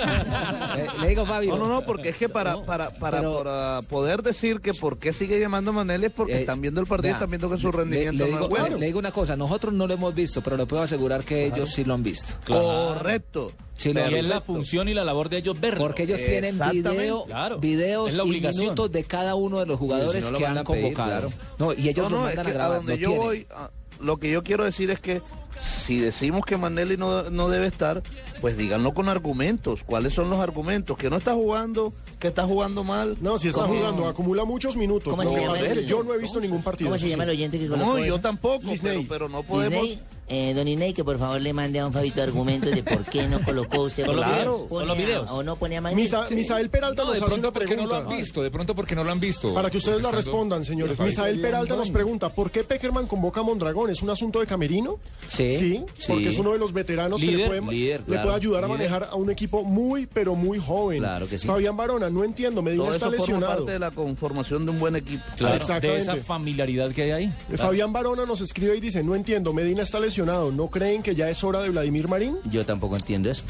S3: le digo, Fabio.
S8: No, no, no, porque es que para, para, para,
S3: pero-
S8: para poder decir que por qué sigue llamando a Manel es porque
S3: Eh,
S8: están viendo el partido y
S3: vea,
S8: están viendo que su
S3: le-
S8: rendimiento
S3: le,
S8: no
S3: digo, eh,
S8: es bueno.
S3: le- le digo una cosa, nosotros no lo hemos visto, pero le puedo asegurar que ellos sí lo han visto.
S8: Correcto.
S3: Sí, lo
S20: Y es la
S3: perfecto.
S20: función y la labor de ellos verlo.
S3: Porque ellos tienen
S8: Exactamente.
S3: video,
S20: Claro.
S3: videos
S20: Es la
S3: y
S20: obligación.
S3: minutos de cada uno de los
S20: Sí,
S3: jugadores
S20: si no lo
S3: que
S20: van
S3: han
S20: a pedir,
S3: convocado.
S20: claro.
S3: No, y ellos los
S8: No, no, es
S3: mandan
S8: que
S3: a grabar.
S8: donde
S3: lo
S8: yo
S3: tienen.
S8: voy, a- lo que yo quiero decir es que si decimos que Manelli no, no debe estar, pues díganlo con argumentos. ¿Cuáles son los argumentos? Que no está jugando, que está jugando mal.
S5: No, si está
S8: ¿Cómo?
S5: jugando, acumula muchos minutos.
S6: ¿Cómo
S5: Lo
S6: se
S5: que
S6: llama
S5: pasa es
S6: el-
S5: que yo no he visto ningún partido.
S6: ¿Cómo se llama el oyente que colocó
S8: No, yo
S6: eso?
S8: tampoco, pero,
S5: Disney.
S8: pero no podemos.
S6: Disney, eh, don Iney, que por favor le mande a un Fabito argumentos de por qué no colocó usted.
S20: Con los
S6: por qué
S20: videos,
S6: no
S20: con
S6: pone
S20: los
S6: a-
S20: videos.
S6: O no pone a Magnelli.
S5: Misa- Misael Peralta
S11: No, de
S5: nos hace
S11: pronto
S5: una
S11: porque no lo
S5: pregunta.
S11: han visto, de pronto porque no lo han visto.
S5: Para que ustedes la
S11: Porque están-
S5: respondan, señores.
S11: Fabito.
S5: Misael Peralta nos pregunta, ¿por qué Peckerman convoca a Mondragón? ¿Es un asunto de camerino?
S3: Sí.
S5: porque
S4: Sí.
S5: es uno de los veteranos que le
S4: Líder,
S5: puede,
S4: líder,
S5: le
S4: claro,
S5: puede ayudar a
S4: líder.
S5: manejar a un equipo muy, pero muy joven.
S4: Claro que sí.
S5: Fabián Barona, no entiendo, Medina
S8: Todo
S5: está
S8: eso forma
S5: lesionado.
S8: parte de la conformación de un buen equipo.
S20: Claro, de
S5: Exactamente.
S20: esa familiaridad que hay ahí.
S5: Eh, Fabián Barona nos escribe y dice, no entiendo, Medina está lesionado, ¿no creen que ya es hora de Vladimir Marín?
S4: Yo tampoco entiendo eso.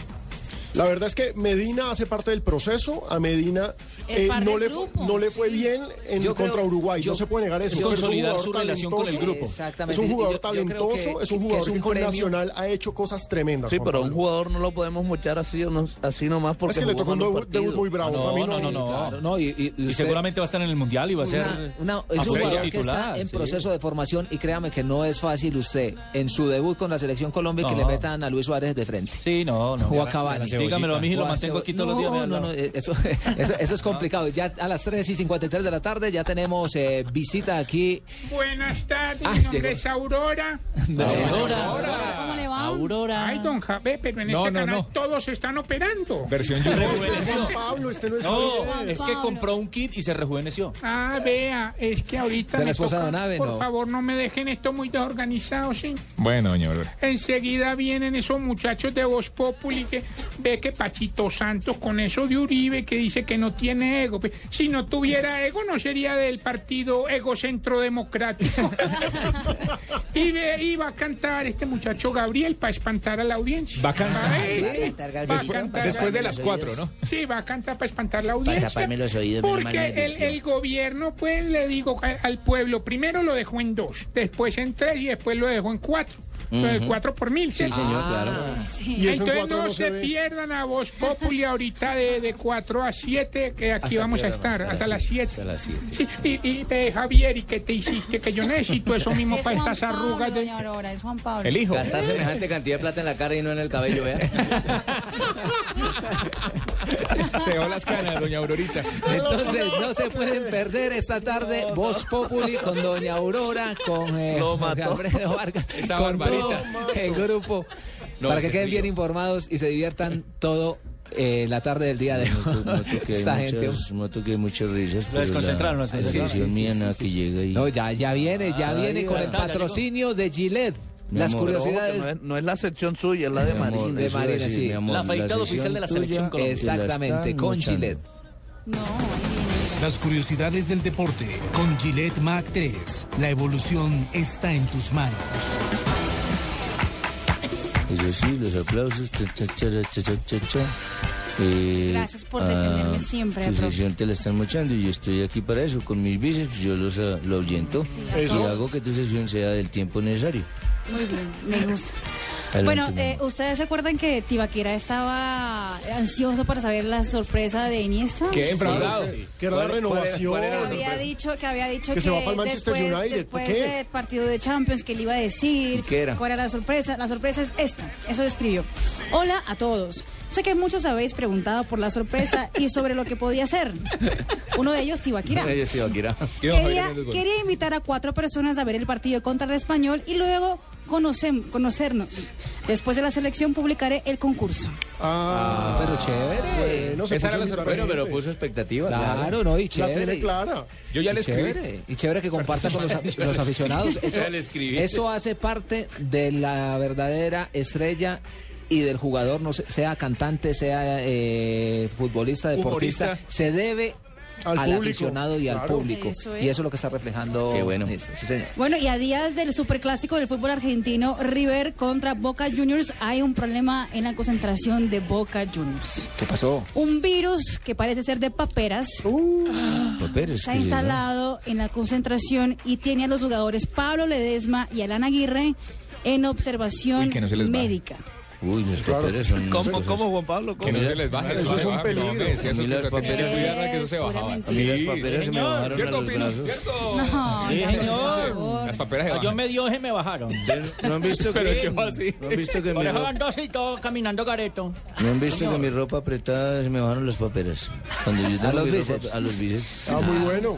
S5: La verdad es que Medina hace parte del proceso, a Medina eh,
S44: Es parte
S5: no,
S44: del
S5: le,
S44: grupo,
S5: no le fue bien en
S3: Yo creo-
S5: contra Uruguay,
S3: yo-
S5: no se puede negar eso.
S20: es
S5: pero
S20: consolidar
S5: es un
S20: su
S5: jugador
S20: relación con el
S5: talentoso,
S20: grupo.
S5: Es
S3: Exactamente.
S5: un
S3: Y- y
S5: jugador
S3: yo- yo creo
S5: talentoso,
S3: que-
S5: es un
S3: que
S5: jugador que,
S3: un
S5: con
S3: premio-
S5: Nacional ha hecho cosas tremendas.
S8: Sí,
S5: Juan
S8: pero a un
S5: Pablo.
S8: jugador no lo podemos mochar así o no- así nomás porque
S5: Es que le
S8: jugó
S5: tocó un
S8: malos
S5: debut, debut
S8: partidos.
S5: muy bravo.
S20: No,
S5: Para mí
S20: Ah, no, no, no.
S3: Claro, no, y, y- y
S20: Y
S3: usted-
S20: seguramente va a estar en el mundial y va a ser.
S3: Una- una- es
S20: absoluto
S3: un jugador que
S20: titular,
S3: está en
S20: sí.
S3: proceso de formación y créame que no es fácil usted en su debut con la selección Colombia que
S20: No.
S3: le metan a Luis Suárez de frente.
S20: Sí, no, no.
S3: O a Cavani.
S20: Dígamelo a mí y lo mantengo aquí todos los días. Ah.
S3: No,
S20: vea,
S3: no, no, eh, eso, [laughs] eso, eso
S20: [laughs]
S3: es complicado. Ya a las 3 y 53 de la tarde ya tenemos eh, visita aquí.
S45: Buenas tardes,
S3: Ah,
S45: mi nombre
S3: llegó.
S45: es Aurora.
S3: de-
S44: Hola, ¿Cómo le va?
S20: Aurora.
S45: Ay, don Javé, pero en
S20: No,
S45: este
S20: no,
S45: canal
S20: no.
S45: todos están operando.
S20: Versión Juan Rejuveneció.
S45: Pablo, este
S20: No, es que compró un kit y se rejuveneció.
S45: Ah, vea, es que ahorita.
S20: ¿Es la
S45: me
S20: esposa de
S45: toca-
S20: Don Abe,
S45: Por
S20: no?
S45: favor, no me dejen esto muy desorganizado, sí.
S11: Bueno, doña Aurora.
S45: Enseguida vienen esos muchachos de Voz Populi que ve que Pachito Santos con eso de Uribe que dice que no tiene ego. Pues, Si no tuviera ego no sería del partido Egocentro
S17: [laughs]
S45: Democrático. y, ve- y va a cantar este muchacho Gabriel para espantar a la audiencia.
S11: Va a cantar.
S45: ver,
S11: Sí, va a
S45: sí,
S11: cantar Gabriel.
S45: va a
S11: Después-
S45: cantar
S11: después de
S45: Gabriel.
S11: las cuatro, ¿no?
S45: Sí, va a cantar para espantar la audiencia.
S17: taparme los oídos, mi hermano, es
S45: Porque el,
S17: divertido.
S45: el gobierno, pues le digo a- al pueblo, primero lo dejó en dos, después en tres y después lo dejó en cuatro. Entonces,
S17: Ujú.
S45: cuatro por mil, Ah,
S17: Sí, señor, claro.
S45: Y
S17: sí. Y eso en
S45: Entonces
S17: cuatro
S45: no,
S17: no
S45: se,
S17: se ve.
S45: pierdan a Voz Populi ahorita de, de cuatro a siete, que aquí
S17: ¿Hasta
S45: vamos
S17: qué
S45: a
S17: hora
S45: estar,
S17: vamos a estar?
S45: hasta las siete.
S17: Hasta las siete.
S45: Sí, y, y, eh, Javier, ¿y qué te hiciste? Que yo necesito eso mismo
S7: Es
S45: para
S7: Juan
S45: estas
S7: Pablo,
S45: arrugas. de-
S7: doña Aurora, es Juan Pablo. Gastar
S9: Gastar semejante cantidad de plata en la cara y no en el cabello, vea.
S11: [laughs] Se va las canas, doña Aurorita.
S3: Entonces, no se pueden perder esta tarde Voz Populi con Doña Aurora, con eh,
S11: Lo
S3: Jorge
S11: mató.
S3: Alfredo Vargas,
S11: [laughs] Esa
S3: con todo
S11: barbarita.
S3: el grupo,
S11: No,
S3: para que
S11: ese
S3: queden
S11: frío.
S3: bien informados y se diviertan todo eh, la tarde del día de hoy.
S4: que hay
S3: Esta
S4: muchas-
S3: gente...
S4: noto que hay muchas risas. pero
S3: desconcentraron,
S4: la-
S3: lo desconcentraron.
S4: la sesión
S3: Sí, sí,
S4: mía
S3: sí,
S4: nada
S3: sí,
S4: que llega ahí.
S3: No, ya, ya viene, ya
S4: Ah,
S3: viene
S4: ya
S3: con el
S4: está, ya llegó.
S3: patrocinio de Gillette.
S4: Mi
S3: Las
S4: amor,
S3: curiosidades
S8: No es, no es la sección suya, es la de
S4: amor,
S8: Marina.
S3: de Marina, sí. Exactamente, con Gillette.
S10: Las curiosidades del deporte con Gillette Mac 3. La evolución está en tus manos.
S4: Eso sí, los aplausos. cha, cha, cha, cha, cha, cha, cha. Eh,
S7: Gracias por defenderme siempre,
S4: Tu
S7: profe.
S4: sesión te la están mochando y yo estoy aquí para eso. Con mis bíceps yo los ah, lo ahuyento
S7: a
S4: y
S7: todos.
S4: hago que tu sesión sea del tiempo necesario.
S7: Muy bien, me gusta.
S4: Adelante,
S7: Bueno,
S4: mi
S7: eh, ¿ustedes se acuerdan que Tibaquera estaba ansioso para saber la sorpresa de Iniesta?
S5: Qué enfadado. Que era la
S7: ¿Cuál- cuál era-
S5: renovación.
S7: cuál era la sorpresa? había dicho que había dicho
S5: Que
S7: que,
S5: se va pa'l Manchester
S7: después,
S5: United,
S7: después
S5: ¿qué?
S7: del partido de Champions que le iba a decir
S5: ¿Y qué era?
S7: cuál era la sorpresa. La sorpresa es esta. Eso describió. Hola a todos. Sé que muchos habéis preguntado por la sorpresa y sobre lo que podía ser. Uno de ellos, Tibaquira.
S9: Ella sí, Akira.
S7: Quería, quería invitar a cuatro personas a ver el partido contra el español y luego conocem- conocernos. Después de la selección publicaré el concurso.
S5: Ah,
S9: pero
S5: chévere. Bueno, se puso
S9: Esa era la
S5: invitar
S9: sorpresa.
S5: gente.
S9: Bueno, pero puso expectativa.
S3: Claro, no, y chévere.
S5: La tiene clara.
S9: Yo ya
S3: Y
S9: le escribí.
S3: chévere, y chévere que comparta con
S9: [laughs]
S3: los, a- los aficionados.
S9: Ya
S3: Eso,
S9: le escribí.
S3: eso hace parte de la verdadera estrella y del jugador, no sé, sea cantante, sea eh, futbolista, deportista,
S9: Humorista.
S3: se debe
S9: Al
S3: al,
S9: público,
S3: aficionado y al
S9: claro.
S3: público.
S7: Eso es.
S3: Y eso es lo que está reflejando.
S9: Qué bueno.
S3: este, sí, señor.
S7: Bueno, y a días del superclásico del fútbol argentino, River contra Boca Juniors, hay un problema en la concentración de Boca Juniors.
S3: ¿Qué pasó?
S7: Un virus que parece ser de paperas
S3: Uh.
S7: está instalado en la concentración y tiene a los jugadores Pablo Ledesma y Alan Aguirre en observación
S9: Uy, que no se les baje.
S7: médica.
S4: Uy, los papeles son...
S8: ¿Cómo, cómo, Juan Pablo? ¿Cómo?
S9: Que no se les baje, eso es un peligro.
S8: A mí las paperas-
S11: que eso se bajaba.
S8: A mí las paperas se me bajaron
S11: ¿cierto,
S8: a los
S11: Pino?
S8: brazos.
S11: ¿Cierto?
S7: No,
S11: Sí,
S7: no,
S11: señor.
S7: por favor.
S11: Las paperas se
S9: Ah, yo
S11: bajan.
S9: me dio se me bajaron.
S4: ¿No
S11: [laughs]
S4: han visto
S9: Pero
S4: que,
S9: ¿qué va así?
S4: ¿no han visto que
S9: Por
S4: mi
S9: eso
S4: ropa,
S9: van dos y todo caminando careto.
S4: ¿no han visto que mi ropa apretada se me bajaron las paperas?
S5: [laughs]
S4: Cuando yo tengo
S5: los
S4: mi ropa-
S5: bíceps.
S4: a los bíceps.
S5: Ah, muy bueno.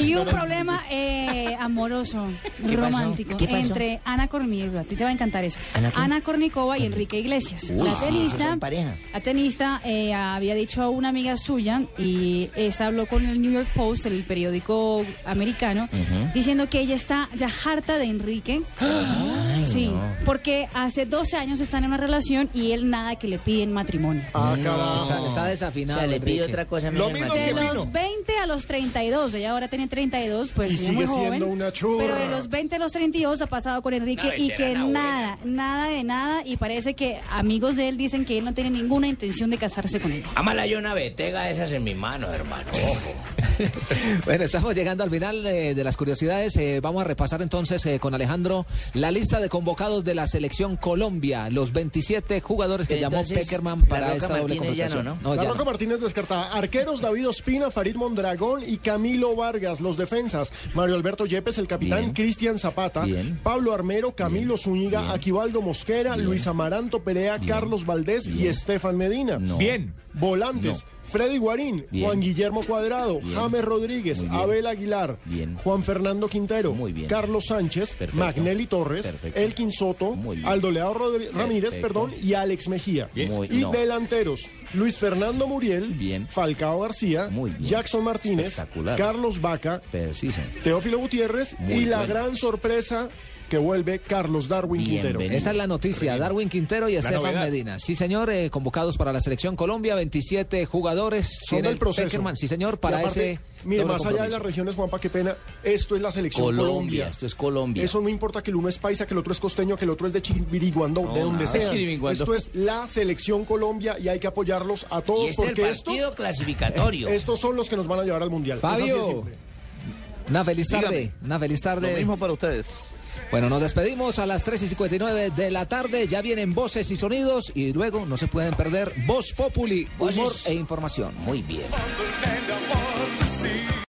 S7: Y un problema eh, amoroso,
S9: [laughs] ¿Qué pasó?
S7: romántico,
S9: ¿Qué pasó?
S7: entre Ana Kornikova, a ti te va a encantar eso,
S9: ¿Ana
S7: Ana,
S9: qué?
S7: Kornikova y Enrique Iglesias.
S9: Uy,
S7: la
S9: sí,
S7: tenista,
S9: esos son pareja.
S7: la tenista eh, había dicho a una amiga suya, y esa habló con el New York Post, el periódico americano, diciendo que ella está ya harta de Enrique. sí, porque hace 12 años están en una relación y él nada que le pide en matrimonio.
S5: Ah,
S3: Está, está desafinado.
S17: Ah, O sea, le pide
S3: Enrique.
S17: otra cosa
S3: Lo
S17: menos
S3: mismo
S17: material.
S7: De los 20 a los 32, ella ahora tiene 32, pues
S5: Y
S7: ella es muy
S5: sigue
S7: joven,
S5: siendo una churra.
S7: Pero de los 20 a los 32 ha pasado con Enrique
S5: Una
S7: y que
S5: veterana
S7: nada, nada de nada y parece que amigos de él dicen que él no tiene ninguna intención de casarse con ella.
S9: Ámala yo una betega de esas en mi mano, hermano. Ojo.
S3: Bueno, estamos llegando al final eh, de las curiosidades. Eh, vamos a repasar entonces eh, con Alejandro la lista de convocados de la selección Colombia, los 27 jugadores que
S5: Entonces,
S3: llamó Peckerman
S5: la
S3: para
S5: Roca
S3: esta doble
S5: Martínez ya no,
S3: confrontación.
S5: ¿no? La
S3: ya
S5: Roca Martínez descartada. Arqueros David Ospina, Farid Mondragón y Camilo Vargas. Los defensas. Mario Alberto Yepes, el capitán. Cristian Zapata. Pablo Armero, Camilo Zúñiga, Aquivaldo Mosquera, Luis Amaranto Perea, Carlos Valdés y Estefan Medina.
S9: Bien.
S5: Volantes.
S9: No.
S5: Freddy Guarín,
S2: Bien.
S5: Juan Guillermo Cuadrado, James Rodríguez,
S2: Muy bien.
S5: Abel Aguilar,
S2: Bien.
S5: Juan Fernando Quintero, Carlos Sánchez, Magnelli Torres,
S2: Perfecto.
S5: Elkin Soto,
S2: bien.
S5: Aldo Leao Rodri- Ramírez,
S2: Perfecto.
S5: perdón, y Alex Mejía.
S2: Bien. Muy-
S5: y
S2: no.
S5: delanteros, Luis Fernando Muriel, Falcao García, Jackson Martínez,
S2: Espectacular.
S5: Carlos Vaca,
S2: Preciso.
S5: Teófilo Gutiérrez
S2: Muy
S5: y la
S2: bueno.
S5: gran sorpresa que vuelve Carlos Darwin Quintero.
S3: Esa es la noticia, Darwin Quintero y
S5: La
S3: Estefan
S5: novedad.
S3: Medina. Sí, señor, eh, convocados para la selección Colombia, 27 jugadores.
S5: Son
S3: tiene
S5: del proceso.
S3: Peckerman, sí, señor,
S5: Y
S3: para
S5: aparte,
S3: ese
S5: Mire,
S3: doble
S5: más allá de las
S3: compromiso.
S5: regiones, Juanpa, qué pena. Esto es la selección
S2: Colombia,
S5: Colombia.
S2: esto es Colombia.
S5: Eso no importa que el uno es paisa, que el otro es costeño, que el otro es de Chimbiriguandó,
S2: No,
S5: de donde
S2: nada.
S5: sea.
S2: Chimbiriguandó.
S5: Esto es la selección Colombia y hay que apoyarlos a todos
S16: Y este es el
S5: porque
S16: partido
S5: estos,
S16: clasificatorio.
S5: estos son los que nos van a llevar al mundial. Es así de
S3: Fabio,
S5: simple.
S3: una feliz
S5: Dígame.
S3: tarde. Una feliz tarde.
S5: Lo mismo
S7: para ustedes.
S3: Bueno, nos despedimos a las 3 y 59 de la tarde. Ya vienen voces y sonidos y luego no se pueden perder Voz Populi, humor e información. Muy bien.
S9: Volver a